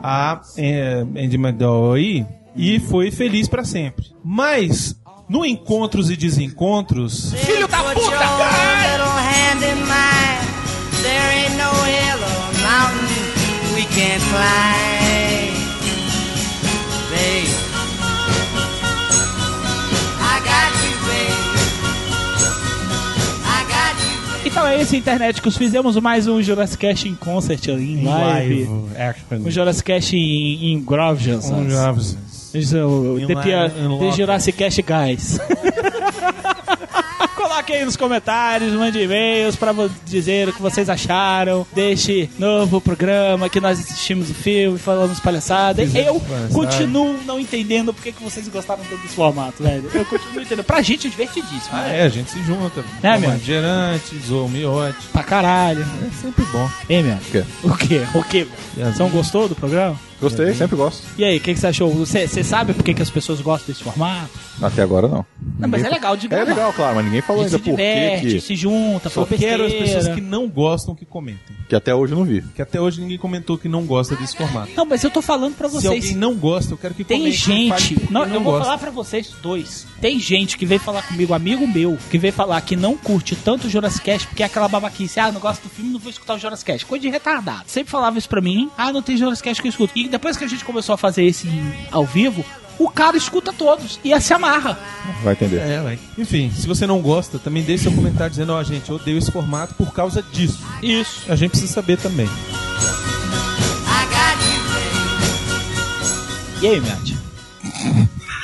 Speaker 14: a é, Andy McDowell aí e foi feliz pra sempre. Mas no Encontros e Desencontros,
Speaker 11: Filho da puta! Little hand in mine. There ain't no hill or mountain we can't climb. Babe. I got you, babe. I got you.
Speaker 4: Então é isso, Interneticos. Fizemos mais um Jurassic Cast em concert, em live.
Speaker 14: É,
Speaker 4: Um Jurassic Cast em, em Grovians.
Speaker 14: Um Grovians.
Speaker 4: Isso é o-
Speaker 14: Em
Speaker 4: The,
Speaker 14: li-
Speaker 4: Pia-
Speaker 14: em
Speaker 4: The
Speaker 14: loco.
Speaker 4: Jurassic Cast Guys. Coloque aí nos comentários, mande e-mails pra vo- dizer o que vocês acharam. Deixe novo programa que nós assistimos o filme, falamos palhaçada.
Speaker 14: Fizemos
Speaker 4: Eu
Speaker 14: palhaçada.
Speaker 4: continuo não entendendo porque que vocês gostaram tanto desse formato, velho. Eu continuo entendendo. Pra gente é divertidíssimo.
Speaker 14: ah,
Speaker 4: né?
Speaker 14: é, a gente se junta.
Speaker 4: Né,
Speaker 14: Toma
Speaker 4: meu?
Speaker 14: Gerante, zoa o miote.
Speaker 4: Pra caralho.
Speaker 14: É sempre bom.
Speaker 4: Ei, meu.
Speaker 5: quê?
Speaker 4: O quê? O quê?
Speaker 14: Yasmin.
Speaker 4: São gostou do programa?
Speaker 5: Gostei, sempre gosto.
Speaker 4: E aí, o que, que você achou? Você você sabe por que, que as pessoas gostam desse formato?
Speaker 5: Até agora não.
Speaker 4: Não, mas
Speaker 5: Ninguém-
Speaker 4: é legal de
Speaker 5: É
Speaker 4: gravar.
Speaker 5: legal, claro, mas ninguém falou
Speaker 4: A gente
Speaker 5: ainda
Speaker 4: se
Speaker 5: por que
Speaker 4: diverte,
Speaker 5: que.
Speaker 4: se junta,
Speaker 14: Só
Speaker 4: fala besteira.
Speaker 14: quero as pessoas que não gostam que comentem.
Speaker 5: Que até hoje eu não vi.
Speaker 14: Que até hoje ninguém comentou que não gosta desse formato.
Speaker 4: Não, mas eu tô falando pra
Speaker 14: Se
Speaker 4: vocês.
Speaker 14: alguém não gosta, eu quero que
Speaker 4: Tem
Speaker 14: comente, né?
Speaker 4: gente,
Speaker 14: fale um que
Speaker 4: não, eu vou
Speaker 14: gosta.
Speaker 4: falar pra vocês dois. Tem gente que veio falar comigo, amigo meu, que veio falar que não curte tanto o Jurassic Cast porque é aquela babaquice, ah, não gosto do filme, não vou escutar o Jurassic Cast. Coisa de retardado. Sempre falava isso pra mim, ah, não tem Jurassic Cast que eu escuto. E depois que a gente começou a fazer esse ao vivo, o cara escuta todos e se amarra.
Speaker 5: Vai entender.
Speaker 14: É, vai. Enfim, se você não gosta, também deixe seu comentário dizendo, ó, gente, eu odeio esse formato por causa disso.
Speaker 4: Isso.
Speaker 14: A gente precisa saber também.
Speaker 4: E aí, Matt?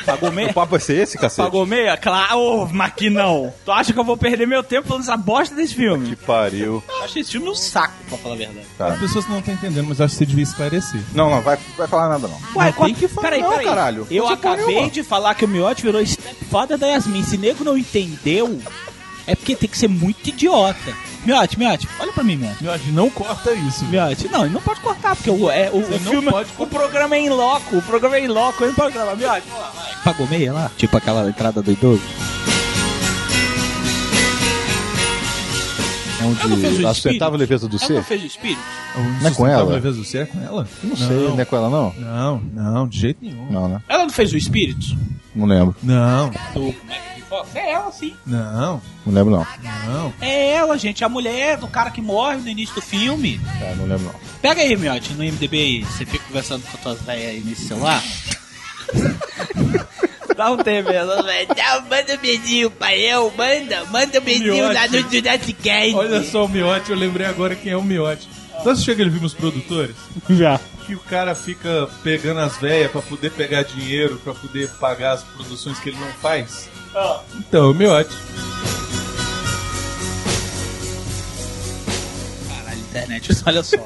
Speaker 4: Pagou meia?
Speaker 5: O papo é ser esse, cacete?
Speaker 4: Pagou meia? Claro, Ô, mas que não. Tu acha que eu vou perder meu tempo falando essa bosta desse filme?
Speaker 5: Que pariu.
Speaker 4: Eu acho esse filme um saco, pra falar a verdade.
Speaker 14: As pessoas não estão entendendo, mas eu acho que você devia esclarecer.
Speaker 5: Não, não, vai, vai falar nada não.
Speaker 4: Ué, qual...
Speaker 14: tem que falar
Speaker 4: peraí,
Speaker 14: não,
Speaker 4: peraí.
Speaker 14: caralho.
Speaker 4: Eu
Speaker 14: Não tinha porra
Speaker 4: acabei
Speaker 14: nenhuma.
Speaker 4: de falar que o Miotti virou stepfather da Yasmin. Se nego não entendeu, é porque tem que ser muito idiota. Miote, Miote, olha pra mim, Miote.
Speaker 14: Miote, não corta isso.
Speaker 4: Miote, não, ele não pode cortar, porque o, é, o,
Speaker 14: Você
Speaker 4: o
Speaker 14: não
Speaker 4: filme-
Speaker 14: pode
Speaker 4: o programa é em loco, o programa é em loco, ele não pode gravar. Miote, vamos lá, vai. Pagou meia lá? Tipo aquela entrada do idoso.
Speaker 5: É onde
Speaker 4: o
Speaker 5: acertava a leveza do
Speaker 4: Ela não
Speaker 5: ser?
Speaker 4: fez o espírito?
Speaker 5: Não é com
Speaker 14: Sustentável
Speaker 5: ela?
Speaker 14: Leveza do Ser é com ela?
Speaker 5: Eu não sei, não é com ela não?
Speaker 14: Não, não, de jeito nenhum.
Speaker 5: Não, né?
Speaker 4: Ela não fez o espírito?
Speaker 5: Não lembro.
Speaker 14: Não,
Speaker 4: Do como é que Fox? É ela, sim.
Speaker 14: não,
Speaker 5: Não lembro não.
Speaker 14: não.
Speaker 4: É ela, gente. A mulher do cara que morre no início do filme.
Speaker 5: É, não lembro não.
Speaker 4: Pega aí, Miote, no MDB aí. Você fica conversando com tuas velhas aí nesse celular. Dá um tempo, ela vai. Não, manda um beijinho pra eu, manda, manda um beijinho
Speaker 14: Miote.
Speaker 4: lá no Jurassic Cast.
Speaker 14: Olha só o Miote, eu lembrei agora quem é o Miote. Nós chega ele vimos produtores?
Speaker 4: Já.
Speaker 14: Que o cara fica pegando as velhas pra poder pegar dinheiro, pra poder pagar as produções que ele não faz. Então, o Miote.
Speaker 4: Caralho, internet, mas olha só.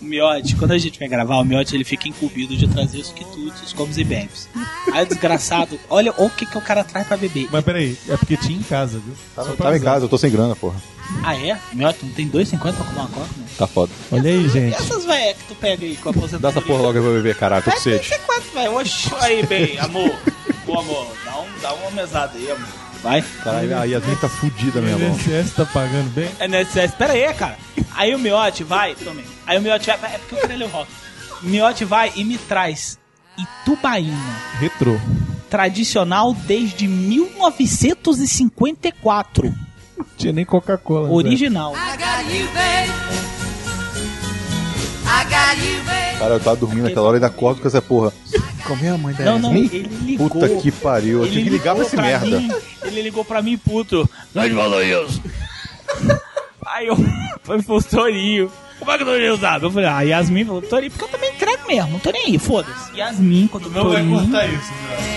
Speaker 4: O Miote, quando a gente vai gravar, o Miote ele fica incumbido de trazer os quitutes, os comes e bebes. Aí o desgraçado, olha o que, que o cara traz pra beber.
Speaker 14: Mas peraí, é porque tinha em casa, viu?
Speaker 4: Tá
Speaker 14: Só pra
Speaker 5: Tava em
Speaker 14: avisar.
Speaker 5: casa, eu tô sem grana, porra.
Speaker 4: Ah, é? Miote, não tem 2,50 pra comprar uma coca?
Speaker 5: Tá foda.
Speaker 14: Olha aí,
Speaker 4: E
Speaker 14: gente.
Speaker 4: essas velhas que tu pega aí com a aposentadoria?
Speaker 5: Dá essa porra logo aí pra beber,
Speaker 14: Ah,
Speaker 5: caralho, tô com sede.
Speaker 4: Você quase, velho. Oxi, aí, bem, amor. Pô, amor, dá, um, dá uma mesada aí, amor. Vai.
Speaker 5: Caralho, a Yasmin tá fudida, meu irmão.
Speaker 14: INSS tá pagando bem?
Speaker 4: NSS, É pera aí, cara. Aí o Miote vai, também. Aí o Miote vai, é porque eu queria ler o rock. O Miote vai e me traz Itubaína,
Speaker 14: Retrô.
Speaker 4: tradicional desde 1954,
Speaker 14: Tinha nem Coca-Cola. né?
Speaker 4: original.
Speaker 5: Cara, eu tava dormindo naquela hora e ainda acordo com essa porra. Como é a mãe da
Speaker 4: Não, não,
Speaker 5: Yasmin?
Speaker 4: ele ligou.
Speaker 5: Puta que pariu, eu
Speaker 4: Ele
Speaker 5: tive que ligar pra esse
Speaker 4: ligou pra
Speaker 5: merda.
Speaker 4: mim, ele ligou pra mim, puto. Nós falou isso. Aí eu foi pro Torinho. Como é que eu não ia usar? Eu falei, ah, Yasmin falou, Torinho, porque eu também entrego é mesmo, não tô nem aí, foda-se. Yasmin, quando
Speaker 14: Não vai
Speaker 4: Torinho-
Speaker 14: cortar isso, Miote.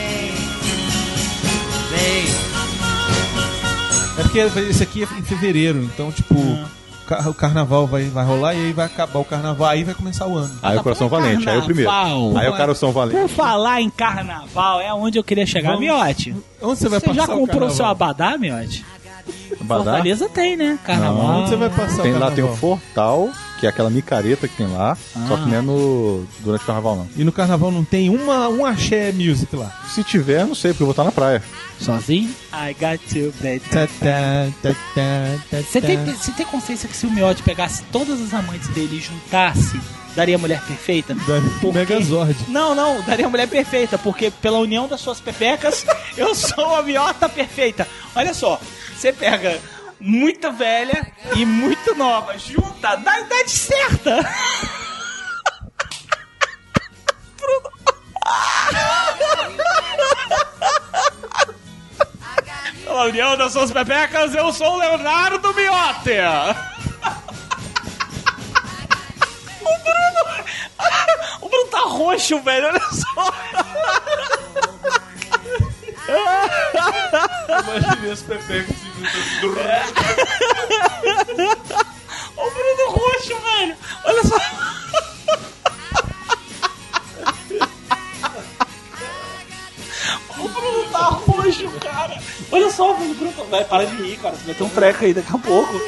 Speaker 14: É porque esse aqui é em fevereiro, então, tipo,
Speaker 4: Uhum.
Speaker 14: ca- o carnaval vai, vai rolar e aí vai acabar o carnaval, aí vai começar o ano.
Speaker 5: Aí o coração valente, aí é o primeiro.
Speaker 4: Tá Carnaval.
Speaker 5: Aí o coração
Speaker 4: Por
Speaker 5: um valente.
Speaker 4: falar em carnaval, é onde eu queria chegar,
Speaker 14: Vamos-
Speaker 4: Miote.
Speaker 14: Onde você vai
Speaker 4: Você já
Speaker 14: passar o
Speaker 4: comprou
Speaker 14: carnaval?
Speaker 4: seu abadá, Miote?
Speaker 5: Badá?
Speaker 4: Fortaleza tem, né? Carnaval.
Speaker 5: Não.
Speaker 14: Onde você vai passar
Speaker 5: Tem
Speaker 14: o
Speaker 5: lá, tem o
Speaker 14: carnaval?
Speaker 5: Fortal, que é aquela micareta que tem lá, só
Speaker 4: Ah.
Speaker 5: que não é no, durante o carnaval, não.
Speaker 14: E no carnaval não tem uma, um axé music lá.
Speaker 5: Se tiver, não sei, porque eu vou estar na praia.
Speaker 4: Sozinho? I got you, baby.
Speaker 14: Tá, tá, tá, tá, tá,
Speaker 4: Você
Speaker 14: tá.
Speaker 4: tem, você tem consciência que se o Miote pegasse todas as amantes dele e juntasse, daria a mulher perfeita?
Speaker 14: Da Megazord.
Speaker 4: Não, não, daria a mulher perfeita, porque pela união das suas pepecas, eu sou a miota perfeita. Olha só, você pega muita velha e muito nova, junta, dá a idade certa. Bruno. Pela união das suas pepecas, eu sou o Leonardo Miote. O Bruno. O Bruno tá roxo, velho, olha só.
Speaker 14: Imaginei as pepecas se juntando.
Speaker 4: O Bruno roxo, velho. Olha só. O Bruno tá roxo, cara. Olha só, velho. o Bruno. tá- Vai, para de rir, cara. Você vai ter um treco aí daqui a pouco.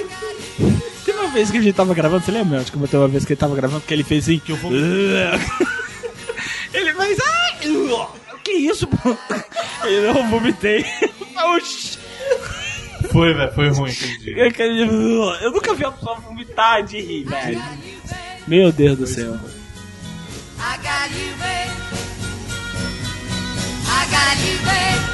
Speaker 4: Teve uma vez que a gente tava gravando, você lembra? Acho que eu uma vez que ele tava gravando, porque ele fez assim. Que eu vou... Ele fez. Ai! Que isso, Bruno? Ele não vomitei. Oxi.
Speaker 14: Foi, velho, foi ruim aquele dia.
Speaker 4: Eu, quero- eu nunca vi uma pessoa vomitar de rir, velho. Meu Deus do céu.
Speaker 8: I got you, babe. I got you, babe.